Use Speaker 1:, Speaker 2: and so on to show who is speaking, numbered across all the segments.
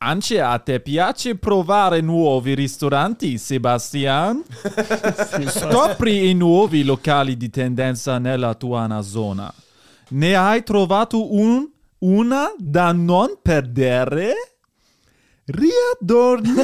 Speaker 1: Anche a te piace provare nuovi ristoranti, Sebastian? Scopri i nuovi locali di tendenza nella tua zona. Ne hai trovato un, una da non perdere? Riadorni-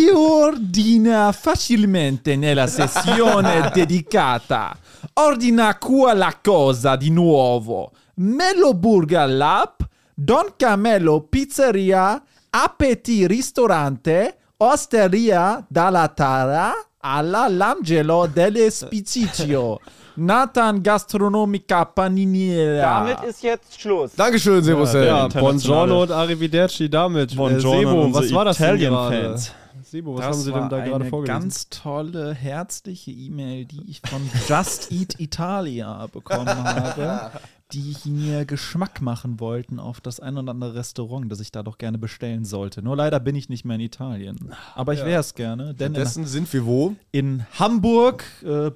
Speaker 1: riordina facilmente nella sessione dedicata. Ordina quella cosa di nuovo. Melo Burger Lab, Don Camelo Pizzeria, Appeti Ristorante, Osteria dalla Tara alla L'Angelo dell'Espiciccio. Nathan Gastronomica Paniniera.
Speaker 2: Damit ist jetzt Schluss.
Speaker 3: Dankeschön, Sebo Cell.
Speaker 4: Ja,
Speaker 5: internationale-
Speaker 4: Äh, Buongiorno und Arrivederci damit. Äh,
Speaker 5: Buongiorno
Speaker 4: Sebo, was
Speaker 5: unsere
Speaker 4: war das denn gerade?
Speaker 5: Italian-Fans.
Speaker 4: Sebo, was
Speaker 1: Das
Speaker 4: haben Sie denn
Speaker 1: war
Speaker 4: da gerade
Speaker 1: eine
Speaker 4: vorgelesen?
Speaker 1: ganz tolle, herzliche E-Mail, die ich von Just Eat Italia bekommen habe, die mir Geschmack machen wollten auf das ein oder andere Restaurant, das ich da doch gerne bestellen sollte. Nur leider bin ich nicht mehr in Italien. Aber ich wäre es gerne, denn in,
Speaker 3: Dessen sind wir wo?
Speaker 1: in Hamburg. Äh,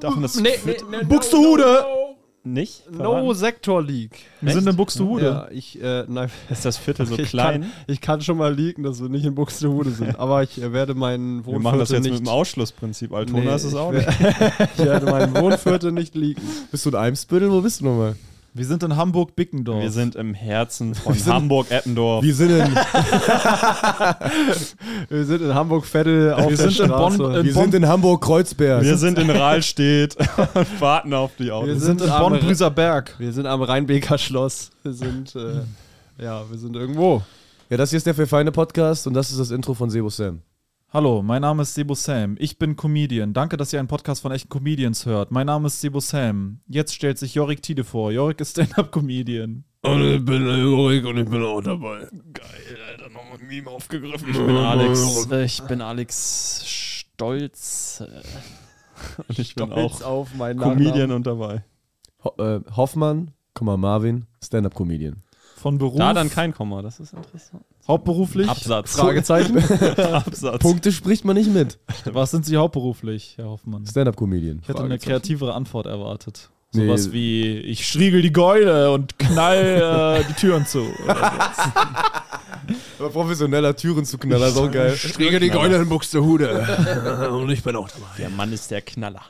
Speaker 1: Darf man das?
Speaker 4: Nee, nee, nee,
Speaker 1: Buxtehude!
Speaker 5: Nicht?
Speaker 4: No, no Sektor League.
Speaker 1: Wir sind in Buxtehude.
Speaker 4: Ja, ich, äh, nein.
Speaker 5: Ist das Viertel so
Speaker 4: ich
Speaker 5: klein?
Speaker 4: Kann, ich kann schon mal liegen, dass wir nicht in Buxtehude sind, aber ich äh, werde meinen Wohnviertel
Speaker 5: Wir machen das jetzt
Speaker 4: nicht,
Speaker 5: mit dem Ausschlussprinzip. Altona
Speaker 4: Nee,
Speaker 5: ist es
Speaker 4: ich
Speaker 5: auch
Speaker 4: wär-
Speaker 5: nicht.
Speaker 4: ich werde meinen Wohnviertel nicht liegen.
Speaker 3: Bist du in Eimsbüttel? Wo bist du nochmal?
Speaker 1: Wir sind in Hamburg-Bickendorf.
Speaker 5: Wir sind im Herzen von Hamburg-Eppendorf.
Speaker 3: Wir sind in,
Speaker 4: Wir sind in Hamburg-Vettel auf
Speaker 1: Wir
Speaker 4: der
Speaker 1: sind in Bonn-
Speaker 4: Straße.
Speaker 1: in
Speaker 3: wir sind in Hamburg-Kreuzberg.
Speaker 5: Wir sind in Rahlstedt und warten auf die
Speaker 4: wir
Speaker 5: Autos.
Speaker 4: sind,
Speaker 1: in
Speaker 4: am-
Speaker 1: Bonn-Brüserberg.
Speaker 4: Wir sind am Rheinbeker Schloss. Wir sind, äh, ja, wir sind irgendwo.
Speaker 3: Ja, das hier ist der Für Feine Podcast und das ist das Intro von Sebo Sam.
Speaker 1: Hallo, mein Name ist Sebo Sam. Ich bin Comedian. Danke, dass ihr einen Podcast von echten Comedians hört. Mein Name ist Sebo Sam. Jetzt stellt sich Jorik Tide vor. Jorik ist Stand-Up-Comedian.
Speaker 6: Und ich bin Jurik und ich bin auch dabei.
Speaker 5: Ich bin Alex.
Speaker 6: Äh, Ich bin Alex Stolz. Äh,
Speaker 5: Und ich bin
Speaker 4: Stolz
Speaker 5: auch
Speaker 4: auf meinen
Speaker 5: Comedian und dabei.
Speaker 3: Ho äh, Hoffmann, Komma Marvin, Stand-Up-Comedian.
Speaker 1: Von Beruf.
Speaker 5: Da dann kein Komma, das ist interessant.
Speaker 1: hauptberuflich.
Speaker 5: Absatz.
Speaker 3: Fragezeichen?
Speaker 5: Absatz.
Speaker 3: Punkte spricht man nicht mit.
Speaker 1: Was sind Sie hauptberuflich, Herr Hoffmann? Ich
Speaker 3: Stand-Up-Comedian.
Speaker 1: hätte eine kreativere Antwort erwartet.
Speaker 3: Nee.
Speaker 1: Sowas wie, ich schriegel die Geule und knall äh, die Türen zu.
Speaker 3: Aber professioneller Türen zu knallen, das ist auch geil.
Speaker 6: Striege die Geule in Buxtehude. und ich bin auch dabei.
Speaker 5: Der Mann ist der Knaller.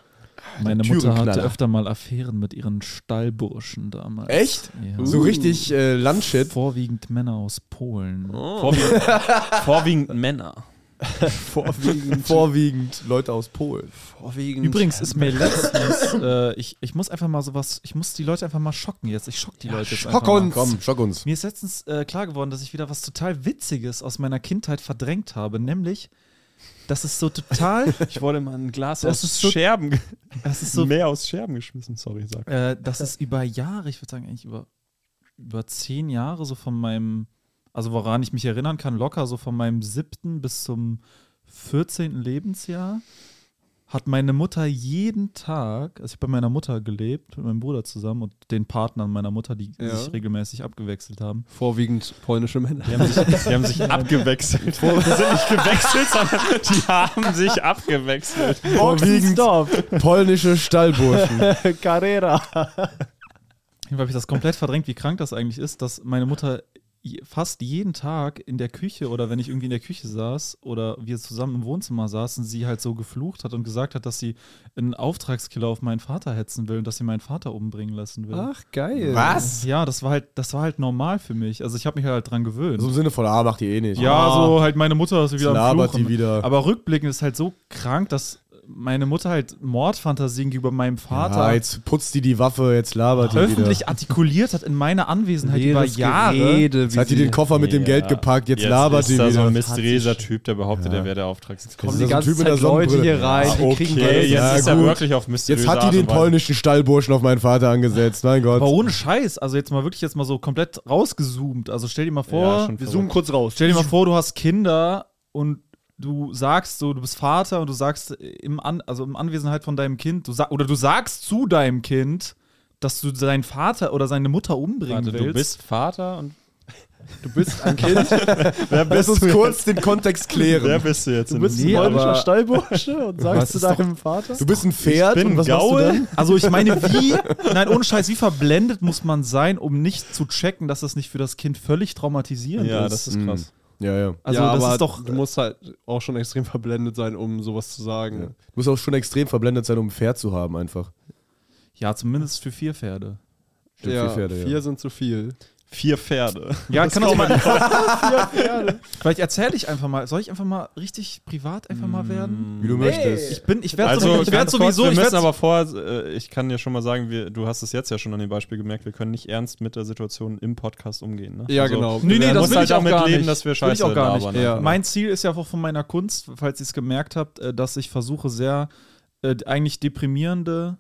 Speaker 1: Meine Mutter
Speaker 3: Türenknaller.
Speaker 1: hatte öfter mal Affären mit ihren Stallburschen damals.
Speaker 3: Echt?
Speaker 1: Ja.
Speaker 5: Uh.
Speaker 3: So richtig äh, Landshit.
Speaker 1: Vorwiegend Männer aus Polen.
Speaker 5: Oh. Vorwiegend, vorwiegend Männer.
Speaker 3: Vorwiegend. Vorwiegend Leute aus Polen.
Speaker 1: Übrigens ist mir letztens, äh, ich, ich muss einfach mal sowas, ich muss die Leute einfach mal schocken jetzt. Ich schock die Leute jetzt einfach mal.
Speaker 3: Komm, schock uns.
Speaker 1: Mir ist letztens äh, klar geworden, dass ich wieder was total Witziges aus meiner Kindheit verdrängt habe, nämlich, dass es so total,
Speaker 5: Ich wurde mal ein Glas
Speaker 1: Das
Speaker 5: aus
Speaker 1: ist so-
Speaker 5: Scherben, ge-
Speaker 1: dass es so,
Speaker 5: mehr aus Scherben geschmissen, sorry, sag.
Speaker 1: äh, dass es über Jahre, ich würde sagen eigentlich über, über zehn Jahre so von meinem, also woran ich mich erinnern kann, locker so von meinem siebten bis zum 14. Lebensjahr hat meine Mutter jeden Tag, also ich habe bei meiner Mutter gelebt, mit meinem Bruder zusammen und den Partnern meiner Mutter, die
Speaker 4: Ja.
Speaker 1: sich regelmäßig abgewechselt haben.
Speaker 4: Vorwiegend polnische Männer.
Speaker 5: Die haben sich, die haben sich abgewechselt. Die sind nicht gewechselt, sondern die haben sich abgewechselt.
Speaker 3: Vorwiegend polnische Stallburschen.
Speaker 4: Carrera.
Speaker 1: Jedenfalls habe ich das komplett verdrängt, wie krank das eigentlich ist, dass meine Mutter je- fast jeden Tag in der Küche oder wenn ich irgendwie in der Küche saß oder wir zusammen im Wohnzimmer saßen, sie halt so geflucht hat und gesagt hat, dass sie einen Auftragskiller auf meinen Vater hetzen will und dass sie meinen Vater umbringen lassen will.
Speaker 4: Ach, geil.
Speaker 3: Was?
Speaker 1: Ja, das war halt, das war halt normal für mich. Also ich habe mich halt dran gewöhnt.
Speaker 3: So im Sinne von, ah, macht ihr eh nicht.
Speaker 1: ja, so halt meine Mutter ist wieder
Speaker 3: labert
Speaker 1: am Fluchen.
Speaker 3: die wieder.
Speaker 1: Aber rückblickend ist halt so krank, dass meine Mutter halt Mordfantasien gegenüber meinem Vater
Speaker 3: Ah, jetzt putzt die die Waffe, jetzt labert die
Speaker 1: öffentlich
Speaker 3: wieder.
Speaker 1: artikuliert hat in meiner Anwesenheit
Speaker 4: Jedes
Speaker 1: halt über Jahre.
Speaker 4: Gerede,
Speaker 3: Jetzt hat die den Koffer mit dem Geld gepackt, jetzt, labert
Speaker 5: ist
Speaker 3: die
Speaker 5: da so
Speaker 3: wieder.
Speaker 5: ein mysteriöser Typ, der behauptet, er wäre der Auftragskommandantin.
Speaker 4: kommen
Speaker 3: ist
Speaker 4: die
Speaker 3: das ein
Speaker 4: ganze
Speaker 3: Typ mit der
Speaker 4: Zeit Leute
Speaker 3: Sonnenbrille?
Speaker 4: hier rein,
Speaker 5: Ah,
Speaker 4: die kriegen
Speaker 5: okay,
Speaker 4: Geld.
Speaker 5: jetzt
Speaker 3: Ja,
Speaker 5: ist er
Speaker 3: gut.
Speaker 5: wirklich auf mysteriöse
Speaker 3: Jetzt hat die
Speaker 5: Art
Speaker 3: den
Speaker 5: und Weise.
Speaker 3: polnischen Stallburschen auf meinen Vater angesetzt, mein Gott.
Speaker 1: Aber ohne Scheiß, also jetzt mal wirklich jetzt mal so komplett rausgezoomt. Also stell dir mal vor,
Speaker 5: Ja,
Speaker 1: wir
Speaker 5: schon verrückt.
Speaker 1: zoomen kurz raus. Stell dir mal vor, du hast Kinder und du sagst so, du bist Vater und du sagst im An also im Anwesenheit von deinem Kind, du sag oder du sagst zu deinem Kind, dass du seinen Vater oder seine Mutter umbringen
Speaker 5: Warte,
Speaker 1: willst.
Speaker 5: du bist Vater und
Speaker 4: Du bist ein Kind.
Speaker 5: wer
Speaker 3: Lass uns kurz den Kontext
Speaker 5: Wer
Speaker 3: klären.
Speaker 5: bist du jetzt?
Speaker 4: Du bist ein
Speaker 5: in dem-
Speaker 4: polnischer Stallbursche und sagst
Speaker 3: Was
Speaker 4: zu
Speaker 3: ist doch-
Speaker 4: deinem Vater.
Speaker 3: Du bist ein Pferd
Speaker 5: bin
Speaker 3: und was
Speaker 5: Gaul.
Speaker 3: machst du dann?
Speaker 1: Also ich meine, wie, nein, ohne Scheiß, wie verblendet muss man sein, um nicht zu checken, dass das nicht für das Kind völlig traumatisierend
Speaker 5: Ja,
Speaker 1: ist.
Speaker 5: das ist krass.
Speaker 3: Ja, ja.
Speaker 1: also
Speaker 4: ja,
Speaker 1: das
Speaker 4: aber
Speaker 1: ist doch,
Speaker 4: du musst halt auch schon extrem verblendet sein, um sowas zu sagen.
Speaker 3: Du musst auch schon extrem verblendet sein, um ein Pferd zu haben, einfach.
Speaker 1: ja, zumindest für vier Pferde.
Speaker 3: Stimmt, vier Pferde, ja.
Speaker 4: vier sind zu viel.
Speaker 5: Vier Pferde.
Speaker 1: Ja, kann das mal,
Speaker 4: Vier Pferde.
Speaker 1: Vielleicht erzähle ich einfach mal. Soll ich einfach mal richtig privat einfach mal werden?
Speaker 3: Wie du möchtest.
Speaker 1: Ich bin, ich werde
Speaker 5: Mm. Also,
Speaker 1: sowieso, ich werd
Speaker 5: ganz kurz,
Speaker 1: sowieso,
Speaker 5: wir
Speaker 1: ich
Speaker 5: müssen
Speaker 1: werd,
Speaker 5: aber vor, äh, ich kann dir schon mal sagen, wir, du hast es jetzt ja schon an dem Beispiel gemerkt, wir können nicht ernst mit der Situation im Podcast umgehen. Ne?
Speaker 4: Ja, genau.
Speaker 1: nee, nee,
Speaker 5: man
Speaker 1: das
Speaker 5: muss
Speaker 1: will
Speaker 5: halt
Speaker 1: ich auch
Speaker 5: damit
Speaker 1: gar
Speaker 5: leben,
Speaker 1: nicht.
Speaker 5: dass wir
Speaker 1: Will ich
Speaker 5: Scheiße
Speaker 1: auch gar nicht.
Speaker 5: labern halt, ne?
Speaker 4: Ja.
Speaker 5: einfach.
Speaker 1: Mein Ziel ist ja auch von meiner Kunst, falls ihr es gemerkt habt, äh, dass ich versuche sehr äh, eigentlich deprimierende.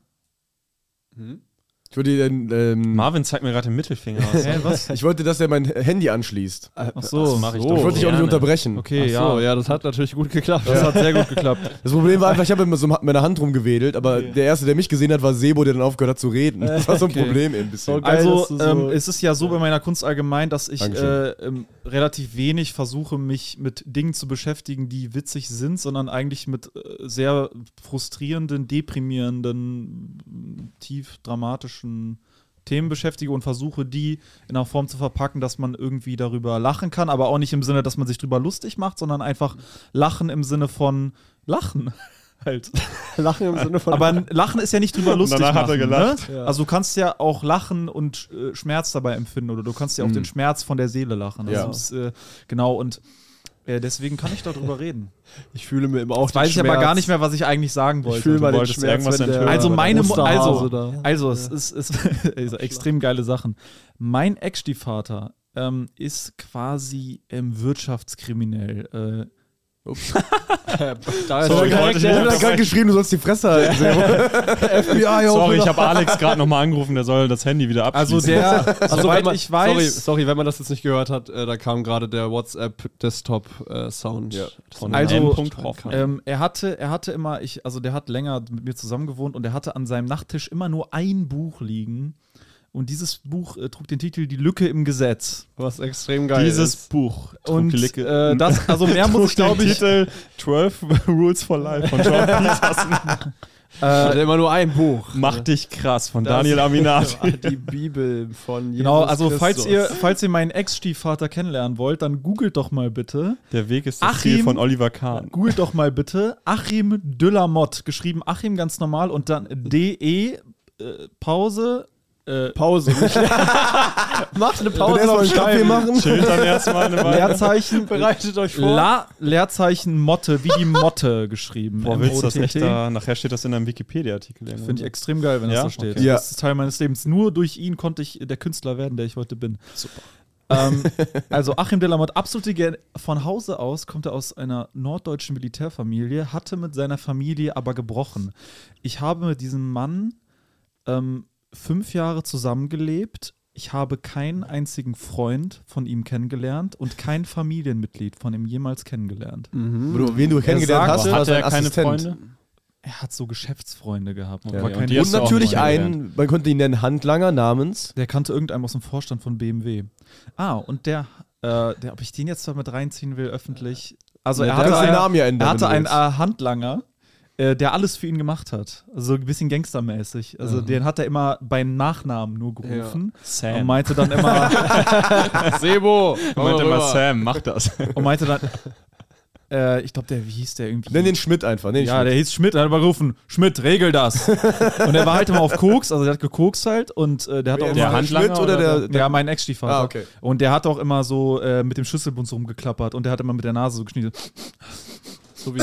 Speaker 3: Ich wollte, dir den, ähm,
Speaker 5: Marvin zeigt mir gerade den Mittelfinger. aus.
Speaker 1: Hä, was?
Speaker 3: ich wollte, dass er mein Handy anschließt.
Speaker 1: Ach so,
Speaker 5: Äh, mach ich
Speaker 1: so.
Speaker 5: doch.
Speaker 3: ich wollte dich auch nicht
Speaker 5: gerne.
Speaker 3: unterbrechen.
Speaker 1: Oh, Okay,
Speaker 4: Ach so,
Speaker 1: ja.
Speaker 4: ja, das hat natürlich gut geklappt.
Speaker 1: Das hat sehr gut geklappt.
Speaker 3: Das Problem war einfach, ich habe mit so mit meiner Hand rumgewedelt, aber der Erste, der mich gesehen hat, war Sebo, der dann aufgehört hat zu reden. Das war so ein Problem eben ein bisschen.
Speaker 4: Geil,
Speaker 1: also
Speaker 4: dass du so-
Speaker 1: ähm, es ist ja so bei meiner Kunst allgemein, dass ich äh,
Speaker 3: Dankeschön.
Speaker 1: ähm, relativ wenig versuche, mich mit Dingen zu beschäftigen, die witzig sind, sondern eigentlich mit äh, sehr frustrierenden, deprimierenden, mh, tief dramatischen Themen beschäftige und versuche, die in einer Form zu verpacken, dass man irgendwie darüber lachen kann, aber auch nicht im Sinne, dass man sich drüber lustig macht, sondern einfach lachen im Sinne von lachen. Halt.
Speaker 4: Lachen im Sinne von.
Speaker 1: Aber n- Lachen ist ja nicht drüber lustig.
Speaker 5: danach
Speaker 1: machen,
Speaker 5: hat er gelacht.
Speaker 1: Ne? Also du kannst ja auch lachen und äh, Schmerz dabei empfinden oder du kannst
Speaker 5: Mhm.
Speaker 1: ja auch den Schmerz von der Seele lachen. Also
Speaker 3: Ja.
Speaker 1: es, äh, genau und äh, deswegen kann ich darüber reden.
Speaker 4: ich fühle mir immer auch
Speaker 1: Jetzt weiß ich aber gar nicht mehr, was ich eigentlich sagen
Speaker 4: Ich
Speaker 1: wollte.
Speaker 4: fühle mal den
Speaker 5: wolltest
Speaker 4: Schmerz.
Speaker 5: irgendwas
Speaker 4: wenn der-
Speaker 5: enthüllen.
Speaker 1: Also
Speaker 4: wenn der
Speaker 1: meine Mu-
Speaker 4: Osterhase
Speaker 1: also-
Speaker 4: da-
Speaker 1: Also, es ist, es ist extrem geile Sachen. Mein Ex-Stiefvater ähm, ist quasi ähm, wirtschaftskriminell. Äh,
Speaker 4: Da ist
Speaker 5: Sorry,
Speaker 4: direkt
Speaker 5: wollte ich
Speaker 4: der-
Speaker 5: nicht
Speaker 3: Ich hab gerade geschrieben, du sollst die Fresse halten, Sebo. FBI,
Speaker 5: Sorry, ich habe Alex gerade nochmal angerufen, der soll das Handy wieder abschließen.
Speaker 1: also der,
Speaker 4: Also,
Speaker 1: soweit
Speaker 4: wenn man,
Speaker 1: ich weiß,
Speaker 4: Sorry, sorry, wenn man das jetzt nicht gehört hat, äh, da kam gerade der äh, WhatsApp-Desktop-Sound.
Speaker 3: Ja.
Speaker 5: von
Speaker 1: also-
Speaker 5: also, Punkt Hoffmann.
Speaker 1: Ähm, er hatte, er hatte immer, ich, also der hat länger mit mir zusammen gewohnt und er hatte an seinem Nachttisch immer nur ein Buch liegen. Und dieses Buch äh, trug den Titel Die Lücke im Gesetz.
Speaker 4: was extrem geil
Speaker 5: Dieses
Speaker 4: ist.
Speaker 5: Buch.
Speaker 1: Und äh, das, also mehr muss ich glaube ich.
Speaker 5: Titel 12 Rules for Life von John Peterson.
Speaker 1: äh,
Speaker 4: Hat immer nur ein Buch.
Speaker 5: Mach dich krass von
Speaker 4: Das-
Speaker 5: Daniel Aminati.
Speaker 4: Die Bibel von Jesus
Speaker 1: Genau, also
Speaker 4: Christus.
Speaker 1: falls ihr, falls ihr meinen Ex-Stiefvater kennenlernen wollt, dann googelt doch mal bitte.
Speaker 5: Der Weg ist
Speaker 1: das Ziel von
Speaker 5: Oliver Kahn.
Speaker 1: Googelt doch mal bitte Achim Düllermott. Geschrieben Achim ganz normal und dann DE äh, Pause. Äh,
Speaker 4: Pause. Macht eine
Speaker 3: Wenn
Speaker 4: Pause
Speaker 3: erstmal
Speaker 4: beim
Speaker 3: einen Kaffee
Speaker 4: Schreiben.
Speaker 3: machen.
Speaker 5: Chillt dann erstmal eine Weile.
Speaker 1: Leerzeichen.
Speaker 4: Bereitet euch vor.
Speaker 1: La Leerzeichen Motte, wie die Motte geschrieben.
Speaker 5: Boah, willst du das
Speaker 1: M-O-T-T?
Speaker 5: echt da? Nachher steht das in einem Wikipedia-Artikel. irgendwo.
Speaker 1: Finde ich extrem geil, wenn
Speaker 5: Mhm. Ja?
Speaker 1: das so steht.
Speaker 5: Okay.
Speaker 3: Ja.
Speaker 1: Das ist Teil meines Lebens. Nur durch ihn konnte ich der Künstler werden, der ich heute bin. Super. Ähm, also Achim Delamotte, absolute Gen von Hause aus kommt er aus einer norddeutschen Militärfamilie, hatte mit seiner Familie aber gebrochen. Ich habe mit diesem Mann ähm, fünf Jahre zusammengelebt. Ich habe keinen einzigen Freund von ihm kennengelernt und kein Familienmitglied von ihm jemals kennengelernt.
Speaker 5: Mhm.
Speaker 3: Du, wen du kennengelernt
Speaker 1: sagt,
Speaker 3: hast, war
Speaker 5: Hatte
Speaker 3: sein
Speaker 5: er keine
Speaker 3: Assistent.
Speaker 5: Freunde?
Speaker 1: Er hat so Geschäftsfreunde gehabt. Und
Speaker 5: Ja,
Speaker 1: war
Speaker 5: ja, und
Speaker 1: kein-
Speaker 5: die
Speaker 3: Und
Speaker 5: Hast du auch
Speaker 3: natürlich
Speaker 5: einen
Speaker 3: einen, man könnte ihn nennen, Handlanger namens.
Speaker 1: der kannte irgendeinen aus dem Vorstand von BMW. Ah, und der, äh, der ob ich den jetzt da mit reinziehen will, öffentlich. Also
Speaker 3: Ja,
Speaker 1: er
Speaker 3: der
Speaker 1: hatte,
Speaker 3: kann
Speaker 1: einen,
Speaker 3: den Namen ja ändern,
Speaker 1: er hatte
Speaker 3: wenn
Speaker 1: einen
Speaker 3: du
Speaker 1: äh, Handlanger, äh, der alles für ihn gemacht hat. Also ein bisschen gangstermäßig. Also
Speaker 3: Mhm.
Speaker 1: den hat er immer beim Nachnamen nur gerufen. Und
Speaker 5: Sam.
Speaker 1: meinte dann immer,
Speaker 4: Sebo.
Speaker 5: Meinte
Speaker 4: mal
Speaker 5: mal,
Speaker 4: rüber.
Speaker 5: Sam, mach das.
Speaker 1: und meinte dann, äh, ich glaube, der, wie hieß der irgendwie?
Speaker 3: Nenn den Schmidt einfach. Nenn den
Speaker 1: Ja,
Speaker 3: Schmidt.
Speaker 1: der hieß Schmidt, hat aber gerufen, Schmidt, regel das. und er war halt immer auf Koks, also der hat gekokst halt und äh, der hat auch
Speaker 3: Wer
Speaker 1: immer
Speaker 5: Der
Speaker 3: war
Speaker 5: Handlanger
Speaker 3: Schmidt oder
Speaker 5: oder
Speaker 3: der, der
Speaker 1: Ja, mein Ex-Stiefvater.
Speaker 3: Ah, okay.
Speaker 1: Und der hat auch immer so äh, mit dem Schlüsselbund so rumgeklappert und der hat immer mit der Nase so geschnitten.
Speaker 4: So wie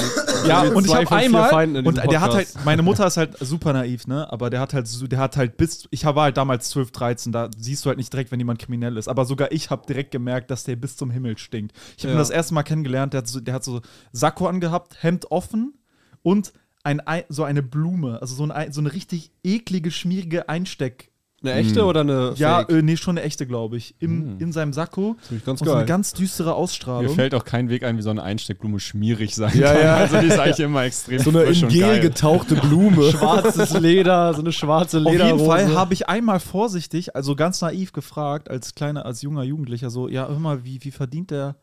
Speaker 1: Ja,
Speaker 4: so wie
Speaker 1: und ich habe
Speaker 4: zwei von vier
Speaker 1: einmal
Speaker 4: Feinden in
Speaker 1: und
Speaker 4: diesem
Speaker 1: der hat halt
Speaker 4: Podcast.
Speaker 1: meine Mutter ist halt super naiv, ne, aber der hat halt so- der hat halt bis ich war halt damals 12, 13, da siehst du halt nicht direkt, wenn jemand kriminell ist, aber sogar ich habe direkt gemerkt, dass der bis zum Himmel stinkt. Ich habe ihn
Speaker 4: Ja.
Speaker 1: das erste Mal kennengelernt, der hat so, der hat so Sakko angehabt, Hemd offen und ein, Ei- so eine Blume, also so, ein, Ei- so eine richtig eklige, schmierige Einsteck
Speaker 4: eine echte oder eine
Speaker 1: ja,
Speaker 4: Fake?
Speaker 1: äh, nee, schon eine echte, glaube ich. Im, In seinem Sakko.
Speaker 4: ich ganz
Speaker 1: und so eine
Speaker 4: geil.
Speaker 1: ganz düstere
Speaker 5: Mir
Speaker 1: Ausstrahlung.
Speaker 5: fällt auch kein Weg ein, wie so eine Einsteckblume schmierig sein
Speaker 3: Ja,
Speaker 5: kann.
Speaker 3: ja.
Speaker 5: Also die ist eigentlich immer extrem
Speaker 3: So eine
Speaker 5: frisch
Speaker 3: in
Speaker 5: und
Speaker 3: Gel
Speaker 5: geil.
Speaker 3: getauchte Blume.
Speaker 4: schwarzes Leder, so eine schwarze
Speaker 1: Auf
Speaker 4: Lederhose.
Speaker 1: jeden Fall habe ich einmal vorsichtig, also ganz naiv gefragt, als kleiner, als junger Jugendlicher, so, ja, hör mal, wie, wie verdient der,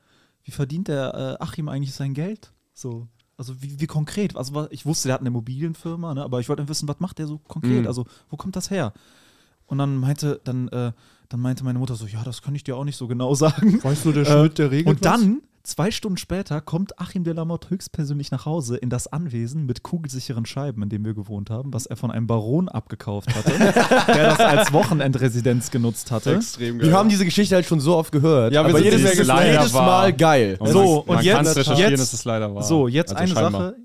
Speaker 1: wie verdient der äh, Achim eigentlich sein Geld? So. Also wie, wie konkret? Also wa- ich wusste, der hat eine Immobilienfirma, ne? aber ich wollte wissen, was macht der so konkret? Also wo kommt das her? Und dann meinte, dann, äh, dann meinte meine Mutter so, ja, das kann ich dir auch nicht so genau sagen.
Speaker 4: Weißt du, der
Speaker 1: Schmidt,
Speaker 4: der regelt
Speaker 1: Und dann, zwei Stunden später, kommt Achim de la Motte höchstpersönlich nach Hause in das Anwesen mit kugelsicheren Scheiben, in dem wir gewohnt haben, was er von einem Baron abgekauft hatte, der das als Wochenendresidenz genutzt hatte.
Speaker 5: extrem
Speaker 3: Wir haben diese Geschichte halt schon so oft gehört.
Speaker 4: Ja, wir
Speaker 3: aber
Speaker 4: sind-
Speaker 3: jedes,
Speaker 5: sie ist
Speaker 3: jedes
Speaker 5: leider wahr.
Speaker 3: Mal geil.
Speaker 5: Und
Speaker 1: So,
Speaker 5: man, man
Speaker 1: und jetzt-
Speaker 5: kann's recherchieren,
Speaker 1: jetzt-
Speaker 5: es ist leider wahr.
Speaker 1: So, jetzt
Speaker 5: Also
Speaker 1: eine
Speaker 5: scheinbar.
Speaker 1: Sache.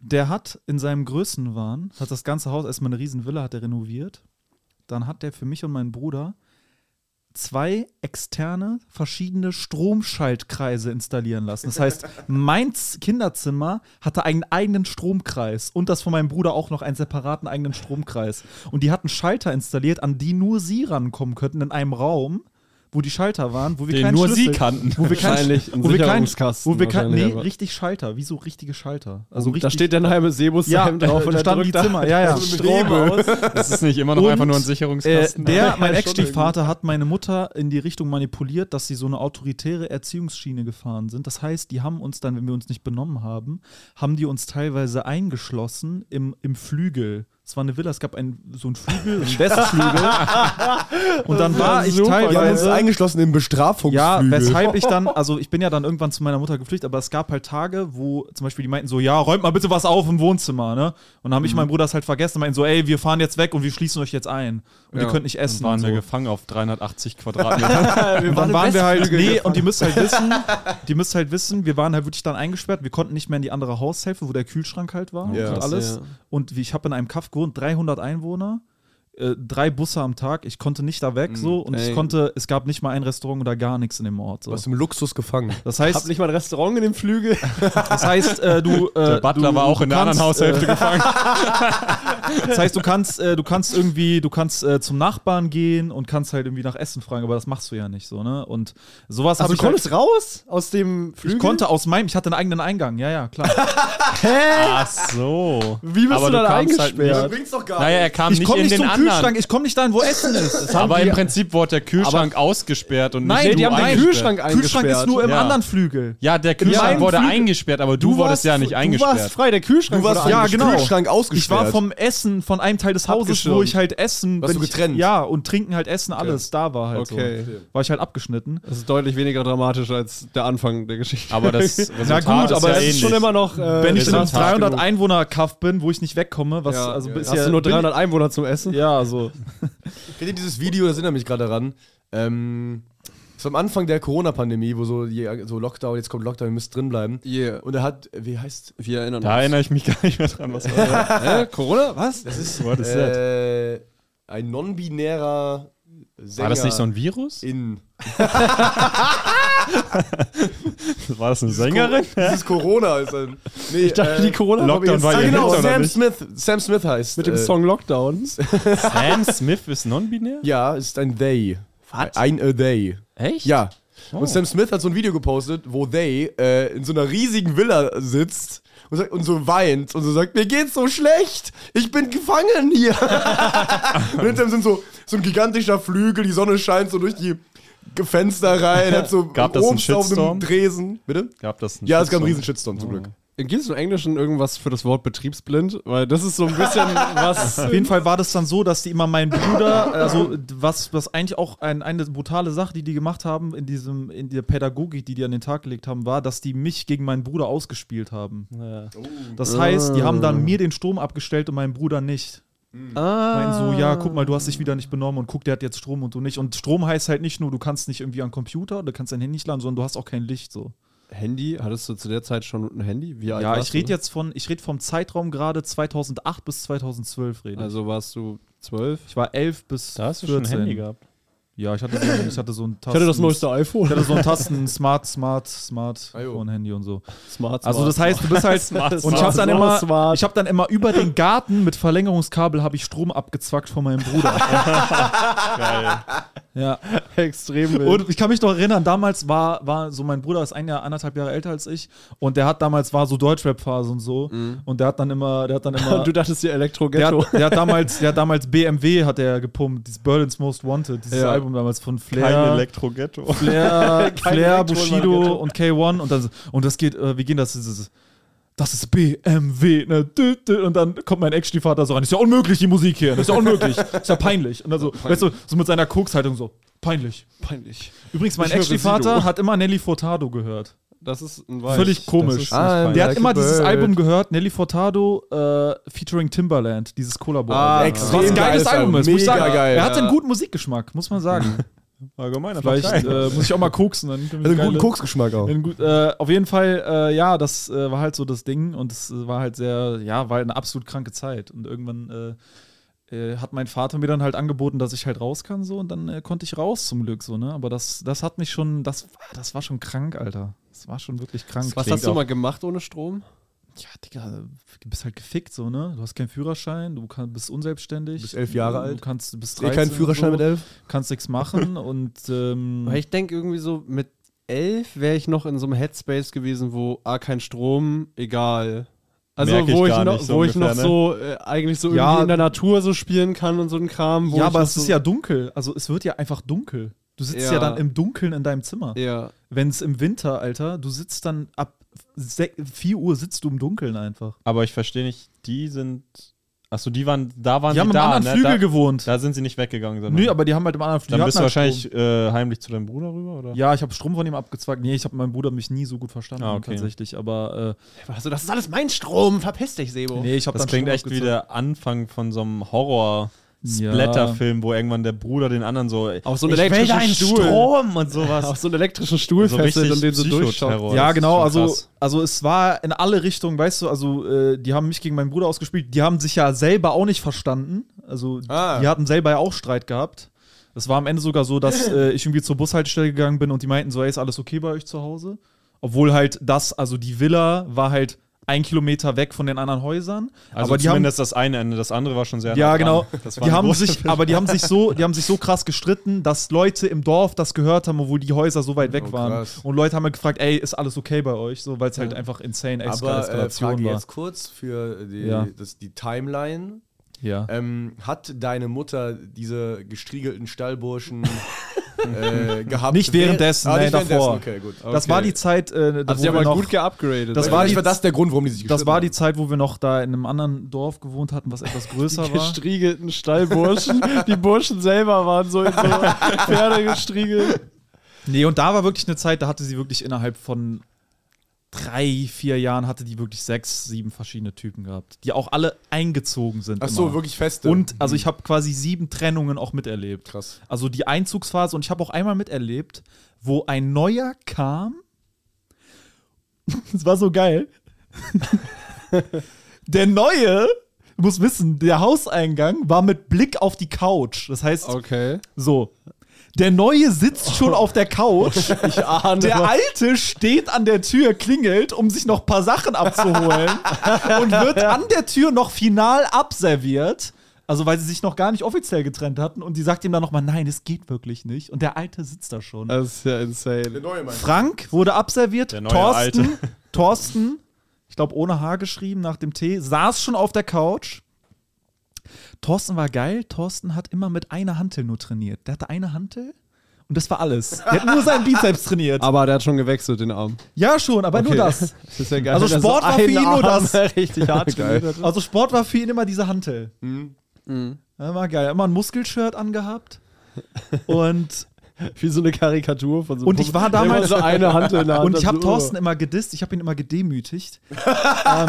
Speaker 1: Der hat in seinem Größenwahn, hat das ganze Haus erstmal eine riesen Villa, hat er renoviert. Dann hat der für mich und meinen Bruder zwei externe verschiedene Stromschaltkreise installieren lassen. Das heißt, mein Z- Kinderzimmer hatte einen eigenen Stromkreis und das von meinem Bruder auch noch einen separaten eigenen Stromkreis. Und die hatten Schalter installiert, an die nur sie rankommen könnten in einem Raum, wo die Schalter waren, wo wir
Speaker 5: Den
Speaker 1: keinen
Speaker 5: nur
Speaker 1: Schlüssel,
Speaker 5: sie kannten.
Speaker 1: Wo wir keinen-
Speaker 4: Wahrscheinlich ein
Speaker 1: wo wir keinen,
Speaker 4: Sicherungskasten
Speaker 1: wo wir keinen,
Speaker 4: wahrscheinlich,
Speaker 1: nee,
Speaker 4: aber-
Speaker 1: richtig Schalter, wieso richtige Schalter? Also
Speaker 4: da
Speaker 1: richtig,
Speaker 4: steht dann halbe Sebus
Speaker 1: ja, drauf und da standen die Zimmer, ja,
Speaker 4: Also,
Speaker 1: ja.
Speaker 5: Ist es nicht immer noch
Speaker 1: Und,
Speaker 5: einfach nur ein
Speaker 1: Äh,
Speaker 5: Sicherungskasten?
Speaker 1: der, mein Ex-Stiefvater, hat meine Mutter in die Richtung manipuliert, dass sie so eine autoritäre Erziehungsschiene gefahren sind. Das heißt, die haben uns dann, wenn wir uns nicht benommen haben, haben die uns teilweise eingeschlossen im, im Flügel. Es war eine Villa, es gab einen, so einen Flügel, einen Westflügel. und dann war ich
Speaker 3: Wir haben uns
Speaker 1: teilweise.
Speaker 3: eingeschlossen im
Speaker 1: ne? Ja,
Speaker 3: Bestrafungsflügel.
Speaker 1: weshalb ich dann, also ich bin ja dann irgendwann zu meiner Mutter geflüchtet, aber es gab halt Tage, wo zum Beispiel die meinten so, ja, räumt mal bitte was auf im Wohnzimmer, ne? Und dann haben
Speaker 5: Mhm.
Speaker 1: ich meinen Bruder das halt vergessen und meinten so, ey, wir fahren jetzt weg und wir schließen euch jetzt ein. Und ihr könnt nicht essen.
Speaker 5: Dann waren
Speaker 1: und so.
Speaker 5: wir gefangen auf 380 Quadratmeter.
Speaker 1: Und dann
Speaker 4: im
Speaker 1: waren wir halt,
Speaker 4: Westflügel
Speaker 1: nee, und die müsst halt wissen, die müsst halt wissen, wir waren halt wirklich dann eingesperrt, wir konnten nicht mehr in die andere Haushälfte, wo der Kühlschrank halt war
Speaker 3: Ja.
Speaker 1: und
Speaker 3: Krass,
Speaker 1: alles.
Speaker 4: ja.
Speaker 1: Und wie- ich habe in einem Kaff gewohnt, 300 Einwohner, äh, drei Busse am Tag, ich konnte nicht da
Speaker 5: Hm,
Speaker 1: weg so und ich
Speaker 4: ey.
Speaker 1: konnte, es gab nicht mal ein Restaurant oder gar nichts in dem Ort. So.
Speaker 3: Aus dem Luxus gefangen.
Speaker 1: Das
Speaker 4: Hab
Speaker 1: heißt,
Speaker 4: nicht mal ein Restaurant in dem Flügel.
Speaker 1: das heißt, äh, du, äh,
Speaker 5: Der Butler
Speaker 1: du,
Speaker 5: war auch in
Speaker 1: du
Speaker 5: der anderen
Speaker 1: kannst,
Speaker 5: Haushälfte gefangen.
Speaker 1: Äh, das heißt, du kannst, äh, du kannst irgendwie, du kannst äh, zum Nachbarn gehen und kannst halt irgendwie nach Essen fragen, aber das machst du ja nicht so, ne? Und sowas habe
Speaker 4: Also
Speaker 1: ich halt-
Speaker 4: raus aus dem
Speaker 1: Ich konnte aus meinem, ich hatte einen eigenen Eingang, ja, ja, klar.
Speaker 5: Ach so.
Speaker 4: Wie bist
Speaker 5: Aber
Speaker 4: du dann
Speaker 5: kamst
Speaker 4: eingesperrt?
Speaker 5: Halt nicht,
Speaker 3: bringst doch gar
Speaker 5: naja, er kam
Speaker 1: Ich
Speaker 5: nicht
Speaker 1: komme
Speaker 5: in
Speaker 1: nicht
Speaker 5: den
Speaker 1: zum
Speaker 5: anderen.
Speaker 1: Kühlschrank, ich komme nicht dahin, wo Essen ist.
Speaker 5: Aber im Prinzip wurde der Kühlschrank ausgesperrt und
Speaker 1: Nein,
Speaker 5: nicht
Speaker 1: die
Speaker 5: du
Speaker 1: haben den
Speaker 5: eingesperrt.
Speaker 1: Kühlschrank ist nur im
Speaker 5: Ja.
Speaker 1: anderen Flügel.
Speaker 5: Ja, der
Speaker 1: meinem
Speaker 5: Kühlschrank wurde
Speaker 1: Flügel-
Speaker 5: eingesperrt, aber du, wurdest ja nicht
Speaker 4: Du warst
Speaker 5: eingesperrt.
Speaker 4: frei, der Kühlschrank
Speaker 3: Du warst
Speaker 4: wurde
Speaker 1: Ja,
Speaker 3: ja,
Speaker 1: genau.
Speaker 3: genau. Kühlschrank
Speaker 1: Ich
Speaker 3: ausgesperrt.
Speaker 1: war vom Essen, von einem Teil des Hauses, wo
Speaker 4: Abgeschirmt.
Speaker 1: ich halt Essen.
Speaker 3: Warst
Speaker 1: wenn
Speaker 3: du
Speaker 1: Ich,
Speaker 3: getrennt?
Speaker 1: ja, und trinken halt Essen, alles. Da war halt
Speaker 4: Okay.
Speaker 1: so. War ich halt abgeschnitten.
Speaker 4: Das ist deutlich weniger dramatisch als der Anfang der Geschichte.
Speaker 5: Aber das Resultat
Speaker 1: gut,
Speaker 5: ist
Speaker 1: aber
Speaker 5: ja
Speaker 1: es ist
Speaker 5: ähnlich.
Speaker 4: schon immer noch. äh,
Speaker 1: Wenn ich in einem
Speaker 5: Resultat
Speaker 1: 300
Speaker 4: genug.
Speaker 1: Einwohner-Kaff bin, wo ich nicht wegkomme, was,
Speaker 4: ja,
Speaker 1: also
Speaker 4: ja.
Speaker 1: ist
Speaker 4: hast
Speaker 1: ja,
Speaker 4: du nur
Speaker 1: bin-
Speaker 4: 300 Einwohner zum Essen?
Speaker 1: Ja, so.
Speaker 3: Kennt ihr dieses Video, das erinnert mich gerade daran? Ähm, das war am Anfang der Corona-Pandemie, wo so, die- so Lockdown, jetzt kommt Lockdown, ihr müsst drin bleiben.
Speaker 4: Yeah.
Speaker 3: Und er hat, wie heißt
Speaker 4: Wir erinnern
Speaker 5: Da erinnere ich mich gar nicht mehr dran, was war das?
Speaker 4: Hä? äh, Corona? Was?
Speaker 3: das? ist
Speaker 5: What is
Speaker 3: äh, ein non-binärer Sänger
Speaker 5: War das nicht so ein Virus?
Speaker 3: in
Speaker 5: War das eine Sängerin?
Speaker 3: Dieses Corona ist ein. Nee, äh, ich
Speaker 5: Äh,
Speaker 3: dachte,
Speaker 4: Die Corona
Speaker 5: Lockdown
Speaker 4: war
Speaker 5: war
Speaker 3: Ah,
Speaker 5: ihr
Speaker 3: genau,
Speaker 5: Hit, oder
Speaker 3: Sam
Speaker 5: nicht?
Speaker 3: Smith. Sam Smith heißt.
Speaker 4: mit dem
Speaker 3: äh,
Speaker 4: Song Lockdown.
Speaker 5: Sam Smith ist non-binär?
Speaker 3: Ja, ist ein They. Ein a They.
Speaker 5: Echt?
Speaker 3: Ja.
Speaker 5: Oh.
Speaker 3: Und Sam Smith hat so ein Video gepostet, wo They äh, in so einer riesigen Villa sitzt und, sagt, und so weint und so sagt, mir geht's so schlecht, ich bin gefangen hier. und hinter ihm sind so, so ein gigantischer Flügel, die Sonne scheint so durch die Fenster rein, hat so
Speaker 5: Gab das einen Shitstorm?
Speaker 3: Dresen. Bitte?
Speaker 5: Gab das einen
Speaker 3: Ja, es gab einen
Speaker 5: Shitstorm? Oh.
Speaker 3: riesen Shitstorm zum Glück.
Speaker 4: Gibt es im Englischen irgendwas für das Wort betriebsblind? Weil das ist so ein bisschen was.
Speaker 1: Auf jeden Fall war das dann so, dass die immer meinen Bruder, also was, was eigentlich auch ein, eine brutale Sache, die die gemacht haben in diesem, in der Pädagogik, die die an den Tag gelegt haben, war, dass die mich gegen meinen Bruder ausgespielt haben. Das heißt, die haben dann mir den Strom abgestellt und meinen Bruder nicht. Meinen so, ja, guck mal, du hast dich wieder nicht benommen und guck, der hat jetzt Strom und du nicht. Und Strom heißt halt nicht nur, du kannst nicht irgendwie an den Computer oder kannst dein Handy nicht laden, sondern du hast auch kein Licht so.
Speaker 4: Handy, hattest du zu der Zeit schon ein Handy? Wie alt
Speaker 1: Ja,
Speaker 4: warst
Speaker 1: ich rede
Speaker 4: du?
Speaker 1: jetzt von, ich rede vom Zeitraum gerade 2008 bis 2012 rede. Also
Speaker 4: Also warst du zwölf?
Speaker 1: ich war 11 bis
Speaker 5: Da hast du
Speaker 1: 14.
Speaker 5: schon ein Handy gehabt.
Speaker 1: Ja, ich hatte so, ein- ich hatte so ein Tasten.
Speaker 4: iPhone.
Speaker 1: Ich hatte so ein Tasten Smart Smart Smart Phone Handy und so.
Speaker 4: Smart,
Speaker 1: Also das heißt, du bist halt und ich habe dann immer ich habe dann immer über den Garten mit Verlängerungskabel habe ich Strom abgezwackt von meinem Bruder.
Speaker 5: Geil.
Speaker 1: ja.
Speaker 4: extrem wild.
Speaker 1: Und ich kann mich noch erinnern, damals war, war so mein Bruder ist ein Jahr, anderthalb Jahre älter als ich und der hat damals war so Deutschrap-Phase und so und der hat dann immer, der hat dann immer,
Speaker 4: Mhm. Und du dachtest dir
Speaker 1: der
Speaker 4: Elektro-Ghetto.
Speaker 1: hat, der hat damals, der hat damals BMW hat er gepumpt, dieses Berlin's Most Wanted, dieses
Speaker 4: Ja.
Speaker 1: Album damals von Flair.
Speaker 5: Kein Elektro-Ghetto.
Speaker 1: Flair, Flair
Speaker 4: Elektro-
Speaker 1: Bushido und K1 und das, und das geht, äh, wie gehen das? Das ist, das ist BMW. Ne? Dü, dü. Und dann kommt mein Ex-Stiefvater so rein. Ist ja unmöglich, die Musik hier. Ist ja unmöglich. Ist ja peinlich. Und dann so, weißt du, so mit seiner Koks-Haltung so. Peinlich.
Speaker 4: Peinlich.
Speaker 1: Übrigens, mein
Speaker 4: Ich höre
Speaker 1: Ex-Stiefvater
Speaker 4: Sido.
Speaker 1: hat immer Nelly Furtado gehört.
Speaker 4: Das ist ein
Speaker 1: Völlig komisch.
Speaker 5: Das ist
Speaker 4: Ah,
Speaker 5: nicht fein.
Speaker 1: Der hat
Speaker 3: Like
Speaker 1: immer
Speaker 3: a
Speaker 1: dieses
Speaker 3: bird.
Speaker 1: Album gehört, Nelly Furtado äh, featuring Timbaland, dieses Collabo.
Speaker 3: Ah,
Speaker 1: album
Speaker 3: extrem
Speaker 1: Was ein
Speaker 3: geiles
Speaker 1: geiles Album ist, muss ich
Speaker 3: Mega
Speaker 1: sagen.
Speaker 3: geil.
Speaker 1: Er hat einen guten Musikgeschmack, muss man sagen.
Speaker 5: Allgemeiner
Speaker 1: Vielleicht
Speaker 5: Vergleich.
Speaker 1: äh, muss ich auch mal koksen. Dann können wir
Speaker 3: Also einen guten
Speaker 1: geile-
Speaker 3: Koksgeschmack auch.
Speaker 1: Wenn gut, äh, auf jeden Fall, äh, ja, das äh, war halt so das Ding und es äh, war halt sehr, ja, war halt eine absolut kranke Zeit. Und irgendwann äh, äh, hat mein Vater mir dann halt angeboten, dass ich halt raus kann so und dann äh, konnte ich raus zum Glück so, ne? Aber das, das hat mich schon, das, war- das war schon krank, Alter. Das war schon wirklich krank.
Speaker 4: Was hast du mal gemacht ohne Strom?
Speaker 1: Ja, Digga, du bist halt gefickt so, ne? Du hast keinen Führerschein, du kann, bist unselbstständig.
Speaker 3: Du bist elf Jahre
Speaker 1: Du
Speaker 3: alt.
Speaker 1: kannst, du bist
Speaker 3: Eh
Speaker 1: 13
Speaker 3: keinen Führerschein
Speaker 1: so,
Speaker 3: mit elf?
Speaker 1: Kannst nichts machen und ähm,
Speaker 4: Weil ich denke irgendwie so, mit elf wäre ich noch in so einem Headspace gewesen, wo ah, kein Strom, egal. Also
Speaker 5: Merk ich
Speaker 4: wo, ich
Speaker 5: gar
Speaker 4: noch,
Speaker 5: nicht so
Speaker 4: wo ich noch
Speaker 5: ungefähr,
Speaker 4: so äh, eigentlich so
Speaker 1: Ja.
Speaker 4: irgendwie in der Natur so spielen kann und so ein Kram. Wo
Speaker 1: ja,
Speaker 4: ich
Speaker 1: aber
Speaker 4: noch
Speaker 1: es ist
Speaker 4: so,
Speaker 1: ja dunkel. Also es wird ja einfach dunkel. Du sitzt ja,
Speaker 4: Ja.
Speaker 1: dann im Dunkeln in deinem Zimmer.
Speaker 4: ja.
Speaker 1: Wenn es im Winter, Alter, du sitzt dann ab sech- 4 Uhr sitzt du im Dunkeln einfach.
Speaker 5: Aber ich verstehe nicht, die sind. Achso, die waren, da waren
Speaker 1: Die haben
Speaker 5: die
Speaker 1: im
Speaker 5: da,
Speaker 1: anderen
Speaker 5: ne?
Speaker 1: Flügel
Speaker 5: da,
Speaker 1: gewohnt.
Speaker 5: da sind sie nicht weggegangen, sondern.
Speaker 1: Nö, aber die haben halt im anderen Flügel.
Speaker 5: dann bist du
Speaker 1: hatten halt
Speaker 5: wahrscheinlich äh, heimlich zu deinem Bruder rüber, oder?
Speaker 1: Strom. Ja, ich habe Strom von ihm abgezwackt. Nee, ich habe meinen Bruder mich nie so gut verstanden
Speaker 5: Ah, okay.
Speaker 1: tatsächlich. Aber
Speaker 4: Also das ist alles mein Strom, verpiss dich,
Speaker 1: äh,
Speaker 4: Sebo.
Speaker 1: nee, ich habe
Speaker 5: Das klingt echt wie der Anfang von so einem Horror-Splatter-Film, wo irgendwann der Bruder den anderen so.
Speaker 4: Auf so einen elektrischen Stuhl.
Speaker 5: Strom und sowas.
Speaker 4: Auf so einen elektrischen Stuhl
Speaker 5: So
Speaker 4: fesselt und den
Speaker 5: richtig
Speaker 4: so durchschaut.
Speaker 5: Psychoterror.
Speaker 1: ja,
Speaker 5: Das ist
Speaker 1: genau,
Speaker 5: schon
Speaker 1: also,
Speaker 5: krass.
Speaker 1: also es war in alle Richtungen, weißt du, also äh, die haben mich gegen meinen Bruder ausgespielt, die haben sich ja selber auch nicht verstanden. Also
Speaker 3: Ah.
Speaker 1: die hatten selber ja auch Streit gehabt. Das war am Ende sogar so, dass äh, ich irgendwie zur Bushaltestelle gegangen bin und die meinten so, ey, ist alles okay bei euch zu Hause? Obwohl halt das, also die Villa war halt ein Kilometer weg von den anderen Häusern.
Speaker 5: Also
Speaker 1: aber die haben
Speaker 5: zumindest das eine Ende, das andere war schon sehr
Speaker 1: ja,
Speaker 5: nah dran.
Speaker 1: genau.
Speaker 5: Das
Speaker 1: Die
Speaker 5: war eine
Speaker 1: haben
Speaker 5: große
Speaker 1: sich, aber die haben sich so, die haben sich so krass gestritten, dass Leute im Dorf das gehört haben, obwohl die Häuser so weit weg
Speaker 3: Oh,
Speaker 1: waren.
Speaker 3: krass.
Speaker 1: Und Leute haben halt gefragt, ey, ist alles okay bei euch? So, weil es halt einfach insane Eska
Speaker 3: Aber äh,
Speaker 1: Eskalation
Speaker 3: Frage
Speaker 1: war.
Speaker 3: jetzt kurz für äh, die,
Speaker 1: Ja.
Speaker 3: das, die Timeline.
Speaker 1: Ja.
Speaker 3: Ähm, hat deine Mutter diese gestriegelten Stallburschen äh, gehabt?
Speaker 1: Nicht währenddessen,
Speaker 3: ah,
Speaker 1: nee,
Speaker 3: nicht
Speaker 1: davor.
Speaker 3: Okay, gut.
Speaker 1: Das war die Zeit, äh,
Speaker 4: Also
Speaker 1: wo
Speaker 4: sie haben
Speaker 1: wir
Speaker 4: halt
Speaker 1: noch,
Speaker 4: gut geupgradet.
Speaker 1: Das
Speaker 3: Das
Speaker 1: war
Speaker 3: ne? war,
Speaker 1: die-
Speaker 3: das der Grund, warum die sich
Speaker 1: das
Speaker 3: gestritten
Speaker 1: war
Speaker 3: haben.
Speaker 1: die Zeit, wo wir noch da in einem anderen Dorf gewohnt hatten, was etwas größer war.
Speaker 4: gestriegelten Stallburschen. die Burschen selber waren so in so Pferde gestriegelt.
Speaker 1: Nee, und da war wirklich eine Zeit, da hatte sie wirklich innerhalb von drei, vier Jahren hatte die wirklich sechs, sieben verschiedene Typen gehabt, die auch alle eingezogen sind.
Speaker 3: Ach so,
Speaker 1: immer.
Speaker 3: wirklich feste.
Speaker 1: Genau. Und also ich habe quasi sieben Trennungen auch miterlebt.
Speaker 3: Krass.
Speaker 1: Also die Einzugsphase und ich habe auch einmal miterlebt, wo ein neuer kam. Das war so geil. der neue, du musst wissen, der Hauseingang war mit Blick auf die Couch. Das heißt,
Speaker 4: Okay.
Speaker 1: so. Der neue sitzt schon auf der Couch.
Speaker 4: Ich ahne.
Speaker 1: Der Alte steht an der Tür, klingelt, um sich noch ein paar Sachen abzuholen und wird an der Tür noch final abserviert. Also weil sie sich noch gar nicht offiziell getrennt hatten und die sagt ihm dann nochmal, nein, es geht wirklich nicht. Und der Alte sitzt da schon.
Speaker 6: Äh,
Speaker 4: das ist ja insane.
Speaker 3: neue Mann.
Speaker 1: Frank wurde abserviert.
Speaker 5: Der neue
Speaker 1: Thorsten,
Speaker 5: Alte.
Speaker 1: Thorsten, ich glaube ohne H geschrieben nach dem T, saß schon auf der Couch. Thorsten war geil. Thorsten hat immer mit einer Hantel nur trainiert. Der hatte eine Hantel und das war alles. Der hat nur seinen Bizeps trainiert.
Speaker 4: Aber der hat schon gewechselt, den Arm.
Speaker 1: Ja, schon, aber nur
Speaker 4: Okay.
Speaker 1: das.
Speaker 4: Das ist ja geil.
Speaker 1: Also
Speaker 4: dass
Speaker 1: Sport
Speaker 4: so
Speaker 1: war für
Speaker 4: ein
Speaker 1: ihn nur
Speaker 4: Arm
Speaker 1: das.
Speaker 4: Richtig hart trainiert hat.
Speaker 1: Also Sport war für ihn immer diese Hantel. Ja, war geil. Immer ein Muskelshirt angehabt. Und,
Speaker 4: Wie so eine Karikatur von so
Speaker 1: Und ich war
Speaker 4: Der
Speaker 1: damals-
Speaker 4: immer so eine Hand in der
Speaker 6: Ah,
Speaker 4: Hand.
Speaker 1: und ich habe
Speaker 4: so,
Speaker 1: Thorsten immer gedisst, ich habe ihn immer gedemütigt. ähm,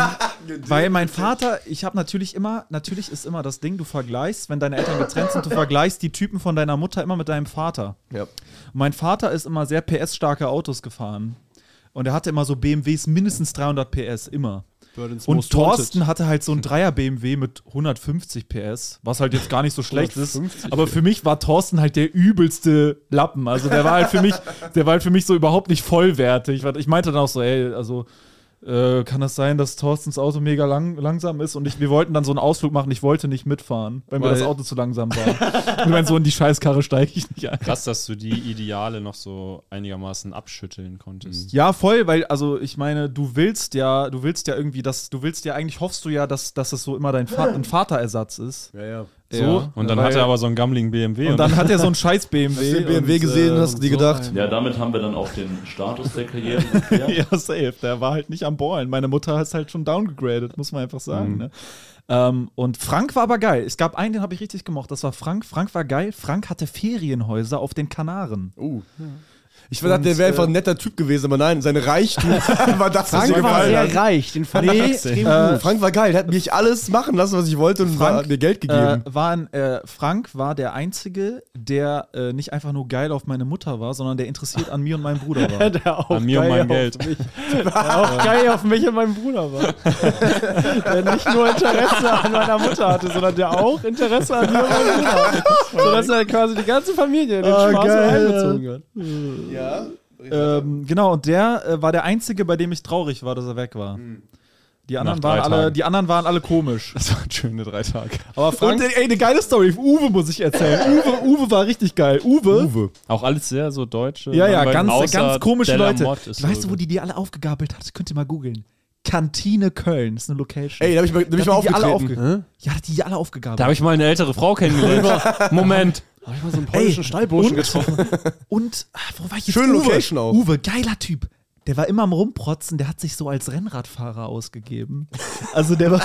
Speaker 1: weil mein Vater, ich habe natürlich immer, natürlich ist immer das Ding, du vergleichst, wenn deine Eltern getrennt sind, du vergleichst die Typen von deiner Mutter immer mit deinem Vater.
Speaker 3: Ja.
Speaker 1: Mein Vater ist immer sehr PS-starke Autos gefahren. Und er hatte immer so BMWs mindestens 300 PS, immer.
Speaker 4: Burdens
Speaker 1: Und
Speaker 4: Most Wanted.
Speaker 1: Thorsten hatte halt so ein Dreier-BMW mit 150 PS, was halt jetzt gar nicht so schlecht ist. Aber für mich war Thorsten halt der übelste Lappen. Also der war halt für mich, der war halt für mich so überhaupt nicht vollwertig. Ich meinte dann auch so, ey, also äh, kann das sein, dass Thorstens Auto mega lang, langsam ist? Und ich, wir wollten dann so einen Ausflug machen, ich wollte nicht mitfahren, weil, mir
Speaker 4: Weil-
Speaker 1: das Auto zu langsam war. Und mein so in die Scheißkarre steige ich nicht ein.
Speaker 5: Krass, dass du die Ideale noch so einigermaßen abschütteln konntest.
Speaker 1: Ja, voll, weil, also ich meine, du willst ja, du willst ja irgendwie, dass, du willst ja, eigentlich hoffst du ja, dass, dass es so immer dein Fa ein Vaterersatz ist.
Speaker 3: Ja, ja.
Speaker 1: So.
Speaker 4: Ja.
Speaker 5: Und dann
Speaker 1: Weil-
Speaker 5: hat er aber so einen gammeligen BMW.
Speaker 1: Und dann hat er so einen scheiß BMW.
Speaker 3: Hast du den BMW
Speaker 1: und,
Speaker 3: gesehen,
Speaker 1: äh,
Speaker 3: hast du dir
Speaker 1: so
Speaker 3: gedacht?
Speaker 1: ein-
Speaker 2: Ja, damit haben wir dann auch den Status der Karriere geklärt.
Speaker 1: Ja, safe. Der war halt nicht am Ballen. Meine Mutter ist halt schon downgegradet, muss man einfach
Speaker 3: Mhm.
Speaker 1: sagen. Ne? Ähm, und Frank war aber geil. Es gab einen, den habe ich richtig gemocht. Das war Frank. Frank war geil. Frank hatte Ferienhäuser auf den Kanaren.
Speaker 3: Uh. Ich dachte, der wäre einfach ein netter Typ gewesen, aber nein, seine Reichtum war das, was mir
Speaker 4: Frank war
Speaker 3: gefallen
Speaker 4: sehr
Speaker 3: hat.
Speaker 4: reich, den fand ich extrem
Speaker 1: äh,
Speaker 4: gut.
Speaker 3: Frank war geil, der hat mich alles machen lassen, was ich wollte und war,
Speaker 1: Frank
Speaker 3: hat mir Geld
Speaker 1: äh,
Speaker 3: gegeben.
Speaker 1: war ein, äh, Frank war der Einzige, der äh, nicht einfach nur geil auf meine Mutter war, sondern der interessiert an mir und meinem Bruder war.
Speaker 4: Äh, Der auch
Speaker 5: An mir und
Speaker 4: geil
Speaker 5: mein
Speaker 4: auf
Speaker 5: Geld.
Speaker 4: mich- Der auch geil auf mich und meinen Bruder war. der nicht nur Interesse an meiner Mutter hatte, sondern der auch Interesse an mir und meinem Bruder hatte. Sodass er quasi die ganze Familie in den
Speaker 1: Ah,
Speaker 4: Spaß
Speaker 1: geil.
Speaker 4: mit einbezogen hat.
Speaker 3: Ja.
Speaker 1: Ähm, genau, und der äh, war der Einzige, bei dem ich traurig war, dass er weg war. Die anderen,
Speaker 5: drei
Speaker 1: waren alle,
Speaker 5: Tagen.
Speaker 1: die anderen waren alle komisch.
Speaker 5: das waren schöne drei Tage.
Speaker 1: Aber Frank und, ey, eine geile Story. Uwe muss ich erzählen. Uwe, Uwe war richtig geil. Uwe.
Speaker 3: Uwe.
Speaker 5: Auch alles sehr so deutsche.
Speaker 1: Ja, ja,
Speaker 5: Anwälte,
Speaker 1: ganz,
Speaker 5: außer
Speaker 1: ganz komische
Speaker 5: Della
Speaker 1: Leute.
Speaker 5: Mott ist
Speaker 1: Weißt
Speaker 5: so
Speaker 1: du, wo die die alle aufgegabelt hat? Könnt ihr mal googeln. Kantine Köln ist eine Location.
Speaker 3: Ey, da hab ich mal, da bin ich mal
Speaker 1: hat die die alle
Speaker 3: aufgetreten.
Speaker 1: aufge Ja, hat die die alle aufgegabelt.
Speaker 5: Da habe ich mal eine ältere Frau kennengelernt. Moment.
Speaker 1: polnischen Stallburschen getroffen. Und ah, wo war ich jetzt?
Speaker 3: Schöne
Speaker 1: Uwe.
Speaker 3: Location auch.
Speaker 1: Uwe, geiler Typ. Der war immer am Rumprotzen, der hat sich so als Rennradfahrer ausgegeben. Also der war.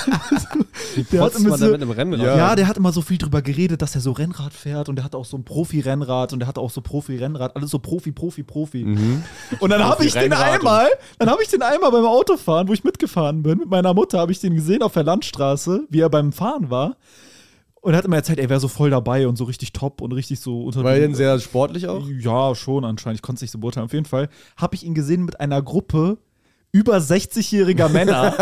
Speaker 1: der hat
Speaker 4: Trotz
Speaker 1: immer
Speaker 4: man da
Speaker 1: so,
Speaker 4: mit einem Rennen
Speaker 1: ja. der hat immer so viel drüber geredet, dass er so Rennrad fährt und der hat auch so ein Profi-Rennrad und der hat auch so Profi-Rennrad, alles so Profi, Profi, Profi. Mhm. Und dann habe ich den
Speaker 5: Rennrad und-
Speaker 1: einmal, dann habe ich den einmal beim Autofahren, wo ich mitgefahren bin, mit meiner Mutter, habe ich den gesehen auf der Landstraße, wie er beim Fahren war. Und er hat immer erzählt, er wäre so voll dabei und so richtig top und richtig so unter
Speaker 3: War er denn sehr sportlich auch?
Speaker 1: ja, schon anscheinend. Ich konnte es nicht so beurteilen. Auf jeden Fall habe ich ihn gesehen mit einer Gruppe über 60-jähriger Männer.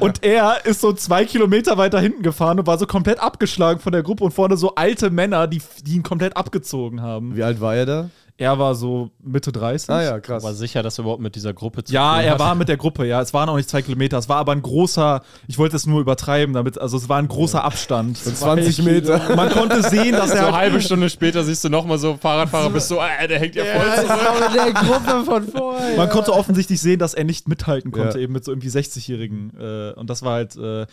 Speaker 1: und er ist so zwei Kilometer weiter hinten gefahren und war so komplett abgeschlagen von der Gruppe und vorne so alte Männer, die, die ihn komplett abgezogen haben.
Speaker 3: Wie alt war er da?
Speaker 1: Er war so Mitte 30.
Speaker 3: Ah ja,
Speaker 5: War
Speaker 3: krass.
Speaker 5: sicher, dass er überhaupt mit dieser Gruppe zu
Speaker 1: Ja,
Speaker 5: tun
Speaker 1: er
Speaker 5: hat.
Speaker 1: war mit der Gruppe, ja. Es waren auch nicht zwei Kilometer. Es war aber ein großer, ich wollte es nur übertreiben, damit, also es war ein großer Abstand.
Speaker 3: 20 Meter.
Speaker 1: Man konnte sehen, dass
Speaker 5: So
Speaker 1: er
Speaker 5: eine
Speaker 1: halt
Speaker 5: halbe Stunde später siehst du nochmal so Fahrradfahrer, bist so, äh, der hängt ja voll zurück.
Speaker 4: mit der Gruppe von vorher.
Speaker 1: Man konnte offensichtlich sehen, dass er nicht mithalten konnte,
Speaker 3: Ja.
Speaker 1: eben mit so irgendwie 60-Jährigen. Äh, und das war halt, äh,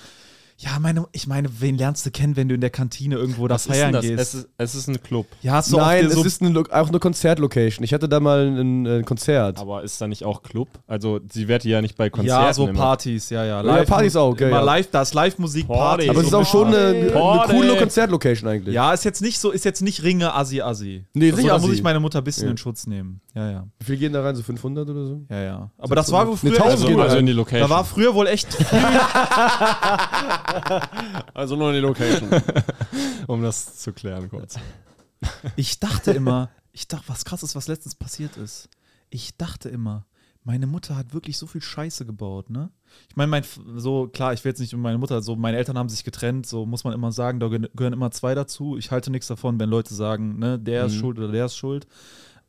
Speaker 1: ja, meine, ich meine, wen lernst du kennen, wenn du in der Kantine irgendwo da feiern gehst?
Speaker 5: Es ist, es ist ein Club.
Speaker 1: ja, hast du
Speaker 3: Nein,
Speaker 1: oft so
Speaker 3: es ist eine, Lo- auch eine Konzertlocation. Ich hatte da mal ein, ein Konzert.
Speaker 5: Aber ist da nicht auch Club? Also, sie wird ja nicht bei Konzerten.
Speaker 1: ja, so
Speaker 5: immer.
Speaker 1: Partys, ja, ja.
Speaker 3: Partys auch,
Speaker 1: okay.
Speaker 3: okay,
Speaker 1: Immer
Speaker 3: ja.
Speaker 1: live, da ist Live-Musik,
Speaker 5: Party.
Speaker 1: Partys.
Speaker 3: Aber es ist
Speaker 5: so
Speaker 3: auch schon äh, eine, eine
Speaker 5: Party.
Speaker 3: coole Konzertlocation eigentlich.
Speaker 1: ja, ist jetzt nicht so, ist jetzt nicht Ringe Assi Assi.
Speaker 3: Nee,
Speaker 1: also,
Speaker 3: nicht
Speaker 1: da
Speaker 3: Assi.
Speaker 1: muss ich meine Mutter ein bisschen
Speaker 3: Ja.
Speaker 1: in Schutz nehmen. Ja, ja,
Speaker 3: Wie viel gehen da rein? So 500 oder so?
Speaker 1: ja, ja. Aber das war wohl früher.
Speaker 3: Tausend
Speaker 5: Also,
Speaker 3: geht
Speaker 5: also
Speaker 3: rein.
Speaker 5: in die Location.
Speaker 1: halt. da war früher wohl echt
Speaker 5: also nur in die Location. um das zu klären kurz.
Speaker 1: Ich dachte immer, ich dachte, was krass ist, was letztens passiert ist. Ich dachte immer, meine Mutter hat wirklich so viel Scheiße gebaut, ne? Ich meine, mein, F- so klar, ich will jetzt nicht um meine Mutter, so meine Eltern haben sich getrennt, so muss man immer sagen, da gehören gehören immer zwei dazu. Ich halte nichts davon, wenn Leute sagen, ne, der ist schuld oder der ist schuld.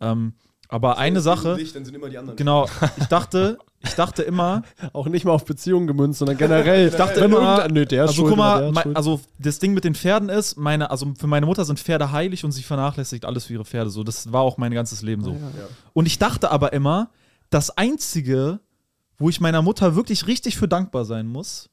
Speaker 1: Ähm, aber eine Sache,
Speaker 3: dann sind immer die anderen.
Speaker 1: genau, ich dachte, ich dachte immer,
Speaker 4: Auch nicht mal auf Beziehungen gemünzt, sondern generell. Ich
Speaker 1: dachte
Speaker 4: wenn
Speaker 1: immer-
Speaker 4: irgendein- nö, der ist
Speaker 1: also
Speaker 4: schuld,
Speaker 1: guck
Speaker 4: oder der
Speaker 1: mal,
Speaker 4: ist
Speaker 1: mein,
Speaker 4: schuld.
Speaker 1: also das Ding mit den Pferden ist, meine, also für meine Mutter sind Pferde heilig und sie vernachlässigt alles für ihre Pferde. So, das war auch mein ganzes Leben so. Und ich dachte aber immer, das Einzige, wo ich meiner Mutter wirklich richtig für dankbar sein muss,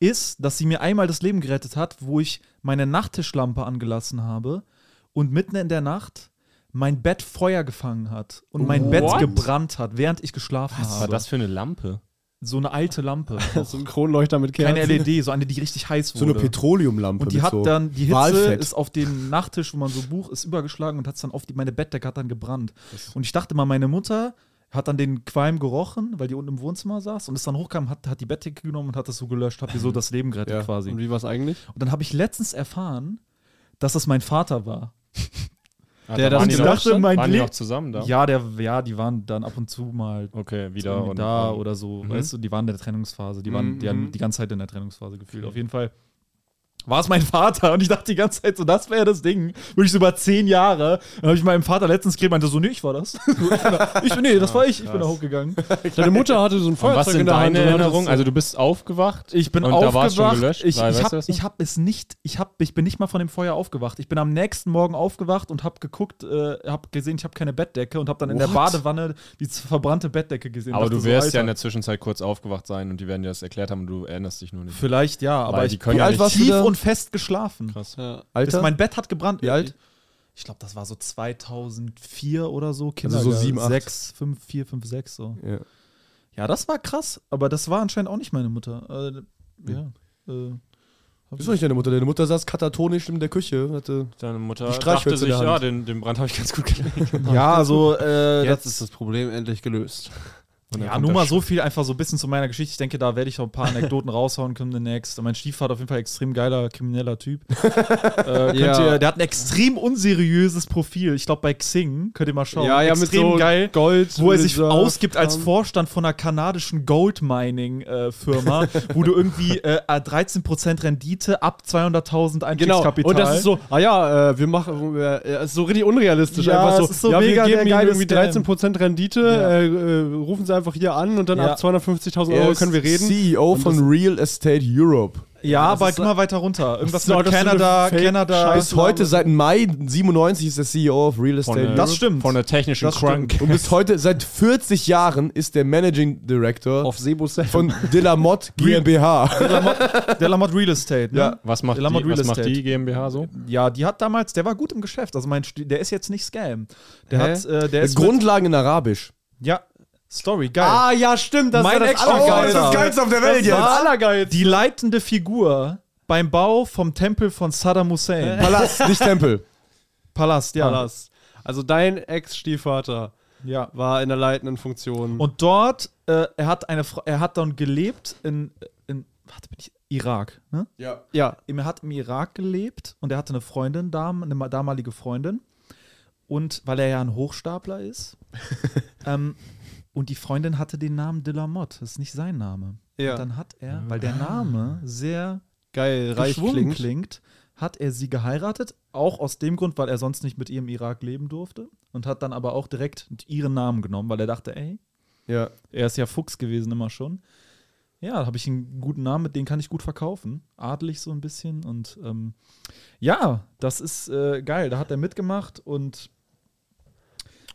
Speaker 1: ist, dass sie mir einmal das Leben gerettet hat, wo ich meine Nachttischlampe angelassen habe und mitten in der Nacht mein Bett Feuer gefangen hat und mein Bett
Speaker 5: What?
Speaker 1: gebrannt hat, während ich geschlafen
Speaker 5: Was war
Speaker 1: habe.
Speaker 5: das für eine Lampe?
Speaker 1: so eine alte Lampe.
Speaker 4: so ein Kronleuchter mit Kerzen.
Speaker 1: Keine LED, so eine, die richtig heiß
Speaker 3: So
Speaker 1: wurde.
Speaker 3: eine Petroleumlampe.
Speaker 1: Und die
Speaker 3: mit
Speaker 1: hat
Speaker 3: so
Speaker 1: dann, die Hitze
Speaker 3: Walfett.
Speaker 1: ist auf den Nachttisch, wo man so Buch ist, übergeschlagen und hat es dann auf die, meine Bettdecke hat dann gebrannt. Und ich dachte mal, meine Mutter hat dann den Qualm gerochen, weil die unten im Wohnzimmer saß und ist dann hochkam, hat, hat die Bettdecke genommen und hat das so gelöscht, hat ihr so das Leben gerettet
Speaker 3: Ja.
Speaker 1: quasi.
Speaker 4: Und
Speaker 1: Und
Speaker 4: wie war es eigentlich?
Speaker 1: dann habe ich letztens erfahren, dass das mein Vater war. der das
Speaker 5: Ah, waren die noch-
Speaker 1: gedacht hat, meint
Speaker 5: Waren die
Speaker 1: Lied-
Speaker 5: noch zusammen da?
Speaker 1: Ja, der, ja, die waren dann ab und zu mal
Speaker 5: Okay, wieder.
Speaker 1: irgendwie
Speaker 5: Und, Mhm.
Speaker 1: da oder so. Weißt du, die waren in der Trennungsphase. Die waren die, haben die ganze Zeit in der Trennungsphase gefühlt. Auf jeden Fall war es mein Vater und ich dachte die ganze Zeit so, das wäre das Ding. Wirklich so über zehn Jahre. Dann habe ich meinem Vater letztens geredet, meinte so, nee, ich war das. So, ich, bin da, ich bin, nee, das war ich. Ich bin da hochgegangen.
Speaker 4: Deine Mutter hatte so ein
Speaker 5: und
Speaker 4: Feuerzeug
Speaker 5: was sind
Speaker 4: in der Hand.
Speaker 5: deine
Speaker 4: und hat das-
Speaker 5: Erinnerungen? Also du bist aufgewacht.
Speaker 1: Ich bin
Speaker 5: und
Speaker 1: aufgewacht.
Speaker 5: Da war es schon gelöscht.
Speaker 1: ich
Speaker 5: weil,
Speaker 1: ich
Speaker 5: weißt du
Speaker 1: habe
Speaker 5: das noch?
Speaker 1: ich hab es nicht. Ich hab ich bin nicht mal von dem Feuer aufgewacht. Ich bin am nächsten Morgen aufgewacht und habe geguckt, äh, habe gesehen, ich habe keine Bettdecke und habe dann in der Badewanne die z- verbrannte Bettdecke gesehen.
Speaker 5: aber
Speaker 1: Dachte
Speaker 5: du
Speaker 1: so,
Speaker 5: wirst ja
Speaker 1: Alter,
Speaker 5: in der Zwischenzeit kurz aufgewacht sein und die werden dir das erklärt haben und du erinnerst dich nur nicht.
Speaker 1: Vielleicht ja, aber
Speaker 5: Weil
Speaker 1: ich
Speaker 5: die können
Speaker 3: Wie
Speaker 5: ja
Speaker 3: alt
Speaker 5: nicht
Speaker 3: warst du
Speaker 1: tief
Speaker 3: da?
Speaker 1: und fest geschlafen.
Speaker 4: Ja.
Speaker 1: Das,
Speaker 3: Alter?
Speaker 1: mein Bett hat gebrannt.
Speaker 3: Wie alt?
Speaker 1: Ich glaube, das war so 2004 oder so. Kinder
Speaker 3: Also so sieben, acht.
Speaker 1: 6, 5, 4, 5, 6 so.
Speaker 3: Ja.
Speaker 1: Ja, das war krass, aber das war anscheinend auch nicht meine Mutter. Äh, ja. Äh, hab
Speaker 3: Wieso nicht deine Mutter? Deine Mutter saß katatonisch in der Küche. Hatte
Speaker 5: Deine Mutter
Speaker 3: Die Streichhölzer
Speaker 5: dachte sich,
Speaker 3: in der Hand.
Speaker 5: ja, den, den Brand habe ich ganz gut gelegt.
Speaker 1: ich- ja, also äh, das-
Speaker 6: Jetzt ist das Problem endlich gelöst.
Speaker 1: Ja, nur mal so viel, einfach so ein bisschen zu meiner Geschichte. Ich denke, da werde ich noch ein paar Anekdoten raushauen können demnächst. Mein Stiefvater auf jeden Fall ein extrem geiler, krimineller Typ. äh, könnt
Speaker 4: Ja.
Speaker 1: ihr, der hat ein extrem unseriöses Profil. Ich glaube, bei Xing könnt ihr mal schauen.
Speaker 4: Ja, ja, mit
Speaker 1: extrem
Speaker 4: so
Speaker 1: geil.
Speaker 4: Gold.
Speaker 1: Wo er sich
Speaker 4: Reserve,
Speaker 1: ausgibt als
Speaker 4: ähm,
Speaker 1: Vorstand von einer kanadischen Goldmining-Firma, wo du irgendwie äh, 13% Rendite ab 200.000
Speaker 4: Genau,
Speaker 1: Einstiegskapital.
Speaker 4: und das ist so, ah ja, äh, wir machen, äh, es ist so richtig unrealistisch.
Speaker 1: Ja,
Speaker 4: einfach so,
Speaker 1: es ist so
Speaker 4: ja,
Speaker 1: mega
Speaker 4: wir
Speaker 1: der
Speaker 4: geben ihnen
Speaker 1: geile
Speaker 4: irgendwie
Speaker 1: Scam.
Speaker 4: 13% Rendite,
Speaker 1: Ja.
Speaker 4: äh, äh, rufen sie einfach hier an und dann
Speaker 1: Ja.
Speaker 4: ab 250.000
Speaker 3: Er
Speaker 4: Euro
Speaker 3: ist
Speaker 4: können wir reden.
Speaker 3: CEO
Speaker 4: Und das-
Speaker 3: von Real Estate Europe.
Speaker 1: ja, aber
Speaker 4: ist-
Speaker 1: guck mal weiter runter. Irgendwas
Speaker 4: ist doch-
Speaker 1: mit
Speaker 4: das ist so eine
Speaker 1: Kanada,
Speaker 4: Fake-
Speaker 1: Kanada.
Speaker 4: Scheiß-
Speaker 3: Bis heute, seit Mai 97, ist der CEO of Real Estate Europe.
Speaker 1: Das stimmt.
Speaker 5: Von der technischen
Speaker 1: Das stimmt.
Speaker 5: Crunk.
Speaker 3: Und bis heute, seit 40 Jahren, ist der Managing Director
Speaker 4: Auf Sebo
Speaker 3: von Dillamotte GmbH.
Speaker 1: Der Lamott Real Estate, ne?
Speaker 3: Ja.
Speaker 5: Was macht, die,
Speaker 1: Lamont Real
Speaker 5: was macht
Speaker 1: Estate.
Speaker 5: die GmbH so?
Speaker 1: Ja, die hat damals, der war gut im Geschäft. Also mein, Sti- der ist jetzt nicht Scam. Der
Speaker 4: Hä?
Speaker 1: hat, äh, der
Speaker 3: Mit
Speaker 1: ist
Speaker 3: Grundlagen in Arabisch.
Speaker 1: mit, ja, Story geil.
Speaker 4: Ah ja, stimmt, das
Speaker 1: Mein
Speaker 4: war das
Speaker 1: Ex-Schwager.
Speaker 4: Allergeilste.
Speaker 1: Oh, das ist das Geilste
Speaker 3: auf der
Speaker 4: Das war das Allergeilste.
Speaker 1: Die leitende Figur beim Bau vom Tempel von Saddam Hussein.
Speaker 3: Palast, nicht Tempel.
Speaker 1: Palast, ja.
Speaker 4: Palast. Also dein Ex-Stiefvater
Speaker 1: Ja.
Speaker 4: war in der leitenden Funktion.
Speaker 1: Und dort, äh, er hat eine, Fra- er hat dann gelebt in, in warte, bin ich Irak, ne?
Speaker 3: Ja.
Speaker 4: ja,
Speaker 1: er hat im Irak gelebt und er hatte eine Freundin, dam- eine ma- damalige Freundin. Und weil er ja ein Hochstapler ist. ähm, und die Freundin hatte den Namen Delamotte. Das ist nicht sein Name.
Speaker 4: Ja. Ah.
Speaker 1: Und dann hat er, weil der Name sehr
Speaker 4: geil, reich
Speaker 1: geschwungen
Speaker 4: klingt.
Speaker 1: klingt. hat er sie geheiratet. Auch aus dem Grund, weil er sonst nicht mit ihr im Irak leben durfte. Und hat dann aber auch direkt ihren Namen genommen, weil er dachte, ey,
Speaker 3: Ja.
Speaker 1: er ist ja Fuchs gewesen immer schon. Ja, da habe ich einen guten Namen, mit dem kann ich gut verkaufen. Adelig so ein bisschen. Und ähm, ja, das ist äh, geil. Da hat er mitgemacht und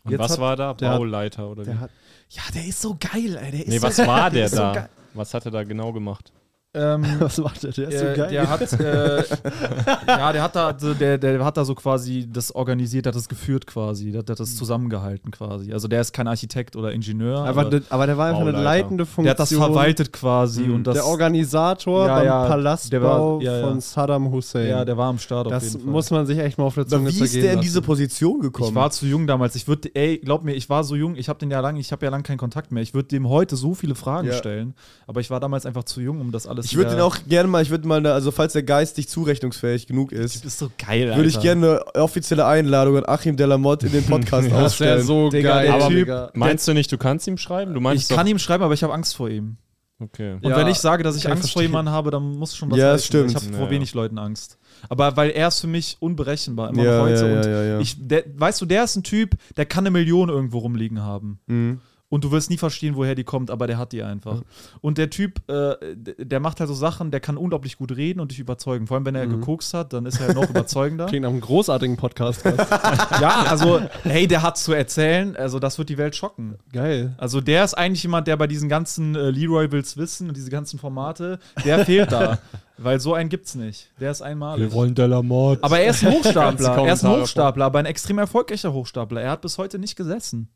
Speaker 5: Und
Speaker 1: Jetzt
Speaker 5: was
Speaker 1: hat-
Speaker 5: war da?
Speaker 4: der hat-
Speaker 5: Bauleiter oder wie?
Speaker 4: Der hat,
Speaker 1: ja, der ist so geil, ey. Der ist
Speaker 5: Nee,
Speaker 1: so
Speaker 5: was war der
Speaker 1: ist so
Speaker 5: da?
Speaker 1: geil.
Speaker 5: was hat er da genau gemacht?
Speaker 1: ähm,
Speaker 4: was macht der? Der ist
Speaker 1: äh,
Speaker 4: so geil.
Speaker 1: der hat, äh, ja, der hat da, also der, der hat da so quasi das organisiert, der hat das geführt quasi, der, hat- der hat das zusammengehalten quasi. Also der ist kein Architekt oder Ingenieur,
Speaker 4: aber,
Speaker 1: aber
Speaker 4: der, aber der war einfach eine
Speaker 5: Bauleiter.
Speaker 4: leitende Funktion.
Speaker 1: der hat das verwaltet quasi und das,
Speaker 4: der Organisator
Speaker 1: Ja,
Speaker 4: beim
Speaker 1: ja, der
Speaker 4: Palastbau
Speaker 1: war- ja, ja.
Speaker 4: von Saddam Hussein.
Speaker 1: ja, der war am Start auf
Speaker 4: das
Speaker 1: jeden Fall.
Speaker 4: muss man sich echt mal auf der
Speaker 3: wie
Speaker 4: Zunge
Speaker 3: ist
Speaker 4: zergehen
Speaker 3: der in
Speaker 4: lassen.
Speaker 3: diese Position gekommen?
Speaker 1: Ich war zu jung damals. Ich würde, ey, glaub mir, ich war so jung. Ich habe den ja lang, ich habe ja lang keinen Kontakt mehr. Ich würde dem heute so viele Fragen
Speaker 3: Ja.
Speaker 1: stellen, aber ich war damals einfach zu jung, um das alles.
Speaker 3: ich würde
Speaker 1: wieder-
Speaker 3: den auch gerne mal, ich würde mal, eine- also falls der geistig zurechnungsfähig genug ist,
Speaker 1: Das ist so geil.
Speaker 3: würde ich
Speaker 1: Alter.
Speaker 3: gerne eine offizielle Einladung an Achim Delamotte in den Podcast
Speaker 4: Das wäre
Speaker 3: ausstellen.
Speaker 4: so
Speaker 1: Digga,
Speaker 4: geil.
Speaker 1: der Typ-
Speaker 4: Digga.
Speaker 5: Meinst du nicht, du kannst ihm schreiben? Du meinst
Speaker 1: Ich
Speaker 5: doch,
Speaker 1: kann ihm schreiben, aber ich habe Angst vor ihm.
Speaker 5: okay.
Speaker 1: Und
Speaker 4: Ja,
Speaker 1: wenn ich sage, dass ich
Speaker 4: kann ich
Speaker 1: Angst vor jemandem habe, dann muss schon was
Speaker 3: Ja,
Speaker 1: heißen.
Speaker 3: das stimmt.
Speaker 1: Ich habe vor
Speaker 5: Naja.
Speaker 1: wenig Leuten Angst. Aber weil er ist für mich unberechenbar, immer
Speaker 3: Ja,
Speaker 1: noch heute.
Speaker 3: ja,
Speaker 1: und
Speaker 3: ja, ja, ja.
Speaker 1: Ich, der, weißt du, der ist ein Typ, der kann eine Million irgendwo rumliegen haben.
Speaker 3: Mhm.
Speaker 1: Und du wirst nie verstehen, woher die kommt, aber der hat die einfach. Und der Typ, äh, d- der macht halt so Sachen, der kann unglaublich gut reden und dich überzeugen. Vor allem, wenn er
Speaker 3: Mhm.
Speaker 1: gekokst hat, dann ist er noch überzeugender.
Speaker 4: Klingt nach einem großartigen Podcast.
Speaker 1: ja, also, hey, der hat zu erzählen, also das wird die Welt schocken.
Speaker 4: geil.
Speaker 1: Also der ist eigentlich jemand, der bei diesen ganzen äh, Leroy Wills Wissen und diese ganzen Formate, der fehlt da. weil so einen gibt's nicht. Der ist einmalig.
Speaker 5: Delamort.
Speaker 1: aber er ist ein Hochstapler. er ist ein
Speaker 5: Kommentare
Speaker 1: Hochstapler, aber ein extrem erfolgreicher Hochstapler. Er hat bis heute nicht gesessen.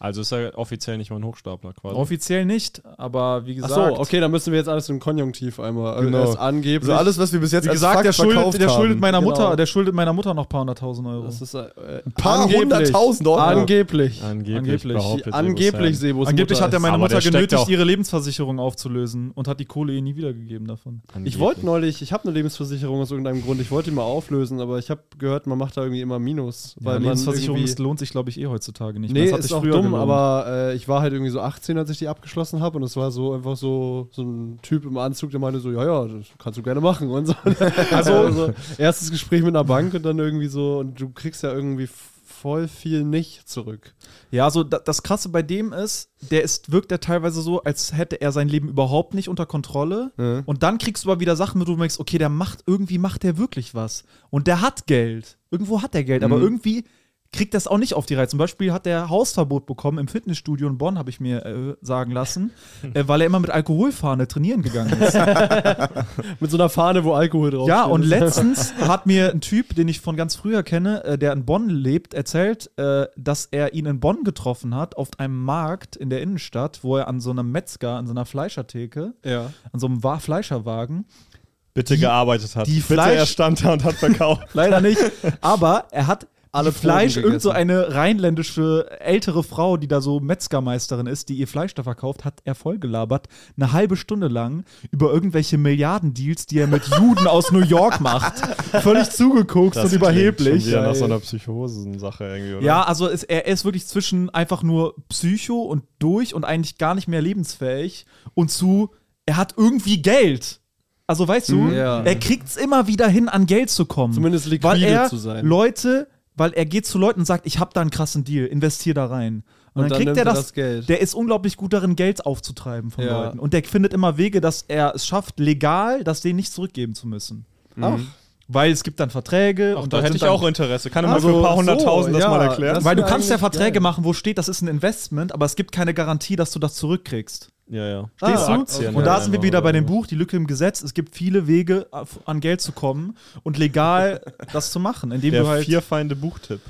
Speaker 5: Also ist er offiziell nicht mal ein Hochstapler quasi.
Speaker 1: Offiziell nicht, aber wie
Speaker 5: Also Ach
Speaker 1: gesagt.
Speaker 5: so, okay, dann müssen wir jetzt alles im Konjunktiv einmal.
Speaker 6: äh,
Speaker 5: Also
Speaker 3: Genau.
Speaker 5: er ist angeblich.
Speaker 3: Also alles, was wir bis jetzt
Speaker 1: Wie
Speaker 3: als
Speaker 1: gesagt,
Speaker 3: Fakt
Speaker 1: der schuldet,
Speaker 3: verkauft
Speaker 1: der schuldet
Speaker 3: haben.
Speaker 1: meiner
Speaker 4: Genau.
Speaker 1: Mutter, der schuldet meiner Mutter noch ein paar hunderttausend Euro.
Speaker 5: das ist, äh,
Speaker 3: Paar
Speaker 5: angeblich.
Speaker 3: hunderttausend Euro.
Speaker 5: Angeblich.
Speaker 1: Angeblich.
Speaker 5: behauptet Angeblich Sebus Sebus.
Speaker 1: Angeblich hat er meine
Speaker 5: Aber der
Speaker 1: Mutter
Speaker 5: steckt
Speaker 1: genötigt,
Speaker 5: auch-
Speaker 1: ihre Lebensversicherung aufzulösen und hat die Kohle ihr nie wiedergegeben davon.
Speaker 5: Sam.
Speaker 6: Ich wollte neulich, ich habe eine Lebensversicherung aus irgendeinem Grund, ich wollte die mal auflösen, aber ich habe gehört, man macht da irgendwie immer Minus.
Speaker 1: Weil
Speaker 6: Weil man
Speaker 1: Lebensversicherung
Speaker 6: irgendwie,
Speaker 1: ist, lohnt sich, glaube ich, eh heutzutage nicht.
Speaker 6: Nee,
Speaker 1: mehr. Das hat
Speaker 6: ist
Speaker 1: sich
Speaker 6: auch
Speaker 1: früher
Speaker 6: dumm,
Speaker 1: gelohnt.
Speaker 6: aber äh, ich war halt irgendwie so 18, als ich die abgeschlossen habe und es war so einfach so, so ein Typ im Anzug, der meinte so, ja, ja, das kannst du gerne machen und so. Also, also erstes Gespräch mit einer Bank und dann irgendwie so und du kriegst ja irgendwie voll viel nicht zurück.
Speaker 1: Ja, so da, das Krasse bei dem ist, der ist, wirkt er teilweise so, als hätte er sein Leben überhaupt nicht unter Kontrolle. Und dann kriegst du aber wieder Sachen, wo du merkst, okay, der macht, irgendwie macht der wirklich was. Und der hat Geld. Irgendwo hat der Geld, aber irgendwie kriegt das auch nicht auf die Reihe. Zum Beispiel hat der Hausverbot bekommen im Fitnessstudio in Bonn, habe ich mir äh, sagen lassen, äh, weil er immer mit Alkoholfahne trainieren gegangen ist.
Speaker 6: Mit so einer Fahne, wo Alkohol drauf
Speaker 1: Ja, und letztens hat mir ein Typ, den ich von ganz früher kenne, äh, der in Bonn lebt, erzählt, äh, dass er ihn in Bonn getroffen hat, auf einem Markt in der Innenstadt, wo er an so einem Metzger, an so einer Fleischertheke,
Speaker 5: Ja.
Speaker 1: an so einem Wa Fleischerwagen,
Speaker 5: Bitte gearbeitet hat.
Speaker 1: die
Speaker 5: Bitte
Speaker 1: Fleisch-
Speaker 5: er stand da und hat verkauft.
Speaker 1: leider nicht, aber er hat
Speaker 6: Alle
Speaker 1: die Fleisch,
Speaker 6: Proben
Speaker 1: irgend so
Speaker 6: gegessen.
Speaker 1: eine rheinländische ältere Frau, die da so Metzgermeisterin ist, die ihr Fleisch da verkauft, hat er vollgelabert, eine halbe Stunde lang über irgendwelche Milliardendeals, die er mit Juden aus New York macht. Völlig zugeguckt und überheblich.
Speaker 5: Ja, nach so einer Psychosen-Sache irgendwie, oder?
Speaker 1: Ja, also ist, er ist wirklich zwischen einfach nur Psycho und durch und eigentlich gar nicht mehr lebensfähig und zu, er hat irgendwie Geld. Also weißt du,
Speaker 6: Mhm. Ja.
Speaker 1: er kriegt's immer wieder hin, an Geld zu kommen.
Speaker 6: Zumindest liquide
Speaker 1: weil er
Speaker 6: zu sein.
Speaker 1: Leute, weil er geht zu Leuten und sagt, ich hab da einen krassen Deal, investier da rein. Und,
Speaker 6: Und
Speaker 1: dann,
Speaker 6: dann
Speaker 1: kriegt
Speaker 6: nimmt
Speaker 1: er
Speaker 6: er
Speaker 1: das,
Speaker 6: das Geld.
Speaker 1: Der ist unglaublich gut darin, Geld aufzutreiben von
Speaker 6: Ja.
Speaker 1: Leuten. Und der findet immer Wege, dass er es schafft, legal das denen nicht zurückgeben zu müssen. Ach. Weil es gibt dann Verträge
Speaker 5: Mhm. Ach,
Speaker 1: und
Speaker 5: da
Speaker 1: da
Speaker 5: hätte
Speaker 1: sind
Speaker 5: ich
Speaker 1: dann-
Speaker 5: auch Interesse. Kann er mal
Speaker 6: Also,
Speaker 5: für ein paar
Speaker 6: so,
Speaker 5: hunderttausend das
Speaker 6: ja,
Speaker 5: mal erklären?
Speaker 6: das-
Speaker 1: weil du
Speaker 6: wär
Speaker 1: kannst ja
Speaker 6: eigentlich
Speaker 1: Verträge
Speaker 6: geil.
Speaker 1: machen, wo steht, das ist ein Investment, aber es gibt keine Garantie, dass du das zurückkriegst.
Speaker 5: ja, ja.
Speaker 1: Stehst du?
Speaker 5: Aktien,
Speaker 1: Ah, und
Speaker 5: Ah, ja,
Speaker 1: da sind wir
Speaker 5: einfach,
Speaker 1: wieder bei
Speaker 5: oder?
Speaker 1: dem Buch, die Lücke im Gesetz. Es gibt viele Wege, auf- an Geld zu kommen und legal das zu machen, indem
Speaker 5: Der
Speaker 1: du halt.
Speaker 5: vierfeinde Buchtipp.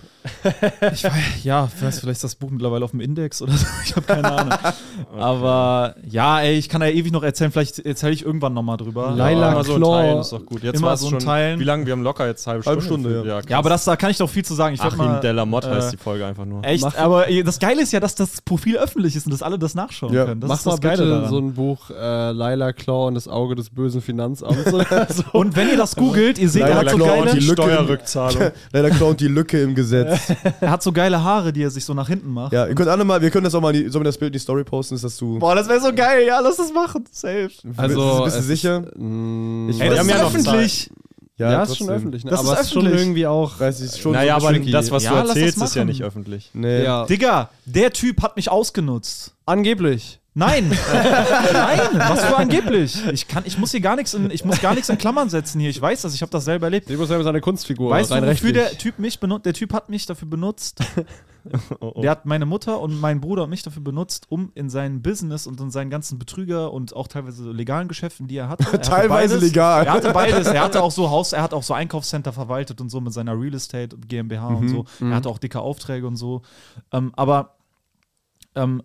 Speaker 1: Ich weiß, ja, vielleicht vielleicht ist das Buch mittlerweile auf dem Index oder so. Ich habe keine Ahnung. Aber ja, ey, ich kann ja ewig noch erzählen. Vielleicht erzähle ich irgendwann nochmal drüber. also,
Speaker 6: Leila
Speaker 5: immer so in
Speaker 6: Claw.
Speaker 5: Teilen ist doch gut. Jetzt
Speaker 1: Immer
Speaker 5: war's
Speaker 1: so in
Speaker 5: schon,
Speaker 1: Teilen.
Speaker 5: Wie lange? Wir haben locker jetzt halbe Stunde.
Speaker 3: Halbe Stunde, ja.
Speaker 1: ja,
Speaker 5: krass.
Speaker 1: aber das, da kann ich noch viel zu sagen. Ich werd mal,
Speaker 5: Achim Delamotte
Speaker 1: äh,
Speaker 5: heißt die Folge einfach nur.
Speaker 1: Echt,
Speaker 6: Mach-
Speaker 1: aber ey, das Geile ist ja, dass das Profil öffentlich ist und dass alle das nachschauen
Speaker 3: Ja,
Speaker 1: können. Das
Speaker 6: Mach
Speaker 1: ist
Speaker 6: mal
Speaker 1: das Geile
Speaker 6: bitte
Speaker 1: daran.
Speaker 6: so ein Buch äh, Laila Claw und das Auge des bösen
Speaker 1: Hm.
Speaker 6: Finanzamts. oder so.
Speaker 1: Und wenn ihr das googelt, ihr seht, er
Speaker 3: Leider
Speaker 1: hat, so
Speaker 3: klar,
Speaker 1: geile,
Speaker 3: die Lücke-
Speaker 5: Steuerrückzahlung.
Speaker 3: Leider klaut die Lücke im Gesetz.
Speaker 1: er hat so geile Haare, die er sich so nach hinten macht.
Speaker 3: ja, ihr könnt alle mal, wir können das auch mal, in die, sollen wir das Bild in die Story posten, ist das zu.
Speaker 1: Boah, das wäre so geil. Ja, lass das machen. Safe.
Speaker 6: Also,
Speaker 3: bist du
Speaker 6: es
Speaker 3: sicher?
Speaker 6: Mm,
Speaker 1: Ey,
Speaker 5: Wir
Speaker 1: das
Speaker 5: haben
Speaker 1: ist
Speaker 5: ja noch
Speaker 1: öffentlich.
Speaker 6: ja,
Speaker 3: Ja,
Speaker 6: ist schon
Speaker 3: trotzdem.
Speaker 6: öffentlich. Ne?
Speaker 1: Das
Speaker 6: aber
Speaker 1: ist
Speaker 6: es ist schon
Speaker 1: öffentlich.
Speaker 6: irgendwie auch.
Speaker 3: 30 ist schon
Speaker 5: naja,
Speaker 3: so
Speaker 5: aber
Speaker 3: tricky.
Speaker 5: das, was
Speaker 1: Ja,
Speaker 5: du
Speaker 1: lass das
Speaker 5: erzählst, ist ja
Speaker 1: machen. Ne,
Speaker 5: nicht öffentlich.
Speaker 3: Nee.
Speaker 6: Ja.
Speaker 1: Digga, der Typ hat mich ausgenutzt.
Speaker 6: Angeblich.
Speaker 1: Nein, nein, was für angeblich. Ich kann, ich muss hier gar nichts in, ich muss gar nichts in Klammern setzen hier. Ich weiß das, ich habe das selber erlebt.
Speaker 6: Sebus ist eine Kunstfigur.
Speaker 1: Weißt du,
Speaker 6: rein
Speaker 1: wofür
Speaker 6: rechtlich.
Speaker 1: der Typ mich benutzt? Der Typ hat mich dafür benutzt. Der hat meine Mutter und meinen Bruder und mich dafür benutzt, um in seinem Business und in seinen ganzen Betrüger und auch teilweise legalen Geschäften, die er hatte. Er hatte
Speaker 3: Teilweise
Speaker 1: beides.
Speaker 3: legal.
Speaker 1: Er hatte beides. Er hatte auch so Haus, er hat auch so Einkaufscenter verwaltet und so mit seiner Real Estate und GmbH
Speaker 3: Mhm.
Speaker 1: und so. Er hatte auch dicke Aufträge und so. Ähm, aber ähm,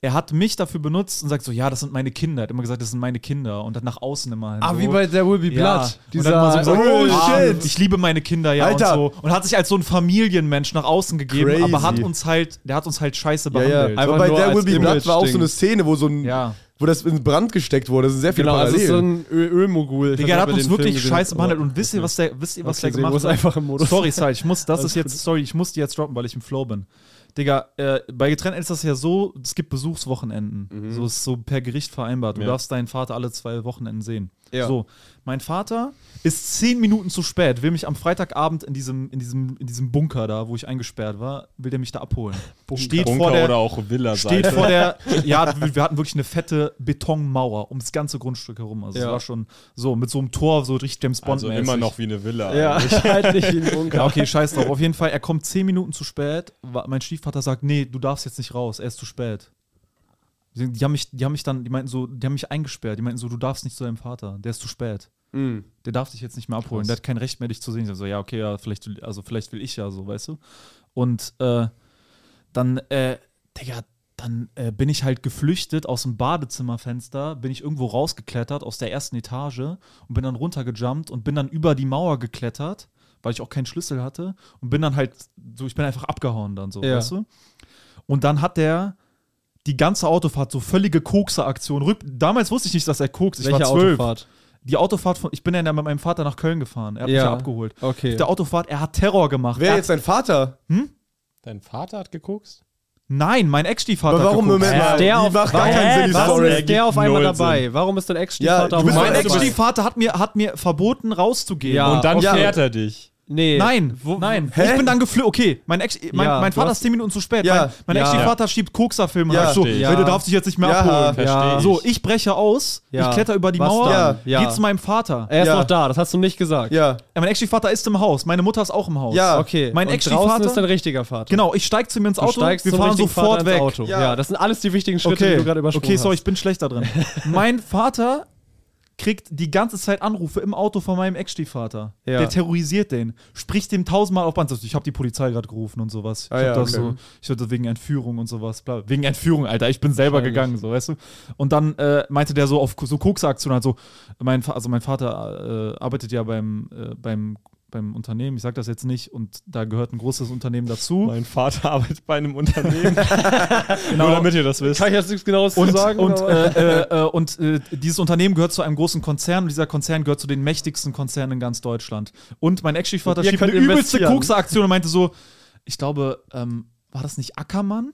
Speaker 1: er hat mich dafür benutzt und sagt so, ja, das sind meine Kinder. Er hat immer gesagt, das sind meine Kinder und hat nach außen immer hin.
Speaker 6: Ah,
Speaker 1: so.
Speaker 6: wie bei There Will Be Blood.
Speaker 1: Ja. und
Speaker 6: Dieser,
Speaker 1: dann mal so gesagt,
Speaker 3: Oh,
Speaker 1: oh,
Speaker 3: shit.
Speaker 1: Ich liebe meine Kinder, ja
Speaker 3: Alter.
Speaker 1: und so. Und hat sich als so ein Familienmensch nach außen gegeben,
Speaker 3: Crazy.
Speaker 1: aber hat uns halt, der hat uns halt scheiße
Speaker 3: Ja,
Speaker 1: behandelt.
Speaker 3: ja.
Speaker 1: Ja,
Speaker 3: Aber
Speaker 6: Einfach
Speaker 3: bei
Speaker 6: nur
Speaker 3: There Will
Speaker 6: als
Speaker 3: Be Blood war auch so eine
Speaker 6: Image-Ding.
Speaker 3: Szene, wo so ein, wo das in Brand gesteckt wurde. Das sind sehr viele
Speaker 6: genau, also es ist so
Speaker 3: Parallelen.
Speaker 6: ein Ö Ölmogul. Ich
Speaker 1: Digga, der
Speaker 6: weiß nicht, ob
Speaker 1: hat
Speaker 6: ihr
Speaker 1: uns
Speaker 6: den Film
Speaker 1: wirklich
Speaker 6: gesehen
Speaker 1: scheiße
Speaker 6: habt,
Speaker 1: behandelt
Speaker 6: aber-
Speaker 1: und wisst ihr, was der, wisst ihr, was
Speaker 6: Okay,
Speaker 1: der gemacht
Speaker 6: Sebus
Speaker 1: hat?
Speaker 6: einfach im Modus.
Speaker 1: Sorry, Sal, ich muss, das ist jetzt, sorry, ich muss die jetzt droppen, weil ich im Flow bin. Digga, äh, bei Getrennten ist das ja so, es gibt Besuchswochenenden.
Speaker 6: Mhm.
Speaker 1: So ist so per Gericht vereinbart. Du
Speaker 5: Ja.
Speaker 1: darfst deinen Vater alle zwei Wochenenden sehen.
Speaker 6: Ja.
Speaker 1: So, mein Vater ist zehn Minuten zu spät, will mich am Freitagabend in diesem, in diesem, in diesem Bunker da, wo ich eingesperrt war, will der mich da abholen. Steht
Speaker 5: Bunker
Speaker 1: vor der,
Speaker 5: oder auch Villa
Speaker 1: steht vor der, ja, wir wir hatten wirklich eine fette Betonmauer um das ganze Grundstück herum. Also es
Speaker 6: Ja.
Speaker 1: war schon so, mit so einem Tor, so richtig James Bond
Speaker 5: Also immer noch wie eine Villa.
Speaker 6: Ja, halt nicht in den Bunker.
Speaker 1: ja, okay, scheiß drauf. Auf jeden Fall, er kommt zehn Minuten zu spät. Wa- Mein Stiefvater sagt, nee, du darfst jetzt nicht raus, er ist zu spät. Die, die haben mich, die haben mich dann, die meinten so, die haben mich eingesperrt. Die meinten so, du darfst nicht zu deinem Vater, der ist zu spät.
Speaker 5: Mm.
Speaker 1: Der darf dich jetzt nicht mehr abholen, der hat kein Recht mehr, dich zu sehen. Ich so, ja, okay, ja, vielleicht, also vielleicht will ich ja so, weißt du? Und äh, dann äh, Digga, dann äh, bin ich halt geflüchtet aus dem Badezimmerfenster, bin ich irgendwo rausgeklettert aus der ersten Etage und bin dann runtergejumpt und bin dann über die Mauer geklettert, weil ich auch keinen Schlüssel hatte und bin dann halt so, ich bin einfach abgehauen dann so,
Speaker 6: Ja.
Speaker 1: weißt du? Und dann hat der die ganze Autofahrt so völlige Kokse-Aktion. rück- Damals wusste ich nicht, dass er kokst. Ich war zwölf. Die Autofahrt von, ich bin ja mit meinem Vater nach Köln gefahren. Er hat mich
Speaker 6: Ja.
Speaker 1: ja abgeholt.
Speaker 6: Okay.
Speaker 1: Auf der Autofahrt, er hat Terror gemacht.
Speaker 3: Wer
Speaker 1: er,
Speaker 3: jetzt dein Vater?
Speaker 7: Dein Vater hat geguckst?
Speaker 1: Nein, mein Ex-Stiefvater.
Speaker 3: Aber warum?
Speaker 1: geguckt.
Speaker 3: Moment
Speaker 1: Ja.
Speaker 3: mal.
Speaker 6: Der
Speaker 3: die
Speaker 6: auf,
Speaker 3: macht gar
Speaker 6: Hä?
Speaker 3: keinen Sinn, die
Speaker 6: Warum
Speaker 3: Story.
Speaker 6: ist der auf einmal
Speaker 5: Null Sinn.
Speaker 6: dabei? Warum ist dein Ex-Stiefvater
Speaker 3: Ja,
Speaker 6: auf
Speaker 3: du bist
Speaker 6: einmal
Speaker 1: Mein
Speaker 3: mein
Speaker 6: dabei?
Speaker 1: Ex-Stiefvater hat mir, hat mir verboten, rauszugehen.
Speaker 6: Ja.
Speaker 1: Und-
Speaker 7: Und dann
Speaker 3: Ja.
Speaker 7: fährt er dich.
Speaker 6: Nee.
Speaker 1: Nein, nein.
Speaker 3: Hä?
Speaker 1: Ich bin dann geflüchtet. Okay, mein, Ex mein,
Speaker 6: Ja,
Speaker 1: mein
Speaker 6: du
Speaker 1: Vater
Speaker 6: hast-
Speaker 1: ist 10 Minuten zu spät.
Speaker 3: Ja.
Speaker 1: Mein, mein
Speaker 6: Ja.
Speaker 1: Ex-Stiefvater schiebt Koksa-Filme.
Speaker 3: Ja.
Speaker 1: Ja. So,
Speaker 7: Verstehe ich.
Speaker 1: ja. Du darfst dich jetzt nicht mehr
Speaker 3: Ja.
Speaker 1: abholen.
Speaker 7: Verstehe
Speaker 6: Ja.
Speaker 7: ich.
Speaker 1: So, ich breche aus,
Speaker 6: Ja.
Speaker 1: ich kletter über die
Speaker 6: Was
Speaker 1: Mauer,
Speaker 6: dann? Ja.
Speaker 1: geh zu meinem Vater.
Speaker 6: Er ist
Speaker 3: Ja.
Speaker 6: noch da, das hast du nicht gesagt.
Speaker 3: Ja.
Speaker 1: Mein Ex-Stiefvater ist im Haus, meine Mutter ist auch im Haus.
Speaker 3: Ja.
Speaker 6: Okay.
Speaker 1: Mein
Speaker 6: und draußen
Speaker 1: Ex-Stiefvater-
Speaker 6: ist dein richtiger Vater.
Speaker 1: Genau, ich steig zu mir ins
Speaker 6: Du
Speaker 1: Auto,
Speaker 6: steigst
Speaker 1: wir
Speaker 6: zum
Speaker 1: fahren
Speaker 6: richtigen Vater
Speaker 1: sofort
Speaker 6: ins
Speaker 1: weg.
Speaker 6: Auto.
Speaker 3: Ja.
Speaker 6: Ja. das sind alles die wichtigen Schritte,
Speaker 1: Okay,
Speaker 6: die du gerade übersprungen
Speaker 1: okay sorry,
Speaker 6: hast.
Speaker 1: ich bin schlechter drin. mein Vater kriegt die ganze Zeit Anrufe im Auto von meinem Ex-Stiefvater.
Speaker 6: Ja.
Speaker 1: Der terrorisiert den, spricht dem tausendmal auf Band. sagt, Ich habe die Polizei gerade gerufen und sowas. Ich
Speaker 3: Ah
Speaker 1: hab
Speaker 3: ja,
Speaker 1: das
Speaker 3: okay.
Speaker 1: so, ich hab das wegen Entführung und sowas. Bla. Wegen Entführung, Alter, ich bin selber gegangen, so, weißt du. Und dann äh, meinte der so auf so Koks-Aktion, also mein, Fa- also mein Vater äh, arbeitet ja beim, äh, beim beim Unternehmen, ich sage das jetzt nicht, und da gehört ein großes Unternehmen dazu.
Speaker 5: Mein Vater arbeitet bei einem Unternehmen. Nur damit ihr das wisst.
Speaker 6: Kann ich jetzt nichts genaues
Speaker 1: Und,
Speaker 6: zu sagen?
Speaker 1: und,
Speaker 6: aber-
Speaker 1: äh, äh, äh, und äh, dieses Unternehmen gehört zu einem großen Konzern und dieser Konzern gehört zu den mächtigsten Konzernen in ganz Deutschland. Und mein Ex-Stiefvater
Speaker 6: Und ihr
Speaker 1: schrieb eine
Speaker 6: könnt
Speaker 1: übelste
Speaker 6: investieren.
Speaker 1: Koksa-Aktion und meinte so, ich glaube, ähm, war das nicht Ackermann?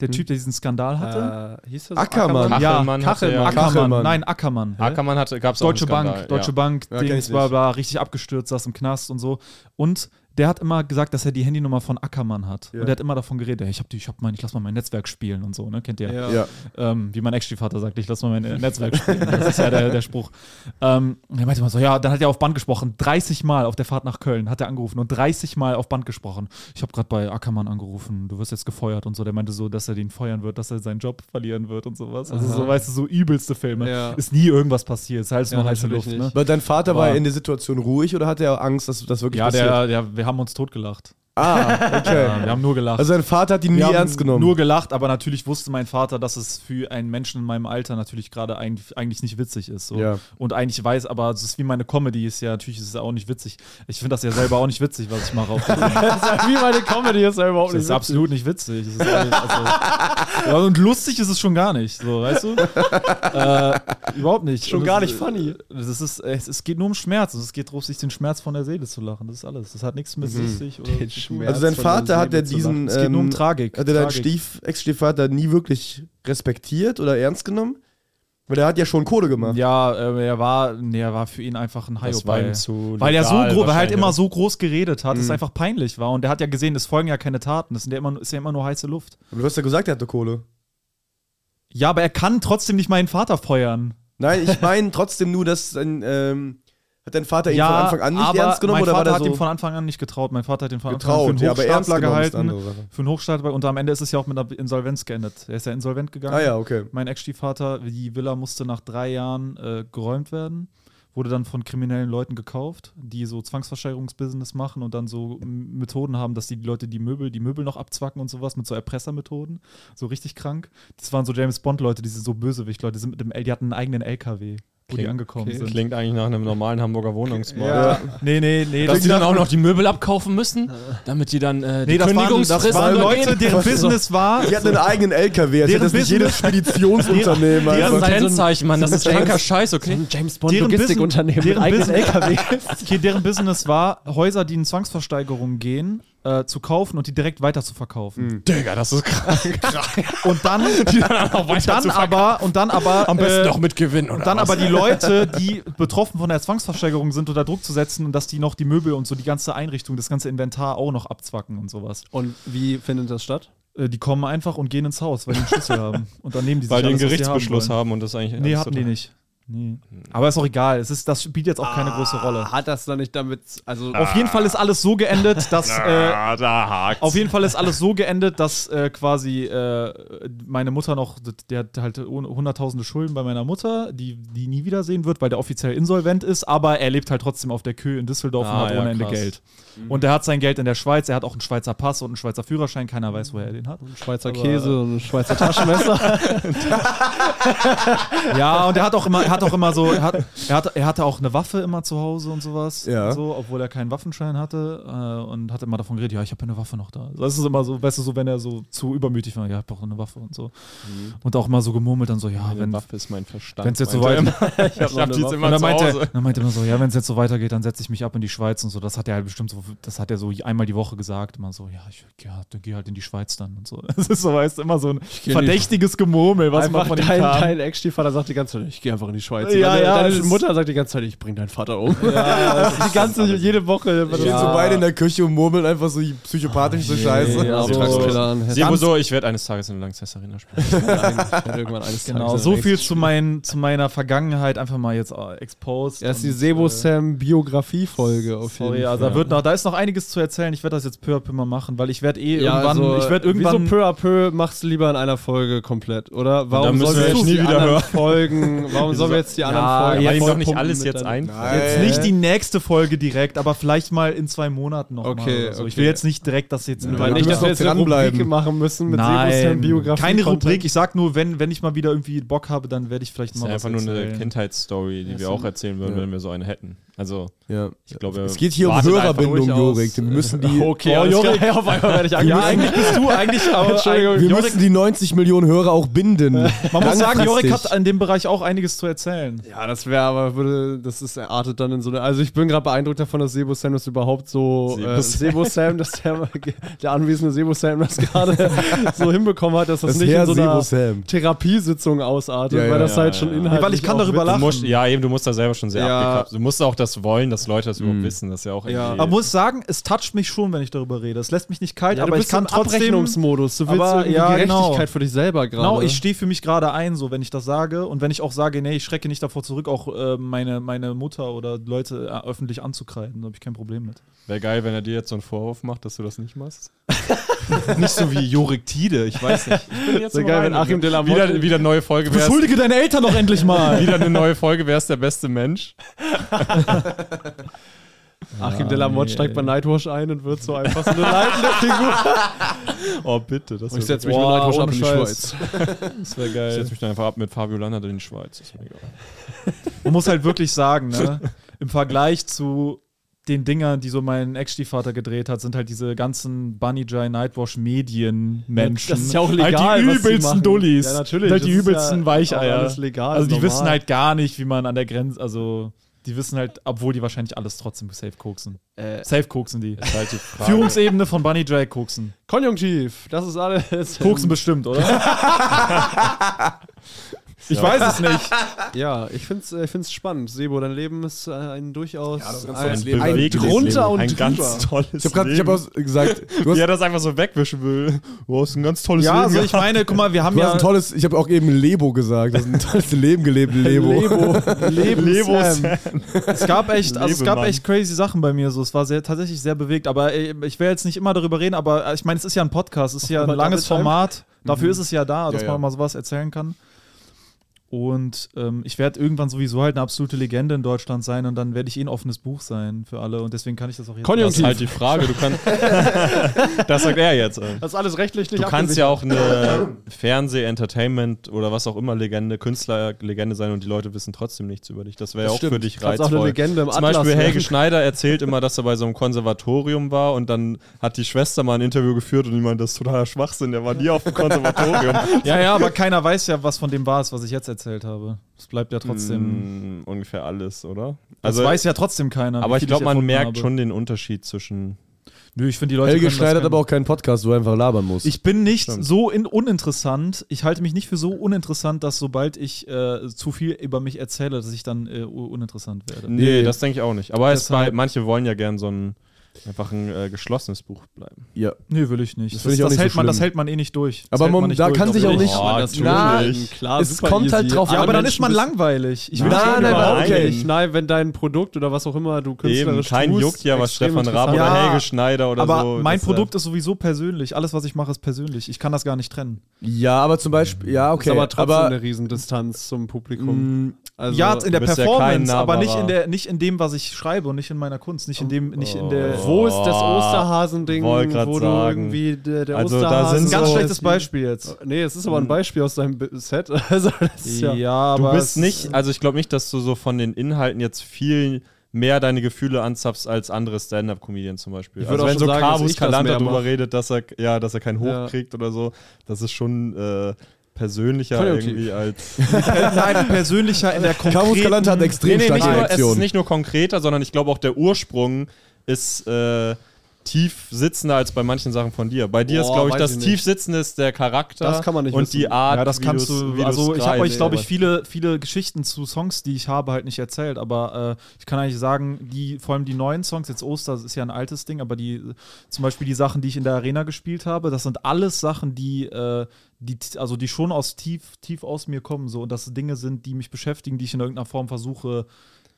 Speaker 1: Der Typ, der diesen Skandal hatte?
Speaker 6: Äh, hieß das
Speaker 3: Ackermann.
Speaker 7: hatte
Speaker 1: Ja,
Speaker 5: Äh,
Speaker 6: Kachelmann.
Speaker 7: ja-
Speaker 1: Ackermann,
Speaker 3: Kachelmann.
Speaker 1: nein, Ackermann.
Speaker 7: Ackermann hatte, gab's auch
Speaker 1: Deutsche
Speaker 7: einen Skandal,
Speaker 1: Bank, Deutsche
Speaker 7: ja.
Speaker 1: Bank,
Speaker 3: Ja, kenn ich
Speaker 1: Dings,
Speaker 3: nicht.
Speaker 1: bla bla, richtig abgestürzt, saß im Knast und so. Und der hat immer gesagt, dass er die Handynummer von Ackermann hat.
Speaker 3: Ja.
Speaker 1: Und der hat immer davon geredet, ey, ich hab die, ich hab mein, ich lass mal mein Netzwerk spielen und so, ne? Kennt ihr?
Speaker 6: Ja.
Speaker 3: Ja.
Speaker 1: ähm, wie mein Ex-Stiefvater sagt, ich lass mal mein äh, Netzwerk spielen. Das ist ja der, der Spruch. Ähm, und er meinte immer so, ja, dann hat er auf Band gesprochen. 30 Mal auf der Fahrt nach Köln hat er angerufen und 30 Mal auf Band gesprochen. Ich habe gerade bei Ackermann angerufen, du wirst jetzt gefeuert und so. Der meinte so, dass er den feuern wird, dass er seinen Job verlieren wird und sowas. Also so, weißt du, so übelste Filme.
Speaker 6: Ja.
Speaker 1: Ist nie irgendwas passiert, ist halt so
Speaker 6: Ja,
Speaker 1: nur heiße
Speaker 6: natürlich
Speaker 1: Luft. Ne?
Speaker 6: nicht.
Speaker 3: Aber dein Vater war
Speaker 1: Aber-
Speaker 3: er in der Situation ruhig oder hatte er Angst, dass das wirklich
Speaker 1: Ja,
Speaker 3: passiert?
Speaker 1: der, der, wir haben uns totgelacht.
Speaker 3: Ah, okay.
Speaker 1: Ja, wir haben nur gelacht.
Speaker 3: Also sein Vater hat ihn nie
Speaker 1: Wir haben
Speaker 3: ernst genommen.
Speaker 1: Nur gelacht, aber natürlich wusste mein Vater, dass es für einen Menschen in meinem Alter natürlich gerade eigentlich, eigentlich nicht witzig ist. So.
Speaker 3: Ja.
Speaker 1: Und eigentlich weiß, aber es ist wie meine Comedy, ist ja natürlich ist es auch nicht witzig. Ich finde das ja selber auch nicht witzig, was ich mache. Auf der Bühne.
Speaker 4: Wie meine Comedy ist ja überhaupt
Speaker 1: das
Speaker 4: nicht.
Speaker 1: ist absolut nicht witzig. Das ist alles, also, ja, und lustig ist es schon gar nicht, so, weißt du? äh, überhaupt nicht.
Speaker 4: Schon
Speaker 1: Und
Speaker 4: gar
Speaker 1: es-
Speaker 4: nicht funny.
Speaker 1: Das ist, es, es geht nur um Schmerz. Und es geht darum, sich den Schmerz von der Seele zu lachen. Das ist alles. Das hat nichts mit lustig oder zu tun.
Speaker 3: also sein Vater hat er diesen.
Speaker 1: Es geht nur um
Speaker 3: ähm,
Speaker 1: Tragik.
Speaker 3: Hat er deinen
Speaker 1: Tragik.
Speaker 3: Stief, Ex-Stiefvater nie wirklich respektiert oder ernst genommen? Weil der hat ja schon Kohle gemacht.
Speaker 1: Ja, äh, er war, nee, er war für ihn einfach ein Hayo
Speaker 7: Das war ihm zu
Speaker 1: weil er so
Speaker 7: legal
Speaker 1: groß, weil er halt
Speaker 7: wahrscheinlich,
Speaker 1: immer
Speaker 7: oder?
Speaker 1: so groß geredet hat, es
Speaker 3: Mhm.
Speaker 1: einfach peinlich war und er hat ja gesehen, es folgen ja keine Taten, das sind ja immer, ist ja immer nur heiße Luft.
Speaker 3: Aber du hast ja gesagt, er hatte Kohle.
Speaker 1: Ja, aber er kann trotzdem nicht meinen Vater feuern.
Speaker 3: Nein, ich meine trotzdem nur, dass sein. Ähm, hat dein Vater ihn
Speaker 1: ja,
Speaker 3: von Anfang an nicht
Speaker 1: aber
Speaker 3: ernst genommen
Speaker 1: mein
Speaker 3: oder
Speaker 1: Vater
Speaker 3: war der
Speaker 1: hat
Speaker 3: so
Speaker 1: ihm von Anfang an nicht getraut. Mein Vater hat ihn von
Speaker 3: getraut?
Speaker 1: Anfang an für
Speaker 3: Ja,
Speaker 1: einen
Speaker 3: aber ernst
Speaker 1: Hochstapler
Speaker 3: genommen ist eine
Speaker 1: gehalten.
Speaker 3: andere Sache.
Speaker 1: Für einen Hochstapler und am Ende ist es ja auch mit einer Insolvenz geendet. Er ist ja insolvent gegangen.
Speaker 3: Ah ja, okay.
Speaker 1: Mein Ex-Stiefvater, die Villa musste nach drei Jahren äh, geräumt werden, wurde dann von kriminellen Leuten gekauft, die so Zwangsversteigerungsbusiness machen und dann so M- Methoden haben, dass die Leute die Möbel, die Möbel noch abzwacken und sowas mit so Erpressermethoden, so richtig krank. Das waren so James Bond Leute, die sind so bösewicht Leute, die sind mit dem L, die hatten einen eigenen LKW, wo die
Speaker 7: Klingt-
Speaker 1: angekommen
Speaker 7: Okay.
Speaker 1: sind.
Speaker 7: Klingt eigentlich nach einem normalen Hamburger Wohnungsmarkt.
Speaker 1: Nee, nee, nee,
Speaker 7: Dass die dann auch noch die Möbel abkaufen müssen, damit die dann äh, die
Speaker 1: nee, das waren, das
Speaker 7: Kündigungsfrist
Speaker 1: waren
Speaker 7: übergehen.
Speaker 1: Leute, deren Business war
Speaker 3: Die hatten einen eigenen LKW, als
Speaker 1: Deren
Speaker 3: hätte also das nicht jedes
Speaker 1: Business-
Speaker 3: Speditionsunternehmen. also.
Speaker 7: Das
Speaker 3: einfach.
Speaker 7: ist ein Kennzeichen, Mann. Das ist kranker Scheiß, okay?
Speaker 6: James
Speaker 1: deren Business-
Speaker 6: mit
Speaker 1: deren
Speaker 6: eigenen
Speaker 1: Business-
Speaker 6: LKW.
Speaker 1: Okay, deren Business war, Häuser, die in Zwangsversteigerungen gehen, äh, zu kaufen und die direkt weiter zu verkaufen.
Speaker 5: Hm.
Speaker 7: Digga, das ist krank.
Speaker 1: Und dann, und dann aber, und dann aber,
Speaker 7: Am besten
Speaker 1: äh,
Speaker 7: noch mit Gewinn, oder?
Speaker 1: und dann aber die Leute, die betroffen von der Zwangsversteigerung sind, unter Druck zu setzen und dass die noch die Möbel und so die ganze Einrichtung, das ganze Inventar auch noch abzwacken und sowas.
Speaker 6: Und wie findet das statt?
Speaker 1: Äh, die kommen einfach und gehen ins Haus, weil die einen Schlüssel haben. Und dann nehmen die sich
Speaker 5: Weil die einen
Speaker 1: alles, was die haben
Speaker 5: Gerichtsbeschluss
Speaker 1: wollen.
Speaker 5: haben und das eigentlich.
Speaker 1: Nee,
Speaker 5: alles
Speaker 1: hatten die
Speaker 5: total-
Speaker 1: nicht. Nee. Aber ist auch egal. Es ist, das spielt jetzt auch keine große Rolle.
Speaker 6: Hat das dann nicht damit, also
Speaker 1: Auf jeden Fall ist alles so geendet, dass. Äh,
Speaker 5: Ah, da hakt.
Speaker 1: auf jeden Fall ist alles so geendet, dass äh, quasi äh, meine Mutter noch, der hat halt ohne- hunderttausende Schulden bei meiner Mutter, die die nie wiedersehen wird, weil der offiziell insolvent ist, aber er lebt halt trotzdem auf der Kühe in Düsseldorf und
Speaker 5: Ah,
Speaker 1: hat
Speaker 5: ja,
Speaker 1: ohne Ende
Speaker 5: krass. Mhm.
Speaker 1: Geld. Und er hat sein Geld in der Schweiz, er hat auch einen Schweizer Pass und einen Schweizer Führerschein, keiner weiß, woher er den hat.
Speaker 6: Schweizer Käse und ein Schweizer Taschenmesser.
Speaker 1: Ja, und er hat auch immer, er hat auch immer so, er, hat, er, hat, er hatte auch eine Waffe immer zu Hause und sowas.
Speaker 3: Ja.
Speaker 1: Und so, obwohl er keinen Waffenschein hatte äh, und hat immer davon geredet, ja, ich habe eine Waffe noch da. Das ist immer so, weißt du, so wenn er so zu übermütig war, ja, ich brauche eine Waffe und so. Und auch immer so gemurmelt dann so, ja,
Speaker 5: Meine
Speaker 1: wenn
Speaker 5: Waffe ist mein Verstand.
Speaker 1: wenn's jetzt so
Speaker 5: meinte er
Speaker 1: weit-
Speaker 5: immer. ich hab, die jetzt
Speaker 1: und
Speaker 5: immer
Speaker 1: dann
Speaker 5: zu
Speaker 1: meinte,
Speaker 5: Hause.
Speaker 1: dann meinte er immer so, ja, wenn es jetzt so weitergeht, dann setze ich mich ab in die Schweiz und so. Das hat er halt bestimmt so, das hat er so einmal die Woche gesagt, immer so, ja, ich ja, dann geh halt in die Schweiz dann und so. Das ist so, weißt du, immer so ein verdächtiges Gemurmel, was man
Speaker 6: einfach
Speaker 1: von ihm
Speaker 6: dein,
Speaker 1: kann.
Speaker 6: dein Ex-Stiefvater sagt die ganze Zeit, ich gehe einfach in die Schweiz.
Speaker 1: Ja,
Speaker 6: deine,
Speaker 1: ja, das
Speaker 6: deine
Speaker 1: ist-
Speaker 6: Mutter sagt die ganze Zeit, ich bring deinen Vater um. die ganze, jede Woche.
Speaker 3: Stehen so beide in der Küche und murmeln einfach so psychopathisch so Scheiße.
Speaker 6: Ja,
Speaker 1: also-
Speaker 5: so-
Speaker 6: so,
Speaker 5: Sebo so, ich werde eines Tages in der Lanxess Arena spielen.
Speaker 6: irgendwann eines
Speaker 1: Genau, so viel zu, mein, zu meiner Vergangenheit einfach mal jetzt äh, exposed.
Speaker 6: Das ist die
Speaker 1: und, äh,
Speaker 6: Sebo-Sam-Biografie-Folge auf jeden
Speaker 1: Sorry,
Speaker 6: Fall.
Speaker 1: also da, wird noch, da ist noch einiges zu erzählen. Ich werde das jetzt peu à peu mal machen, weil ich werde eh
Speaker 6: Ja,
Speaker 1: irgendwann,
Speaker 6: also,
Speaker 1: ich werde irgendwann,
Speaker 6: Wieso peu à peu machst du lieber in einer Folge komplett, oder?
Speaker 5: Dann
Speaker 6: Warum
Speaker 5: müssen
Speaker 6: sollen
Speaker 5: wir
Speaker 6: wir jetzt
Speaker 5: es nie
Speaker 6: nie
Speaker 5: wieder
Speaker 6: wieder
Speaker 5: hören.
Speaker 6: Folgen? Warum sollen wir jetzt die anderen
Speaker 1: Ja,
Speaker 5: Aber
Speaker 6: Folgen?
Speaker 1: jetzt
Speaker 5: ihm doch nicht
Speaker 6: vollpumpen
Speaker 5: alles
Speaker 6: mit
Speaker 5: jetzt
Speaker 6: deinem-
Speaker 5: ein.
Speaker 1: jetzt
Speaker 3: Nein.
Speaker 1: nicht die nächste Folge direkt, aber vielleicht mal in zwei Monaten noch mal.
Speaker 6: Okay,
Speaker 1: oder So. Ich
Speaker 6: okay.
Speaker 1: will jetzt nicht direkt das jetzt.
Speaker 6: Weil
Speaker 3: Ja,
Speaker 6: nicht,
Speaker 3: wir
Speaker 6: dass
Speaker 3: müssen
Speaker 6: wir jetzt
Speaker 3: doch
Speaker 6: eine
Speaker 3: dranbleiben.
Speaker 6: Rubrik machen müssen mit Sebus
Speaker 1: Nein,
Speaker 6: Biografie.
Speaker 1: keine Rubrik. Ich sag nur, wenn, wenn ich mal wieder irgendwie Bock habe, dann werde ich vielleicht
Speaker 5: Das
Speaker 1: mal
Speaker 5: ist
Speaker 1: was
Speaker 5: einfach nur eine
Speaker 1: erzählen.
Speaker 5: Kindheitsstory, die wir auch erzählen würden,
Speaker 3: Ja.
Speaker 5: wenn wir so eine hätten. Also,
Speaker 3: Ja.
Speaker 5: ich glaube,
Speaker 3: Es geht hier um
Speaker 5: wartet einfach
Speaker 3: Hörerbindung,
Speaker 5: ruhig aus.
Speaker 3: Jorik. Wir müssen die,
Speaker 5: Okay,
Speaker 1: Oh,
Speaker 5: alles klar.
Speaker 1: Jorik, auf einmal werde ich
Speaker 3: Ja,
Speaker 1: eigentlich bist du eigentlich, aber
Speaker 3: wir müssen die 90 Millionen Hörer auch binden.
Speaker 1: Man muss sagen, Jorik
Speaker 3: Langfristig.
Speaker 1: hat in dem Bereich auch einiges zu erzählen.
Speaker 6: Ja, das wäre aber, würde, das ist, erartet dann in so eine. Also ich bin gerade beeindruckt davon, dass Sebo Sam das überhaupt so. Äh, Sebo Sam, dass der, der anwesende Sebo Sam das gerade so hinbekommen hat, dass das,
Speaker 3: Das
Speaker 6: nicht in
Speaker 3: Herr
Speaker 6: so einer
Speaker 3: Sebo-Sam.
Speaker 6: Therapiesitzung ausartet,
Speaker 3: Ja, ja,
Speaker 6: weil das
Speaker 5: ja,
Speaker 6: halt
Speaker 5: ja,
Speaker 6: schon
Speaker 5: ja.
Speaker 6: inhaltlich.
Speaker 1: Weil ich kann
Speaker 6: auch
Speaker 1: darüber
Speaker 6: mit-
Speaker 5: Du
Speaker 1: lachen.
Speaker 5: musst, ja, eben, du musst da selber schon sehr
Speaker 6: Ja.
Speaker 5: abgekappt. Du musst auch das wollen, dass Leute das überhaupt wissen. Das ist ja auch
Speaker 6: Ja.
Speaker 5: irgendwie-
Speaker 1: Man muss sagen, es toucht mich schon, wenn ich darüber rede. Es lässt mich nicht kalt,
Speaker 6: Ja,
Speaker 1: aber
Speaker 6: du
Speaker 1: ich
Speaker 6: bist
Speaker 1: kann
Speaker 6: im
Speaker 1: trotzdem.
Speaker 6: Abrechnungsmodus. ne? Du willst
Speaker 1: Aber
Speaker 6: irgendwie
Speaker 1: ja,
Speaker 6: Gerechtigkeit
Speaker 1: genau.
Speaker 6: für dich selber gerade.
Speaker 1: Genau, ich stehe für mich gerade ein, so wenn ich das sage. Und wenn ich auch sage, nee, ich schrecke nicht davor zurück, auch äh, meine, meine Mutter oder Leute äh, öffentlich anzukreiden, da habe ich kein Problem mit.
Speaker 5: Wäre geil, wenn er dir jetzt so einen Vorwurf macht, dass du das nicht machst. nicht so wie Jorik Tide, ich weiß nicht. Ich bin jetzt
Speaker 6: Wäre
Speaker 5: so
Speaker 6: geil,
Speaker 5: rein.
Speaker 6: wenn Achim de la Motte-
Speaker 5: wieder, wieder neue Folge wär's,
Speaker 1: Beschuldige deine Eltern doch endlich mal!
Speaker 5: wieder eine neue Folge, wer ist der beste Mensch?
Speaker 1: Ah,
Speaker 6: Achim Delamotte steigt bei Nightwash ein und wird so einfach so eine leitende Figur.
Speaker 5: Oh, bitte, das
Speaker 6: Ich
Speaker 5: wäre
Speaker 6: setze mich mit Nightwash ab in die
Speaker 1: Scheiß.
Speaker 6: Schweiz.
Speaker 1: Das wäre geil.
Speaker 5: Ich setze mich dann einfach ab mit Fabio Landert in die Schweiz. Ist mir egal.
Speaker 1: Man muss halt wirklich sagen, ne, im Vergleich zu den Dingern, die so mein Ex-Stiefvater gedreht hat, sind halt diese ganzen Bunny Jai Nightwash Medienmenschen.
Speaker 6: Das ist ja auch legal,
Speaker 1: Halt die
Speaker 6: was die
Speaker 1: übelsten
Speaker 6: machen.
Speaker 1: Dullis.
Speaker 6: Ja, natürlich,
Speaker 1: Halt die
Speaker 6: das ist
Speaker 1: übelsten
Speaker 6: ja
Speaker 1: Weicheier.
Speaker 6: auch alles legal,
Speaker 1: also die
Speaker 6: normal.
Speaker 1: wissen halt gar nicht, wie man an der Grenze, also die wissen halt, obwohl die wahrscheinlich alles trotzdem safe koksen.
Speaker 6: Äh,
Speaker 1: safe koksen die.
Speaker 5: Ist halt die Frage.
Speaker 1: Führungsebene von Bunny Jai koksen.
Speaker 6: Konjunktiv, das ist alles.
Speaker 1: Koksen bestimmt, oder? ich weiß es nicht.
Speaker 6: Ja, ich find's, äh, ich find's spannend. Sebo, dein Leben ist äh, ein durchaus.
Speaker 5: ein
Speaker 6: ein,
Speaker 5: bewegendes
Speaker 6: drunter
Speaker 5: Leben.
Speaker 6: und
Speaker 5: ein
Speaker 6: drüber.
Speaker 5: ganz tolles
Speaker 3: Ich habe gerade ich hab
Speaker 5: Leben.
Speaker 3: auch gesagt, du hast,
Speaker 5: Wie er das einfach so wegwischen will. Du hast ein ganz tolles
Speaker 1: Ja,
Speaker 5: Leben.
Speaker 1: also ich meine, guck mal, wir haben
Speaker 3: du
Speaker 1: ja.
Speaker 3: hast ein tolles, ich habe auch eben Lebo gesagt. Das ist ein tolles Leben gelebt, Lebo.
Speaker 6: Lebo,
Speaker 5: Lebo
Speaker 6: Sam.
Speaker 1: Es gab echt, also es
Speaker 5: Lebe,
Speaker 1: gab
Speaker 5: Mann.
Speaker 1: echt crazy Sachen bei mir. So, es war sehr, tatsächlich sehr bewegt. Aber ey, ich will jetzt nicht immer darüber reden. Aber äh, ich meine, es ist ja ein Podcast, es ist ja ein
Speaker 6: Aber
Speaker 1: langes
Speaker 6: Double Time?
Speaker 1: Format. Dafür ist es ja da, dass
Speaker 3: Ja, ja.
Speaker 1: man mal sowas erzählen kann. Und ähm, ich werde irgendwann sowieso halt eine absolute Legende in Deutschland sein und dann werde ich eh ein offenes Buch sein für alle und deswegen kann ich das auch jetzt.
Speaker 5: Das ist
Speaker 6: Konjunktiv.
Speaker 5: halt die Frage. Du kannst. das sagt er jetzt.
Speaker 6: Das ist alles rechtlich nicht
Speaker 5: Du kannst ja auch eine Fernseh-Entertainment oder was auch immer Legende, Künstlerlegende sein und die Leute wissen trotzdem nichts über dich. Das wäre ja auch für dich
Speaker 6: Kannst
Speaker 5: reizvoll.
Speaker 6: auch eine Legende im
Speaker 5: Zum
Speaker 6: Atlas
Speaker 5: Beispiel
Speaker 6: werden.
Speaker 5: Helge Schneider erzählt immer, dass er bei so einem Konservatorium war und dann hat die Schwester mal ein Interview geführt und die meinte, das ist totaler Schwachsinn, der war nie auf dem Konservatorium.
Speaker 1: Ja, ja, aber keiner weiß ja, was von dem war es, was ich jetzt erzählt habe. Es bleibt ja trotzdem.
Speaker 5: Hm, Ungefähr alles, oder?
Speaker 1: Also, das weiß ja trotzdem keiner. wie
Speaker 5: aber ich
Speaker 1: viel
Speaker 5: glaube, man
Speaker 1: erfunden
Speaker 5: merkt
Speaker 1: habe.
Speaker 5: schon den Unterschied zwischen.
Speaker 1: Nö, ich finde die Leute.
Speaker 3: Helge
Speaker 1: können das
Speaker 3: Schneider hat
Speaker 1: kennen.
Speaker 3: aber auch keinen Podcast, wo er einfach labern muss.
Speaker 1: Ich bin nicht
Speaker 5: Stimmt.
Speaker 1: so in uninteressant. Ich halte mich nicht für so uninteressant, dass sobald ich äh, zu viel über mich erzähle, dass ich dann äh, u- uninteressant werde.
Speaker 5: Nee, das denke ich auch nicht. Aber es
Speaker 1: Deshalb-
Speaker 5: war, manche wollen ja gern so einen Einfach ein äh, geschlossenes Buch bleiben.
Speaker 3: Ja.
Speaker 1: Nee, will ich nicht. Das,
Speaker 3: will ich auch
Speaker 1: das
Speaker 3: nicht so
Speaker 1: hält man, das
Speaker 3: schlimm.
Speaker 1: hält man eh nicht durch. Das
Speaker 3: Aber
Speaker 1: hält
Speaker 3: man-
Speaker 1: nicht
Speaker 3: da kann sich auch
Speaker 1: glaub ich.
Speaker 5: Oh,
Speaker 3: nicht-
Speaker 1: Ja,
Speaker 3: natürlich. Nein,
Speaker 6: klar,
Speaker 3: es kommt halt drauf
Speaker 1: aber dann ist man
Speaker 6: lang.
Speaker 1: langweilig. Ich will
Speaker 3: Nein,
Speaker 1: nicht
Speaker 3: nein,
Speaker 1: langweilig.
Speaker 3: nein, okay.
Speaker 6: Nein, nein, wenn dein Produkt oder was auch immer du
Speaker 5: Eben,
Speaker 6: künstlerisch
Speaker 5: kein
Speaker 6: tust,
Speaker 5: juckt ja, was
Speaker 6: extrem
Speaker 5: Stefan Raab
Speaker 6: interessant-
Speaker 5: oder
Speaker 1: Ja,
Speaker 5: Helge Schneider oder
Speaker 1: aber
Speaker 5: so.
Speaker 1: mein
Speaker 5: das,
Speaker 1: Produkt
Speaker 5: äh,
Speaker 1: ist sowieso persönlich. Alles, was ich mache, ist persönlich. Ich kann das gar nicht trennen.
Speaker 3: Ja, aber zum Beispiel, ja, okay.
Speaker 6: Ist aber trotzdem
Speaker 3: aber, mm,
Speaker 6: eine Riesendistanz zum
Speaker 5: Mm,
Speaker 6: Publikum.
Speaker 3: mh,
Speaker 6: Also,
Speaker 1: ja, in der
Speaker 5: bist ja
Speaker 1: Performance,
Speaker 5: kein
Speaker 1: aber nicht
Speaker 5: Nabara.
Speaker 1: in, der, nicht in dem, was ich schreibe und nicht in meiner Kunst. Nicht in dem, nicht in
Speaker 5: Oh.
Speaker 1: der.
Speaker 6: wo ist das Osterhasen-Ding,
Speaker 5: wollt grad
Speaker 6: wo du
Speaker 5: sagen.
Speaker 6: irgendwie der, der
Speaker 5: Also, da
Speaker 6: Osterhasen...
Speaker 5: sind
Speaker 1: Ein ganz
Speaker 5: so- Hm.
Speaker 1: schlechtes Beispiel jetzt.
Speaker 6: Nee, es ist aber ein Beispiel aus deinem Bi- Set. Also, das ist ja...
Speaker 1: aber.
Speaker 5: Du bist
Speaker 1: es-
Speaker 5: nicht, also ich glaube nicht, dass du so von den Inhalten jetzt viel mehr deine Gefühle anzapfst als andere Stand-Up-Comedians zum Beispiel.
Speaker 6: Ich würd
Speaker 5: also
Speaker 6: auch
Speaker 5: wenn
Speaker 6: schon
Speaker 5: so
Speaker 6: sagen, dass
Speaker 5: Carvus
Speaker 6: ich das
Speaker 5: Kalanta
Speaker 6: mehr
Speaker 5: darüber
Speaker 6: mach.
Speaker 5: redet, dass er, ja, dass er keinen Hoch
Speaker 6: Ja.
Speaker 5: kriegt oder so, das ist schon äh, persönlicher
Speaker 6: Konjunktiv.
Speaker 5: irgendwie als...
Speaker 1: Nein, persönlicher in der
Speaker 3: Carus Galante hat
Speaker 1: konkreten.
Speaker 3: extrem
Speaker 5: nicht
Speaker 3: starke
Speaker 5: nur, es ist
Speaker 3: Reaktionen.
Speaker 5: nicht nur konkreter, sondern ich glaube auch der Ursprung ist äh, tief sitzender als bei manchen Sachen von dir. Bei dir ist,
Speaker 6: Boah,
Speaker 5: glaube ich,
Speaker 6: weiß
Speaker 5: das
Speaker 6: ich nicht.
Speaker 5: tief sitzende ist der Charakter
Speaker 6: Das kann man nicht
Speaker 5: und
Speaker 6: wissen.
Speaker 5: die Art,
Speaker 1: Ja, das
Speaker 5: wie
Speaker 1: kannst
Speaker 5: du's-
Speaker 1: du.
Speaker 5: wie du's
Speaker 1: Also ich habe euch,
Speaker 5: greifst.
Speaker 1: glaube ich, viele, viele Geschichten zu Songs, die ich habe, halt nicht erzählt. Aber äh, ich kann eigentlich sagen, die, vor allem die neuen Songs, jetzt Oster das ist ja ein altes Ding, aber die, zum Beispiel die Sachen, die ich in der Arena gespielt habe, das sind alles Sachen, die, äh, die, t- also die schon aus tief, tief aus mir kommen so und das Dinge sind, die mich beschäftigen, die ich in irgendeiner Form versuche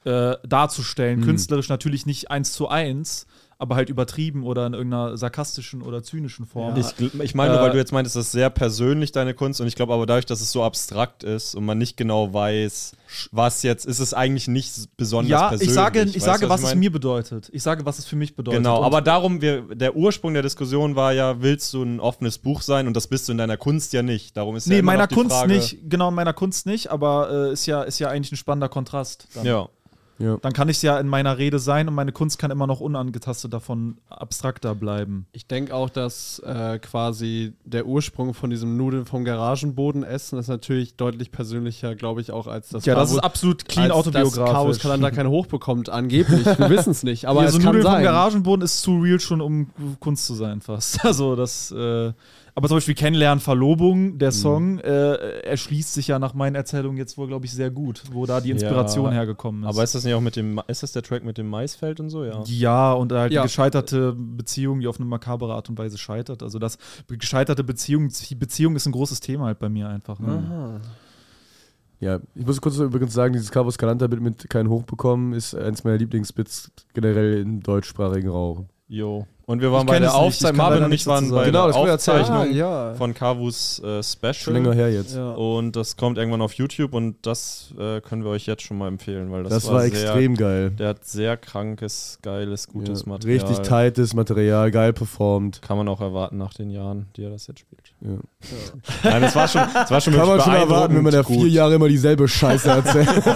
Speaker 1: äh, darzustellen. Künstlerisch natürlich nicht eins zu eins, aber halt übertrieben oder in irgendeiner sarkastischen oder zynischen Form.
Speaker 5: Ich, gl- ich meine, nur,
Speaker 1: Äh,
Speaker 5: weil du jetzt meintest, das ist sehr persönlich deine Kunst und ich glaube aber dadurch, dass es so abstrakt ist und man nicht genau weiß, was jetzt, ist es eigentlich nicht s- besonders
Speaker 1: Ja,
Speaker 5: persönlich.
Speaker 1: ich sage, ich
Speaker 5: Weißt du,
Speaker 1: sage, was,
Speaker 5: ich
Speaker 1: es
Speaker 5: meine?
Speaker 1: mir bedeutet. Ich sage, was es für mich bedeutet.
Speaker 5: Genau,
Speaker 1: Und-
Speaker 5: aber darum, wir, der Ursprung der Diskussion war ja, willst du ein offenes Buch sein und das bist du in deiner Kunst ja nicht. Darum ist ja
Speaker 1: nee,
Speaker 5: immer
Speaker 1: meiner
Speaker 5: noch die
Speaker 1: Kunst
Speaker 5: Frage,
Speaker 1: nicht. Genau, in meiner Kunst nicht, aber äh, ist, ja, ist ja eigentlich ein spannender Kontrast. Dann,
Speaker 5: Ja.
Speaker 1: dann kann ich ja in meiner Rede sein und meine Kunst kann immer noch unangetastet davon abstrakter bleiben.
Speaker 6: Ich denke auch, dass äh, quasi der Ursprung von diesem Nudeln vom Garagenboden essen ist natürlich deutlich persönlicher, glaube ich, auch als das
Speaker 1: Ja, das
Speaker 6: Carvus-
Speaker 1: ist absolut clean
Speaker 6: als Dass Chaos
Speaker 1: autobiografisch.
Speaker 6: Kalender keinen Hoch bekommt, angeblich. Wir wissen es nicht, aber
Speaker 1: Hier, so
Speaker 6: es kann
Speaker 1: Nudeln vom
Speaker 6: sein.
Speaker 1: Garagenboden ist zu real schon, um Kunst zu sein fast. Also das, äh, aber zum Beispiel Kennenlernen, Verlobung,
Speaker 5: Mhm.
Speaker 1: der Song, äh, erschließt sich ja nach meinen Erzählungen jetzt wohl, glaube ich, sehr gut, wo da die Inspiration
Speaker 5: Ja,
Speaker 1: hergekommen ist.
Speaker 5: Aber ist das nicht auch mit dem, Ma- ist das der Track mit dem Maisfeld und so? Ja.
Speaker 1: Ja, und halt
Speaker 6: Ja.
Speaker 1: die gescheiterte Beziehung, die auf eine makabere Art und Weise scheitert. Also das gescheiterte Beziehung, Beziehung ist ein großes Thema halt bei mir einfach. Ne?
Speaker 3: Ja, ich muss kurz übrigens sagen, dieses Carvus Calanta Bit mit kein Hoch bekommen ist eins meiner Lieblingsbits generell im deutschsprachigen Raum.
Speaker 5: Jo. Und wir waren
Speaker 1: Ich
Speaker 5: bei
Speaker 1: kenn
Speaker 5: der
Speaker 1: es nicht, ich kann
Speaker 5: Aufzeichnung, Marvin
Speaker 1: leider
Speaker 5: und ich
Speaker 1: nichts
Speaker 5: waren
Speaker 1: dazu
Speaker 5: bei
Speaker 1: sagen.
Speaker 5: der
Speaker 3: Genau, das können wir erzählen. Ah,
Speaker 5: Aufzeichnung
Speaker 6: ja.
Speaker 5: von Kavus äh, Special.
Speaker 3: Schon länger her jetzt.
Speaker 6: ja.
Speaker 5: Und das kommt irgendwann auf YouTube und das äh, können wir euch jetzt schon mal empfehlen, weil das,
Speaker 3: Das, war
Speaker 5: sehr,
Speaker 3: extrem geil.
Speaker 5: Der hat sehr krankes, geiles, gutes
Speaker 3: ja,
Speaker 5: Material.
Speaker 3: Richtig tightes Material, geil performt.
Speaker 5: Kann man auch erwarten nach den Jahren, die er das jetzt spielt.
Speaker 3: Ja.
Speaker 5: Nein, es war schon, es war schon
Speaker 3: Kann man
Speaker 5: wirklich
Speaker 3: schon erwarten, wenn man da
Speaker 5: beeindruckend
Speaker 3: vier Jahre immer dieselbe Scheiße erzählt.
Speaker 5: gut.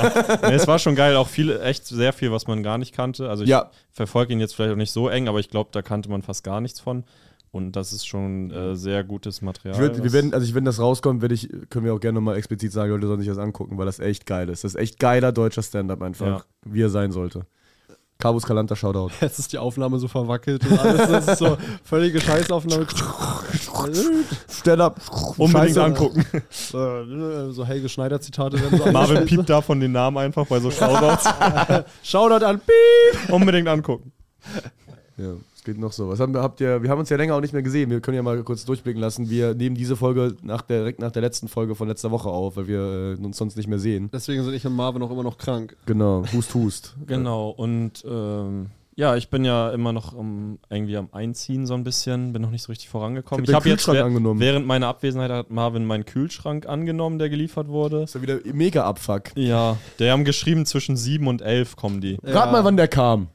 Speaker 5: Nee, es war schon geil, auch viel, echt sehr viel, was man gar nicht kannte. Also ich
Speaker 3: Ja.
Speaker 5: verfolge ihn jetzt vielleicht auch nicht so eng, aber ich glaube, da kannte man fast gar nichts von. Und das ist schon äh, sehr gutes Material.
Speaker 3: ich würd, wir
Speaker 5: was-
Speaker 3: werden, also ich, wenn das rauskommt, werd ich, können wir auch gerne nochmal explizit sagen, Leute sollen sich das angucken, weil das echt geil ist. Das ist echt geiler deutscher Stand-up einfach, wie er sein sollte. Carvus Calanta Shoutout.
Speaker 6: Jetzt ist die Aufnahme so verwackelt und alles das ist so völlige Scheißaufnahme.
Speaker 3: Stand-up.
Speaker 5: unbedingt
Speaker 3: Scheiße.
Speaker 5: angucken.
Speaker 6: Äh, so so Helge Schneider Zitate werden so
Speaker 5: Marvin piept da von den Namen einfach bei so Shoutouts.
Speaker 6: Shoutout an Piep.
Speaker 5: unbedingt angucken.
Speaker 3: Ja, es geht noch so. Was haben, wir- habt ihr, wir haben uns ja länger auch nicht mehr gesehen. Wir können ja mal kurz durchblicken lassen. Wir nehmen diese Folge nach der, direkt nach der letzten Folge von letzter Woche auf, weil wir äh, uns sonst nicht mehr sehen.
Speaker 6: Deswegen sind ich und Marvin auch immer noch krank.
Speaker 3: Genau, Hust, Hust.
Speaker 5: Genau, und ähm, ja, ich bin ja immer noch am- irgendwie am Einziehen so ein bisschen, bin noch nicht so richtig vorangekommen.
Speaker 3: Ich
Speaker 5: Ich
Speaker 3: hab
Speaker 5: habe
Speaker 3: den
Speaker 5: jetzt
Speaker 3: Kühlschrank
Speaker 5: wer-
Speaker 3: angenommen.
Speaker 5: während meiner Abwesenheit hat Marvin meinen Kühlschrank angenommen, der geliefert wurde.
Speaker 3: Das ist ja wieder mega Abfuck.
Speaker 5: Ja, die haben geschrieben, zwischen 7 und 11 kommen die.
Speaker 3: Rat mal, wann der kam.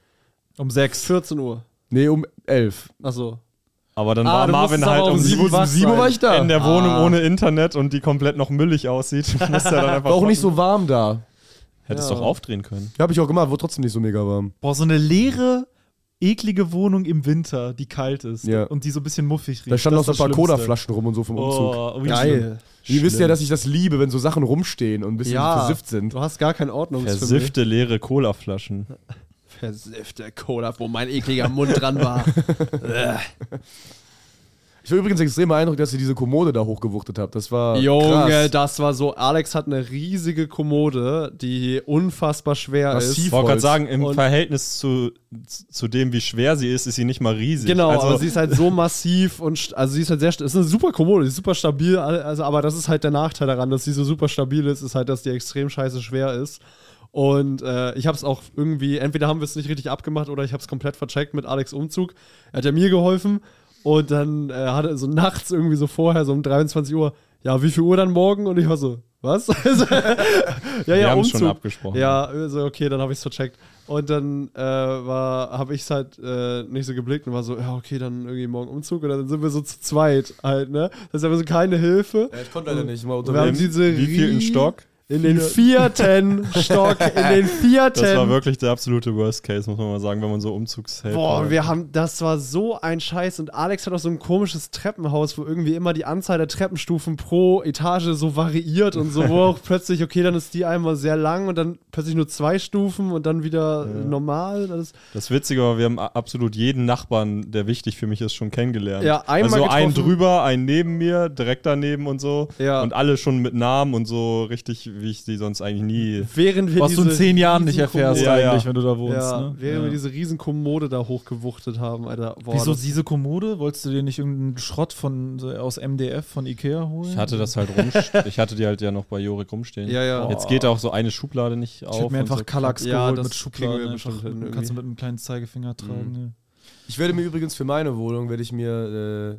Speaker 1: Um sechs.
Speaker 6: 14 Uhr.
Speaker 3: Nee, um 11.
Speaker 6: Achso.
Speaker 5: Aber dann
Speaker 6: Ah,
Speaker 5: war
Speaker 6: du
Speaker 5: Marvin
Speaker 6: musstest
Speaker 5: halt
Speaker 6: aber
Speaker 5: um
Speaker 6: um
Speaker 5: 7
Speaker 6: sieben
Speaker 5: Uhr
Speaker 6: wach sein.
Speaker 3: da.
Speaker 5: in der Wohnung
Speaker 6: Ah.
Speaker 5: ohne Internet und die komplett noch müllig aussieht. Musste er dann einfach
Speaker 3: War auch nicht so warm da.
Speaker 5: Hättest
Speaker 6: Ja.
Speaker 5: doch aufdrehen können.
Speaker 3: Ja, hab ich auch gemacht, wurde trotzdem nicht so mega warm.
Speaker 1: Boah, so eine leere, eklige Wohnung im Winter, die kalt ist
Speaker 3: Ja.
Speaker 1: und die so ein bisschen muffig riecht.
Speaker 3: Da standen auch
Speaker 1: Das
Speaker 3: so ein
Speaker 1: ist
Speaker 3: paar
Speaker 1: das Schlimmste.
Speaker 3: Cola-Flaschen rum und so vom Umzug.
Speaker 1: Oh, wie schlimm.
Speaker 6: Geil.
Speaker 3: Ihr wisst ja, dass ich das liebe, wenn so Sachen rumstehen und ein bisschen
Speaker 6: Ja.
Speaker 3: versifft sind.
Speaker 6: Du hast gar kein Ordnungsvermögen.
Speaker 5: Versiffte leere Colaflaschen.
Speaker 6: Versiffte Cola, wo mein ekliger Mund dran war.
Speaker 3: Ich war übrigens extrem beeindruckt, dass ihr diese Kommode da hochgewuchtet habt. Das
Speaker 6: Oh,
Speaker 3: war
Speaker 6: Junge,
Speaker 3: krass.
Speaker 6: das war so. Alex hat eine riesige Kommode, die unfassbar schwer
Speaker 3: Massiv.
Speaker 6: ist.
Speaker 5: Ich wollte gerade sagen, im
Speaker 6: Und-
Speaker 5: Verhältnis zu, zu dem, wie schwer sie ist, ist sie nicht mal riesig.
Speaker 6: Genau,
Speaker 5: also,
Speaker 6: aber sie ist halt so massiv und st- also sie ist halt sehr, st- ist eine super Kommode, die ist super stabil, also aber das ist halt der Nachteil daran, dass sie so super stabil ist, ist halt, dass die extrem scheiße schwer ist. Und äh, ich habe es auch irgendwie, entweder haben wir es nicht richtig abgemacht oder ich habe es komplett vercheckt mit Alex Umzug. Er hat ja mir geholfen und dann äh, hat er so nachts irgendwie so vorher, so um 23 Uhr, ja, wie viel Uhr dann morgen? Und ich war so, was? ja,
Speaker 5: wir
Speaker 6: ja,
Speaker 5: haben
Speaker 6: Umzug.
Speaker 5: schon abgesprochen.
Speaker 6: Ja, so okay, dann habe ich es vercheckt. Und dann äh, habe ich es halt äh, nicht so geblickt und war so, ja, okay, dann irgendwie morgen Umzug. Und dann sind wir so zu zweit halt, ne? Das ist aber so keine Hilfe.
Speaker 3: Ja, ich konnte leider nicht mal
Speaker 6: Wir haben
Speaker 3: unterwegs.
Speaker 6: diese
Speaker 5: Äh, Wie viel im
Speaker 6: rie-
Speaker 5: Stock?
Speaker 6: In den vierten Stock, in den vierten.
Speaker 5: Das war wirklich der absolute Worst Case, muss man mal sagen, wenn man so Umzugshelfer
Speaker 6: Boah, wir haben, das war so ein Scheiß. Und Alex hat auch so ein komisches Treppenhaus, wo irgendwie immer die Anzahl der Treppenstufen pro Etage so variiert und so, wo auch plötzlich, okay, dann ist die einmal sehr lang und dann plötzlich nur zwei Stufen und dann wieder normal. Das,
Speaker 5: Das Witzige war, wir haben a- absolut jeden Nachbarn, der wichtig für mich ist, schon kennengelernt.
Speaker 6: Ja, einmal
Speaker 5: Also einen
Speaker 6: getroffen.
Speaker 5: drüber, einen neben mir, direkt daneben und so.
Speaker 6: Ja.
Speaker 5: Und alle schon mit Namen und so richtig, wie ich sie sonst eigentlich nie.
Speaker 6: während wir
Speaker 1: Was du
Speaker 6: diese
Speaker 1: in zehn Jahren nicht erfährst
Speaker 5: Ja, ja.
Speaker 1: eigentlich, wenn du da wohnst.
Speaker 6: ja,
Speaker 1: ne?
Speaker 6: während
Speaker 1: Ja.
Speaker 6: wir diese riesen Kommode da hochgewuchtet haben, Alter. Boah,
Speaker 1: Wieso
Speaker 6: das-
Speaker 1: diese Kommode? Wolltest du dir nicht irgendeinen Schrott von, so aus MDF von Ikea holen?
Speaker 5: Ich hatte das halt rum. ich hatte die halt ja noch bei Jorik rumstehen.
Speaker 6: Ja, ja.
Speaker 5: Jetzt geht auch so eine Schublade nicht auf.
Speaker 1: Ich hätte mir
Speaker 5: und
Speaker 1: einfach
Speaker 5: so.
Speaker 1: Kallax
Speaker 6: Ja,
Speaker 1: geholt
Speaker 6: das
Speaker 1: mit Schubladen.
Speaker 6: kriegen wir
Speaker 1: einfach.
Speaker 6: bestimmt hin irgendwie. Hm.
Speaker 1: Kannst du mit einem kleinen Zeigefinger tragen. ne? ja.
Speaker 3: Ich werde mir übrigens für meine Wohnung, werde ich mir. Äh,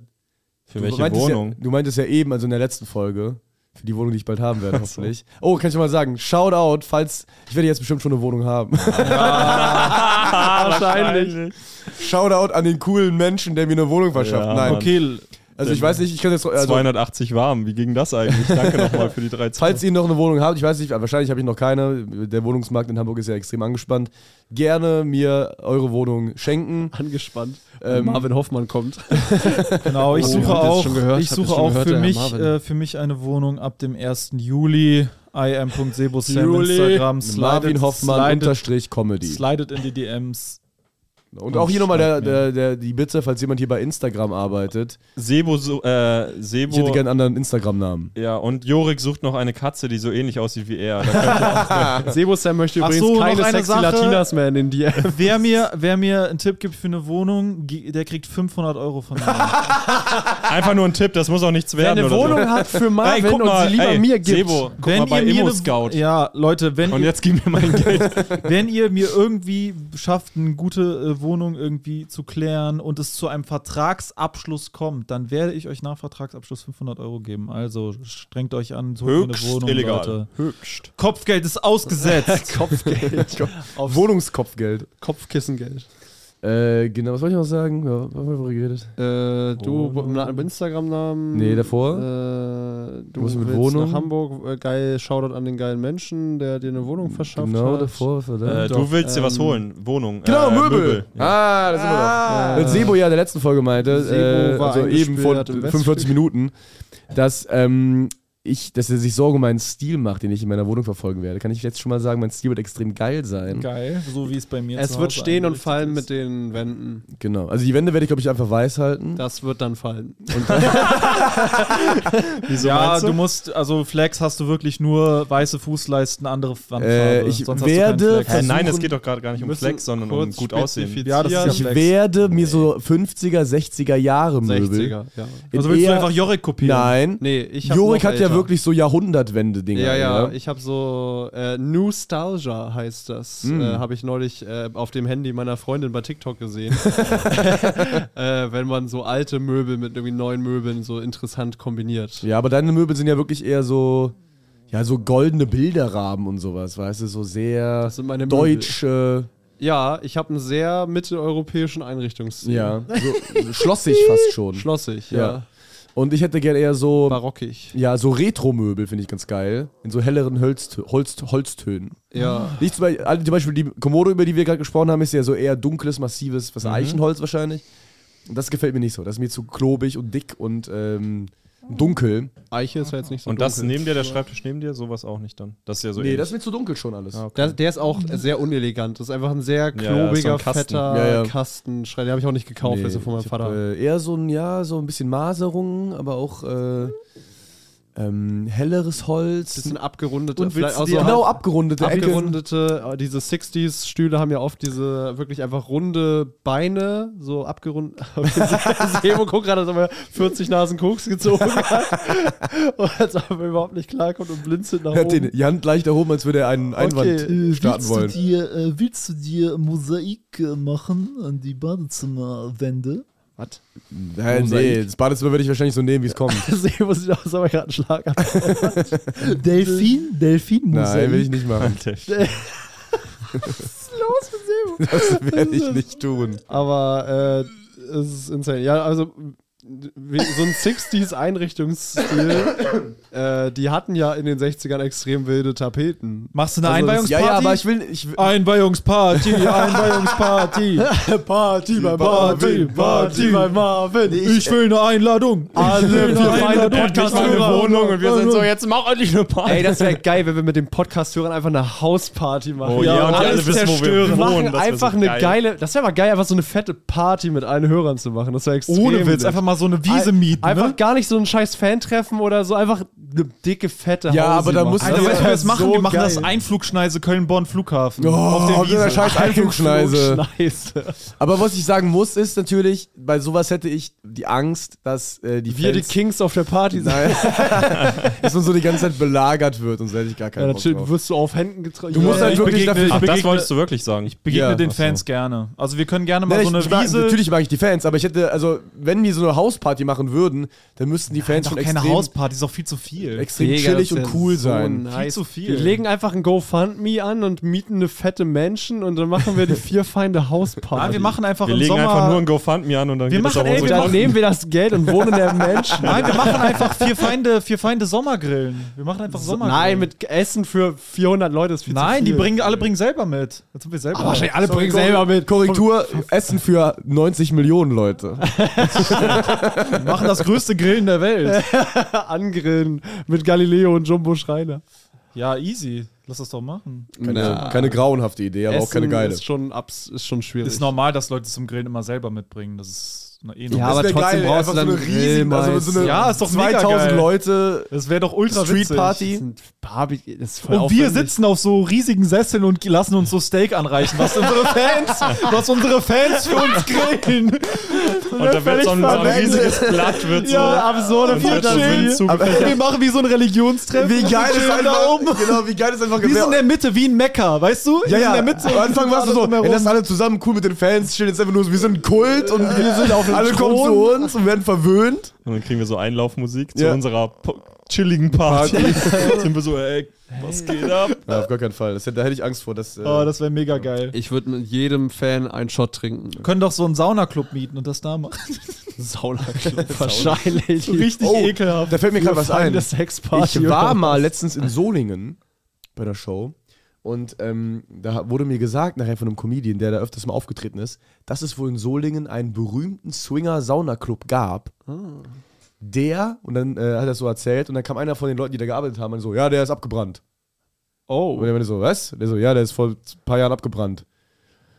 Speaker 5: Für
Speaker 3: du
Speaker 5: welche
Speaker 3: meintest
Speaker 5: Wohnung?
Speaker 3: Ja, du meintest ja eben, also in der letzten Folge, für die Wohnung, die ich bald haben werde, hoffentlich. Oh, kann ich mal sagen, Shout out, falls. Ich werde jetzt bestimmt schon eine Wohnung haben.
Speaker 6: wahrscheinlich.
Speaker 3: Shout out an den coolen Menschen, der mir eine Wohnung verschafft.
Speaker 5: Ja,
Speaker 3: Nein,
Speaker 5: Mann.
Speaker 1: Okay,
Speaker 3: also ich weiß nicht, ich kann jetzt. Also,
Speaker 5: 280 warm. Wie ging das eigentlich? Danke nochmal für die drei
Speaker 3: Falls ihr noch eine Wohnung habt, ich weiß nicht, wahrscheinlich habe ich noch keine. Der Wohnungsmarkt in Hamburg ist ja extrem angespannt. Gerne mir eure Wohnung schenken.
Speaker 6: Angespannt.
Speaker 3: Ähm,
Speaker 6: Marvin Hoffmann kommt.
Speaker 1: genau. Ich
Speaker 6: Oh,
Speaker 1: suche
Speaker 6: habt ihr das
Speaker 1: auch,
Speaker 6: schon gehört?
Speaker 1: ich
Speaker 6: Habt ihr
Speaker 1: suche
Speaker 6: schon
Speaker 1: auch
Speaker 6: gehört,
Speaker 1: für,
Speaker 6: der
Speaker 1: mich,
Speaker 6: Marvin?
Speaker 1: äh, für mich eine Wohnung ab dem 1. Juli. im
Speaker 6: Juli.
Speaker 1: Instagram.
Speaker 3: Marvin
Speaker 1: Slidet-
Speaker 3: Hoffmann
Speaker 1: slidet-
Speaker 3: unterstrich Comedy.
Speaker 1: Slidet Oh, in die DMs.
Speaker 3: Und auch hier nochmal der, der, der, die Bitte, falls jemand hier bei Instagram arbeitet.
Speaker 5: Sebo, so- äh, Sebo.
Speaker 3: Ich hätte gerne einen anderen Instagram-Namen.
Speaker 5: Ja, und Jorik sucht noch eine Katze, die so ähnlich aussieht wie er. Da könnt ihr
Speaker 6: Sebo Sam möchte
Speaker 1: Ach
Speaker 6: übrigens
Speaker 1: so, noch
Speaker 6: keine
Speaker 1: eine
Speaker 6: sexy
Speaker 1: Sache.
Speaker 6: Latinas mehr in den DM.
Speaker 1: Wer mir, wer mir einen Tipp gibt für eine Wohnung, ge- der kriegt 500 Euro von mir.
Speaker 5: einfach nur ein Tipp, das muss auch nichts
Speaker 6: Wer
Speaker 5: werden.
Speaker 6: eine
Speaker 5: oder
Speaker 6: Wohnung
Speaker 5: so.
Speaker 6: hat für Marvin
Speaker 5: guck
Speaker 6: und sie lieber
Speaker 5: ey,
Speaker 6: mir gibt.
Speaker 5: Sebo, guck mal bei
Speaker 1: ihr mir eine-
Speaker 5: Immo-Scout.
Speaker 1: Ja, Leute, wenn
Speaker 5: Und
Speaker 1: ihr,
Speaker 5: jetzt gib mir mein Geld.
Speaker 1: wenn ihr mir irgendwie schafft, eine gute äh, Wohnung irgendwie zu klären und es zu einem Vertragsabschluss kommt, dann werde ich euch nach Vertragsabschluss 500 Euro geben. Also strengt euch an, sucht mir eine
Speaker 5: Höchst
Speaker 1: Wohnung,
Speaker 5: illegal.
Speaker 1: Leute.
Speaker 5: Höchst.
Speaker 1: Kopfgeld ist ausgesetzt.
Speaker 3: Kopfgeld. Auf Wohnungskopfgeld.
Speaker 6: Kopfkissengeld.
Speaker 3: Äh, genau, was wollte ich noch sagen? Ja, was haben wir darüber geredet?
Speaker 6: Äh, du oh. Instagram-Namen.
Speaker 3: Nee, davor.
Speaker 6: Äh, du
Speaker 3: Was
Speaker 6: willst
Speaker 3: mit
Speaker 6: mit
Speaker 3: Wohnung?
Speaker 6: Wohnung? nach Hamburg. Äh, geil, Shoutout an den geilen Menschen, der dir eine Wohnung verschafft
Speaker 3: genau,
Speaker 6: hat.
Speaker 3: davor. was war da?
Speaker 5: Äh, du willst dir was holen. Wohnung.
Speaker 3: genau,
Speaker 5: äh,
Speaker 3: Möbel.
Speaker 5: Ja.
Speaker 3: Ah, da sind wir doch. Äh, Sebo ja in der letzten Folge meinte,
Speaker 6: Sebo
Speaker 3: äh,
Speaker 6: war
Speaker 3: also eben
Speaker 6: eingesperrt
Speaker 3: vor
Speaker 6: im
Speaker 3: 45
Speaker 6: Westflügel.
Speaker 3: Minuten, dass, ähm, ich, dass er sich Sorge um meinen Stil macht, den ich in meiner Wohnung verfolgen werde. Kann ich jetzt schon mal sagen, mein Stil wird extrem geil sein.
Speaker 1: Geil, so wie es bei mir
Speaker 6: Es
Speaker 1: zu
Speaker 6: wird
Speaker 1: Hause
Speaker 6: stehen und
Speaker 1: eingerichtet
Speaker 6: fallen
Speaker 1: ist.
Speaker 6: mit den Wänden.
Speaker 3: Genau. Also die Wände werde ich, glaube ich, einfach weiß halten.
Speaker 6: Das wird dann fallen.
Speaker 5: Wieso
Speaker 1: Ja,
Speaker 5: meinst
Speaker 1: du
Speaker 5: du?
Speaker 1: musst, also Flex hast du wirklich nur weiße Fußleisten, andere Wandfarbe.
Speaker 3: Äh, ich
Speaker 1: hast du keinen
Speaker 3: werde
Speaker 1: Flex.
Speaker 5: Hä, nein, es
Speaker 3: versuchen-
Speaker 5: geht doch gerade gar nicht um
Speaker 6: müssen
Speaker 5: Flex, sondern um
Speaker 6: kurz
Speaker 5: gut aussehen.
Speaker 1: Ja, das ist ja
Speaker 3: Ich
Speaker 1: Flex.
Speaker 3: werde mir so 50er, 60er Jahre Möbel.
Speaker 6: 60er, ja.
Speaker 3: in
Speaker 1: Also willst du
Speaker 3: eher-
Speaker 1: einfach Jorik kopieren?
Speaker 3: Nein.
Speaker 6: Nee, ich hab
Speaker 3: Jorik
Speaker 6: noch
Speaker 3: hat ja
Speaker 6: älter.
Speaker 3: wirklich so Jahrhundertwende-Dinger. ne?
Speaker 6: Ja, ja, ich habe so äh, Nostalgia heißt das.
Speaker 3: Mm.
Speaker 6: Äh, habe ich neulich äh, auf dem Handy meiner Freundin bei TikTok gesehen. äh, wenn man so alte Möbel mit irgendwie neuen Möbeln so interessant kombiniert.
Speaker 3: Ja, aber deine Möbel sind ja wirklich eher so, ja, so goldene Bilderrahmen und sowas, weißt du, so sehr
Speaker 6: Das sind meine Möbel.
Speaker 3: deutsche,
Speaker 6: Ja, ich habe einen sehr mitteleuropäischen Einrichtungsstil.
Speaker 3: ja, so schlossig fast schon.
Speaker 6: Schlossig, ja.
Speaker 3: Ja. Und ich hätte gerne eher so,
Speaker 6: Barockig.
Speaker 3: ja, so Retro-Möbel finde ich ganz geil, in so helleren Holztö Holz Holztönen.
Speaker 6: Ja.
Speaker 3: Nicht zum Beispiel, also zum Beispiel die Kommode, über die wir gerade gesprochen haben, ist ja so eher dunkles, massives, was Eichenholz wahrscheinlich. Und Das gefällt mir nicht so. Das ist mir zu klobig und dick und ähm, Dunkel.
Speaker 6: Eiche ist ja jetzt nicht so
Speaker 5: Und das
Speaker 6: dunkel.
Speaker 5: neben dir, der Schreibtisch neben dir, sowas auch nicht dann. Das ist ja so
Speaker 3: Nee,
Speaker 5: ähnlich.
Speaker 3: das ist mir zu dunkel schon alles.
Speaker 6: Das, der ist auch sehr unelegant. Das ist einfach ein sehr
Speaker 5: Ja, ja,
Speaker 6: knobiger,
Speaker 5: so ein Kasten.
Speaker 6: fetter
Speaker 3: Ja, ja.
Speaker 6: Kastenschrei. Den habe ich auch nicht gekauft, der ist ja von meinem
Speaker 3: ich
Speaker 6: Vater.
Speaker 3: Hab, äh, eher so ein, ja, so ein bisschen Maserung, aber auch äh, ähm, helleres Holz.
Speaker 6: bisschen abgerundete,
Speaker 3: Und
Speaker 6: vielleicht auch so
Speaker 3: genau abgerundete Ecken.
Speaker 6: abgerundete, äh, diese 60s-Stühle haben ja oft diese wirklich einfach runde Beine, so abgerundet. Sebo guckt gerade, als ob er 40 Nasen Koks gezogen hat. und als ob er überhaupt nicht klarkommt und blinzelt nach
Speaker 3: Er hat den,
Speaker 6: oben.
Speaker 3: die Hand leicht erhoben, als würde er einen Einwand
Speaker 8: Äh,
Speaker 3: starten
Speaker 8: willst, du
Speaker 3: wollen.
Speaker 8: dir, äh, willst du dir Mosaik äh, machen an die Badezimmerwände?
Speaker 3: Hä, Äh, nee, das Badezimmer würde ich wahrscheinlich so nehmen, wie es kommt.
Speaker 6: Sebo sieht aus, als ob er gerade einen Schlag hat.
Speaker 8: Delfin? Delfin-Mosaik?
Speaker 3: Nein, will ich nicht machen. Das werde ich nicht tun.
Speaker 6: Aber äh, es ist insane. Ja, also wie- so ein 60s-Einrichtungsstil, äh, die hatten ja in den 60ern extrem wilde Tapeten.
Speaker 1: Machst du eine
Speaker 6: Also das-
Speaker 1: Einweihungsparty?
Speaker 3: Ja, ja, aber ich will. Ich, will-
Speaker 1: Einweihungsparty, Einweihungsparty.
Speaker 6: Party bei
Speaker 1: Marvin, Party bei
Speaker 6: Marvin.
Speaker 1: Ich will eine Einladung.
Speaker 6: Alle wir feine
Speaker 5: eine
Speaker 6: Podcast-Hörer.
Speaker 5: Wohnung und wir sind so, jetzt mach endlich eine Party.
Speaker 6: Ey, das wäre geil, wenn wir mit den Podcast-Hörern einfach eine Hausparty machen. Also
Speaker 5: Oh ja, und die alle wissen, wo wir
Speaker 6: Wir machen
Speaker 5: wohnen. Das wär
Speaker 6: einfach
Speaker 5: so
Speaker 6: eine
Speaker 5: geil.
Speaker 6: geile, das wäre mal geil, einfach so eine fette Party mit allen Hörern zu machen. Das wäre extrem.
Speaker 1: Ohne Witz,
Speaker 6: wild.
Speaker 1: einfach mal so eine Wiese
Speaker 6: Ein-
Speaker 1: mieten.
Speaker 6: Einfach
Speaker 1: ne?
Speaker 6: gar nicht so ein scheiß Fan-Treffen oder so, einfach eine dicke, fette
Speaker 3: Ja,
Speaker 6: Hausi
Speaker 3: aber da
Speaker 6: machen.
Speaker 3: muss-
Speaker 1: Alter,
Speaker 3: Das
Speaker 1: Also, weißt du, wie
Speaker 3: wär
Speaker 1: wir das machen?
Speaker 6: so
Speaker 1: wir machen das
Speaker 6: geil.
Speaker 1: Einflugschneise Köln-Bonn-Flughafen.
Speaker 3: oh, auf der scheiß Einflugschneise.
Speaker 6: Scheiße.
Speaker 3: Aber was ich sagen muss, ist natürlich, bei sowas hätte ich die Angst, dass äh, die
Speaker 6: Wir die
Speaker 3: Fans
Speaker 6: Kings auf der Party sind.
Speaker 3: Nein. dass man so die ganze Zeit belagert wird und so hätte ich gar
Speaker 6: Ja,
Speaker 3: keinen
Speaker 6: natürlich
Speaker 3: Bock drauf.
Speaker 6: wirst du auf Händen getroffen.
Speaker 3: Du musst
Speaker 1: Ja,
Speaker 3: halt
Speaker 1: ich
Speaker 3: wirklich
Speaker 1: begegne-
Speaker 3: dafür.
Speaker 5: Ach, das
Speaker 1: begegne-
Speaker 5: wolltest du wirklich sagen. Ich
Speaker 1: Begegne
Speaker 3: Ja,
Speaker 1: den
Speaker 3: ach so.
Speaker 1: Fans gerne. Also wir können gerne mal
Speaker 3: Ja,
Speaker 1: so eine
Speaker 3: ich, mag,
Speaker 1: Wiese.
Speaker 3: natürlich mag ich die Fans, aber ich hätte, also, wenn wir so eine Hausparty machen würden, dann müssten die Fans
Speaker 1: doch
Speaker 3: schon
Speaker 1: keine
Speaker 3: extrem,
Speaker 1: Hausparty, ist doch viel zu viel.
Speaker 3: extrem chillig und cool sein.
Speaker 1: Viel zu viel.
Speaker 6: Wir legen einfach ein GoFundMe an und mieten eine fette Menschen und dann machen wir die vier Feinde Hausparty.
Speaker 1: Nein, wir machen einfach
Speaker 5: Wir
Speaker 1: im
Speaker 5: legen
Speaker 1: Sommer.
Speaker 5: einfach nur ein GoFundMe an und dann
Speaker 1: Wir
Speaker 5: geht das
Speaker 1: machen, ey,
Speaker 5: auf
Speaker 6: und
Speaker 1: wir
Speaker 5: unsere
Speaker 6: dann
Speaker 5: Konten.
Speaker 6: nehmen wir das Geld und wohnen in der Menschen.
Speaker 1: Nein, wir machen einfach vier Feinde, vier Feinde Sommergrillen. Wir machen einfach Sommergrillen.
Speaker 6: Nein, mit Essen für 400 Leute ist viel
Speaker 1: Nein,
Speaker 6: zu
Speaker 1: die
Speaker 6: viel.
Speaker 1: bringen, alle bringen selber mit. Jetzt sind wir selber.
Speaker 6: wahrscheinlich alle bringen selber mit.
Speaker 3: Korrektur, Essen für 90 Millionen Leute.
Speaker 1: Wir machen das größte Grillen der Welt.
Speaker 6: angrillen mit Galileo und Jumbo Schreiner.
Speaker 1: Ja, easy. Lass das doch machen.
Speaker 3: Keine, keine grauenhafte Idee, aber auch keine
Speaker 6: Essen
Speaker 3: geile.
Speaker 6: Ist schon, abs ist schon schwierig.
Speaker 1: Ist normal, dass Leute zum Grillen immer selber mitbringen. Das ist na, eh normal.
Speaker 6: aber
Speaker 3: wär
Speaker 6: trotzdem brauchst
Speaker 3: einfach
Speaker 6: du dann
Speaker 3: so eine riesige, also so eine
Speaker 1: Ja, ist doch mega
Speaker 3: 2000
Speaker 1: geil.
Speaker 3: Leute
Speaker 1: Das wäre doch ultra
Speaker 3: Street
Speaker 1: witzig.
Speaker 6: Das
Speaker 3: Party.
Speaker 6: sind Barbie, das ist voll
Speaker 1: Und wir
Speaker 6: aufwendig.
Speaker 1: sitzen auf so riesigen Sesseln und lassen uns so Steak anreichen, was unsere Fans, was unsere Fans für uns grillen.
Speaker 5: Und dann wird so ein, so ein riesiges Blatt wird so.
Speaker 1: Ja, absurde
Speaker 5: und wird dann
Speaker 1: Fantasie.
Speaker 5: wild zugefächert.
Speaker 1: Wir machen wie so ein Religionstreffen.
Speaker 3: Wie geil
Speaker 1: Wir
Speaker 3: ist
Speaker 1: chillen
Speaker 3: einfach,
Speaker 1: da oben.
Speaker 3: genau, wie geil ist einfach
Speaker 1: Wir sind in der Mitte, wie ein Mekka, weißt du?
Speaker 3: ja, ja,
Speaker 1: In der Mitte.
Speaker 3: am Anfang warst du so, ey, lass alle zusammen cool mit den Fans, chillen jetzt einfach nur so, wir sind ein Kult und wir sind auf alle kommen zu uns und werden verwöhnt.
Speaker 5: Und dann kriegen wir so Einlaufmusik
Speaker 3: Ja.
Speaker 5: zu unserer po chilligen Party. sind wir so, ey, was geht ab?
Speaker 3: Ja, auf gar keinen Fall, da hätte ich Angst vor, dass... äh,
Speaker 1: Oh, das wäre mega geil.
Speaker 6: Ich würde mit jedem Fan einen Shot trinken.
Speaker 1: Wir können doch so einen Saunaclub mieten und das da machen.
Speaker 6: Saunaclub. Wahrscheinlich.
Speaker 1: Richtig
Speaker 3: Oh,
Speaker 1: ekelhaft.
Speaker 3: da fällt mir gerade was ein.
Speaker 6: Eine Sexparty.
Speaker 3: Ich
Speaker 6: oder
Speaker 3: war
Speaker 6: was?
Speaker 3: mal letztens in Solingen bei der Show und ähm, da wurde mir gesagt, nachher von einem Comedian, der da öfters mal aufgetreten ist, dass es wohl in Solingen einen berühmten Swinger-Sauna-Club gab. Der, und dann äh, hat er es so erzählt, und dann kam einer von den Leuten, die da gearbeitet haben, und so, ja, der ist abgebrannt. Oh. Und dann meinte so, was? Der so, ja, der ist vor ein paar Jahren abgebrannt.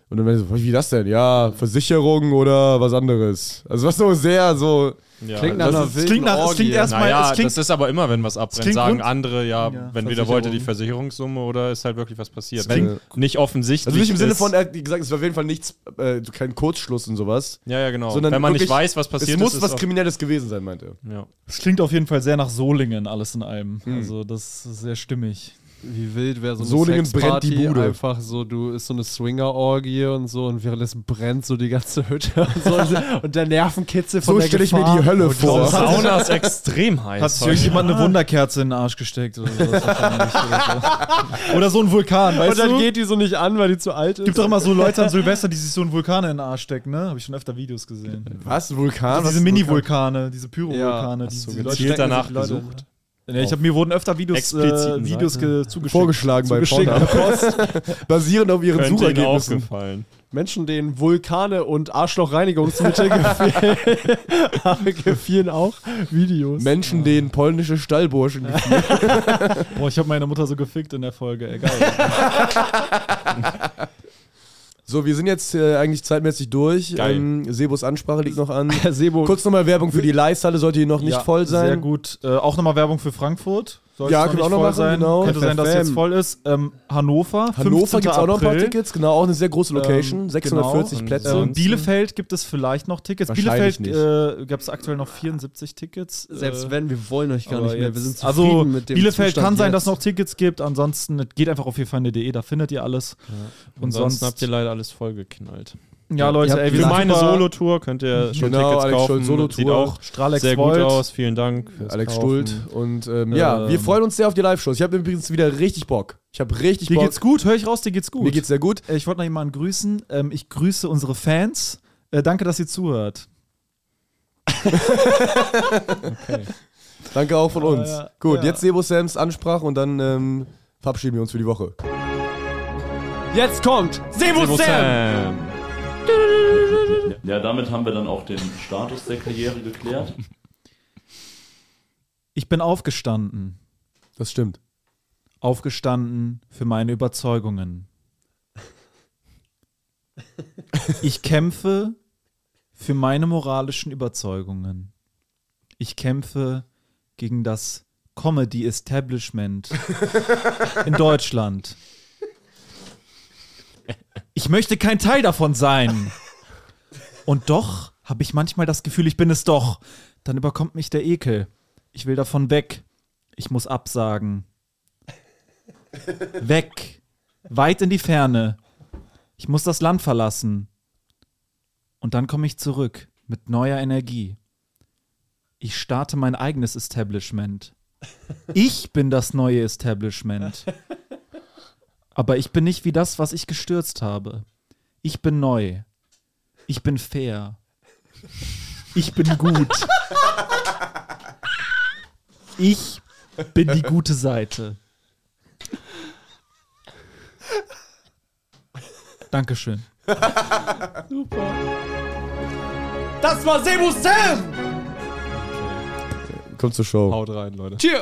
Speaker 3: Und dann meinte so, wie das denn? Ja, Versicherung oder was anderes. Also was so sehr so,
Speaker 5: Ja,
Speaker 6: Klingt nach
Speaker 5: das-
Speaker 6: einer
Speaker 1: Es klingt, nach, es klingt erstmal,
Speaker 5: naja,
Speaker 1: es klingt,
Speaker 5: das ist aber immer, wenn was abbrennt,
Speaker 1: klingt
Speaker 5: sagen
Speaker 1: grund-
Speaker 5: andere, ja, wenn wieder wollte die
Speaker 6: Versicherung.
Speaker 5: Versicherungssumme oder ist halt wirklich was passiert.
Speaker 3: Das
Speaker 5: Wenn
Speaker 3: klingt-
Speaker 5: nicht offensichtlich
Speaker 3: Also nicht im Sinne
Speaker 5: ist,
Speaker 3: von, er hat gesagt, es war auf jeden Fall nichts, äh, kein Kurzschluss und sowas.
Speaker 5: ja, ja, genau.
Speaker 3: sondern
Speaker 5: Wenn man nicht
Speaker 3: wirklich-
Speaker 5: weiß, was passiert
Speaker 3: es muss
Speaker 5: ist,
Speaker 3: was
Speaker 5: ist
Speaker 3: Kriminelles gewesen sein, meint er.
Speaker 5: auch, ja.
Speaker 1: es klingt auf jeden Fall sehr nach Solingen, alles in allem. Also, das ist sehr stimmig.
Speaker 6: Wie wild wäre so eine
Speaker 3: Solingen brennt
Speaker 6: Sexparty
Speaker 3: die Bude.
Speaker 6: einfach so, du ist so eine Swinger-Orgie und so und währenddessen brennt so die ganze Hütte und so und, und der Nervenkitzel von
Speaker 3: So
Speaker 6: der
Speaker 3: stelle ich mir
Speaker 6: Gefahr.
Speaker 3: die Hölle vor.
Speaker 5: Sauna ist extrem
Speaker 1: Hat
Speaker 5: heiß.
Speaker 1: sich irgendjemand eine Wunderkerze in den Arsch gesteckt oder sowas wahrscheinlich oder so. Oder so ein Vulkan, weißt
Speaker 6: Und dann
Speaker 1: du?
Speaker 6: geht die so nicht an, weil die zu alt ist.
Speaker 1: Gibt doch immer so Leute an Silvester, die sich so einen Vulkan in den Arsch stecken, ne? Habe ich schon öfter Videos gesehen.
Speaker 3: Was? Ein Vulkan?
Speaker 1: Also
Speaker 3: Was
Speaker 1: diese
Speaker 3: ist ein
Speaker 1: Mini-Vulkane, diese Pyro-Vulkane,
Speaker 6: Ja,
Speaker 1: die,
Speaker 6: hast du
Speaker 1: die
Speaker 6: gezielt
Speaker 3: genau.
Speaker 1: stecken sich
Speaker 5: danach
Speaker 1: die Leute- Ja, ich hab, mir wurden öfter Videos, äh,
Speaker 5: Expliziten
Speaker 1: Videos
Speaker 5: Seiten.
Speaker 1: ge, zugeschickt.
Speaker 3: Vorgeschlagen bei
Speaker 1: Zugeschickt.
Speaker 3: Pornhub. Basierend auf ihren
Speaker 5: Könnte ihnen
Speaker 3: Suchergebnissen.
Speaker 5: aufgefallen.
Speaker 6: Menschen, denen Vulkane und Arschlochreinigungsmittel gefiel, gefielen auch Videos.
Speaker 3: Menschen, denen polnische Stallburschen gefiel.
Speaker 1: Boah, ich habe meine Mutter so gefickt in der Folge, egal.
Speaker 3: So, wir sind jetzt äh, eigentlich zeitmäßig durch.
Speaker 5: Geil.
Speaker 3: Ähm, Sebos Ansprache liegt noch an.
Speaker 6: Sebo,
Speaker 3: Kurz nochmal Werbung für die Leisthalle, sollte die noch nicht voll sein.
Speaker 1: Sehr gut. Äh, auch nochmal Werbung für Frankfurt. Sollte
Speaker 3: Ja,
Speaker 1: es noch
Speaker 3: können wir
Speaker 1: nicht
Speaker 3: auch noch
Speaker 1: voll sein.
Speaker 3: machen, genau.
Speaker 1: Könnte sein, dass es jetzt voll ist. Ähm, Hannover.
Speaker 3: Hannover
Speaker 1: 15.
Speaker 3: gibt es auch noch ein paar
Speaker 1: April.
Speaker 3: Tickets, genau, auch eine sehr große Location,
Speaker 1: Ähm,
Speaker 3: 640
Speaker 5: genau.
Speaker 3: Plätze.
Speaker 1: Ähm,
Speaker 5: Ansonsten-
Speaker 1: Bielefeld gibt es vielleicht noch Tickets.
Speaker 3: Wahrscheinlich
Speaker 1: Bielefeld äh, gab es aktuell noch 74 Tickets.
Speaker 6: selbst
Speaker 1: äh,
Speaker 6: wenn, wir wollen euch gar
Speaker 1: aber
Speaker 6: nicht mehr. Wir
Speaker 1: jetzt-
Speaker 6: sind zufrieden
Speaker 1: also
Speaker 6: mit dem
Speaker 1: Bielefeld
Speaker 6: Zustand
Speaker 1: kann sein,
Speaker 6: jetzt.
Speaker 1: dass es noch Tickets gibt. Ansonsten geht einfach auf vierfeinde.de, E, da findet ihr alles. Und sonst,
Speaker 5: Ansonsten habt ihr leider alles vollgeknallt.
Speaker 1: ja Leute, ey, wir
Speaker 5: Für
Speaker 1: sind
Speaker 5: meine
Speaker 1: super.
Speaker 5: Solo-Tour könnt ihr schon
Speaker 3: Genau,
Speaker 5: Tickets
Speaker 3: Alex
Speaker 5: kaufen.
Speaker 3: Scholz Solo-Tour.
Speaker 5: Sieht auch
Speaker 1: Strahlex
Speaker 5: sehr gut
Speaker 1: Volt.
Speaker 5: aus. Vielen Dank. fürs
Speaker 3: Alex
Speaker 5: Kaufen.
Speaker 3: Stult. Und ähm, ja, wir
Speaker 1: Ähm.
Speaker 3: freuen uns sehr auf die Live-Shows. Ich habe übrigens wieder richtig Bock. Ich habe richtig
Speaker 1: Dir
Speaker 3: Bock.
Speaker 1: geht's gut, höre ich raus, dir geht's gut.
Speaker 3: Mir geht's sehr gut.
Speaker 1: Äh, ich wollte noch jemanden grüßen. Ähm, ich grüße unsere Fans. Äh, danke, dass ihr zuhört.
Speaker 3: Danke auch von uns.
Speaker 1: ja,
Speaker 3: Gut,
Speaker 1: ja.
Speaker 3: jetzt Sebo Sams Ansprache und dann ähm, verabschieden wir uns für die Woche.
Speaker 6: Jetzt kommt
Speaker 5: Servus, Sam!
Speaker 2: Ja, damit haben wir dann auch den Status der Karriere geklärt.
Speaker 1: Ich bin aufgestanden.
Speaker 3: Das stimmt.
Speaker 1: Aufgestanden für meine Überzeugungen. Ich kämpfe für meine moralischen Überzeugungen. Ich kämpfe gegen das Comedy Establishment in Deutschland. Ich möchte kein Teil davon sein. Und doch habe ich manchmal das Gefühl, ich bin es doch. Dann überkommt mich der Ekel. Ich will davon weg. Ich muss absagen. Weg. Weit in die Ferne. Ich muss das Land verlassen. Und dann komme ich zurück mit neuer Energie. Ich starte mein eigenes Establishment. Ich bin das neue Establishment. Aber ich bin nicht wie das, was ich gestürzt habe. Ich bin neu. Ich bin fair. Ich bin gut. Ich bin die gute Seite. Dankeschön.
Speaker 4: Das war Sebo Sam!
Speaker 3: Kommt zur Show.
Speaker 5: Haut rein, Leute.